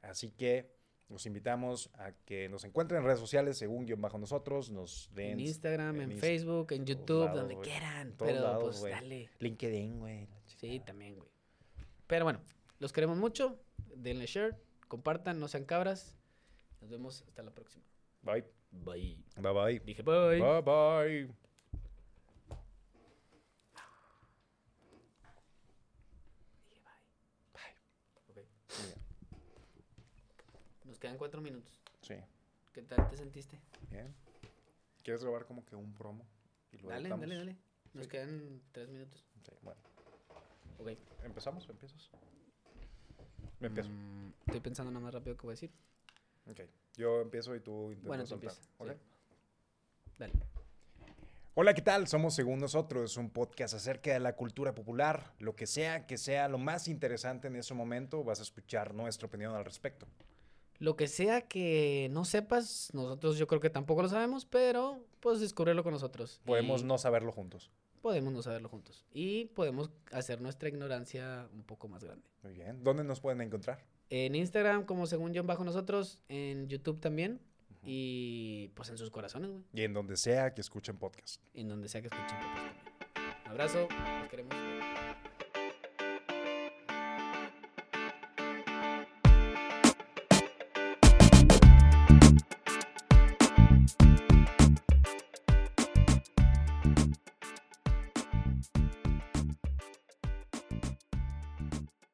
[SPEAKER 1] Así que los invitamos a que nos encuentren en redes sociales, según guión bajo nosotros, nos den
[SPEAKER 2] En Instagram,
[SPEAKER 1] en
[SPEAKER 2] en,
[SPEAKER 1] Insta-
[SPEAKER 2] Facebook, en
[SPEAKER 1] todos
[SPEAKER 2] YouTube,
[SPEAKER 1] lados,
[SPEAKER 2] donde
[SPEAKER 1] güey.
[SPEAKER 2] quieran.
[SPEAKER 1] todos
[SPEAKER 2] Pero
[SPEAKER 1] lados,
[SPEAKER 2] pues
[SPEAKER 1] güey.
[SPEAKER 2] dale.
[SPEAKER 1] LinkedIn, güey. la
[SPEAKER 2] Sí,
[SPEAKER 1] chingada.
[SPEAKER 2] también, güey. Pero bueno, los queremos mucho. Denle share, compartan, no sean cabras. Nos vemos hasta la próxima.
[SPEAKER 1] Bye.
[SPEAKER 2] Bye.
[SPEAKER 1] Bye bye.
[SPEAKER 2] Dije bye.
[SPEAKER 1] Bye bye.
[SPEAKER 2] Ok. Nos quedan cuatro minutos.
[SPEAKER 1] Sí,
[SPEAKER 2] ¿Qué tal te sentiste?
[SPEAKER 1] bien. ¿Quieres grabar como que un promo? Y lo
[SPEAKER 2] Dale,
[SPEAKER 1] editamos?
[SPEAKER 2] dale, dale. Nos
[SPEAKER 1] Sí.
[SPEAKER 2] quedan tres minutos.
[SPEAKER 1] Sí, bueno.
[SPEAKER 2] Ok.
[SPEAKER 1] ¿Empezamos? ¿Empiezas? Me empiezo.
[SPEAKER 2] Mm, estoy pensando nada más rápido que voy a decir.
[SPEAKER 1] Ok. Yo empiezo y tú intentas
[SPEAKER 2] Bueno, tú
[SPEAKER 1] saltar,
[SPEAKER 2] empieza,
[SPEAKER 1] ¿ok?
[SPEAKER 2] sí. Dale.
[SPEAKER 1] Hola, ¿qué tal? Somos Según Nosotros, un podcast acerca de la cultura popular. Lo que sea que sea lo más interesante en ese momento, vas a escuchar nuestra opinión al respecto.
[SPEAKER 2] Lo que sea que no sepas, nosotros yo creo que tampoco lo sabemos, pero puedes descubrirlo con nosotros.
[SPEAKER 1] Podemos
[SPEAKER 2] Y-
[SPEAKER 1] no saberlo juntos.
[SPEAKER 2] podemos no saberlo juntos. Y podemos hacer nuestra ignorancia un poco más grande.
[SPEAKER 1] Muy bien. ¿Dónde nos pueden encontrar?
[SPEAKER 2] En Instagram, como según John Bajo Nosotros, en YouTube también. Y pues en sus corazones, güey.
[SPEAKER 1] Y en donde sea que escuchen podcast.
[SPEAKER 2] En donde sea que escuchen podcast también. Un abrazo, los queremos.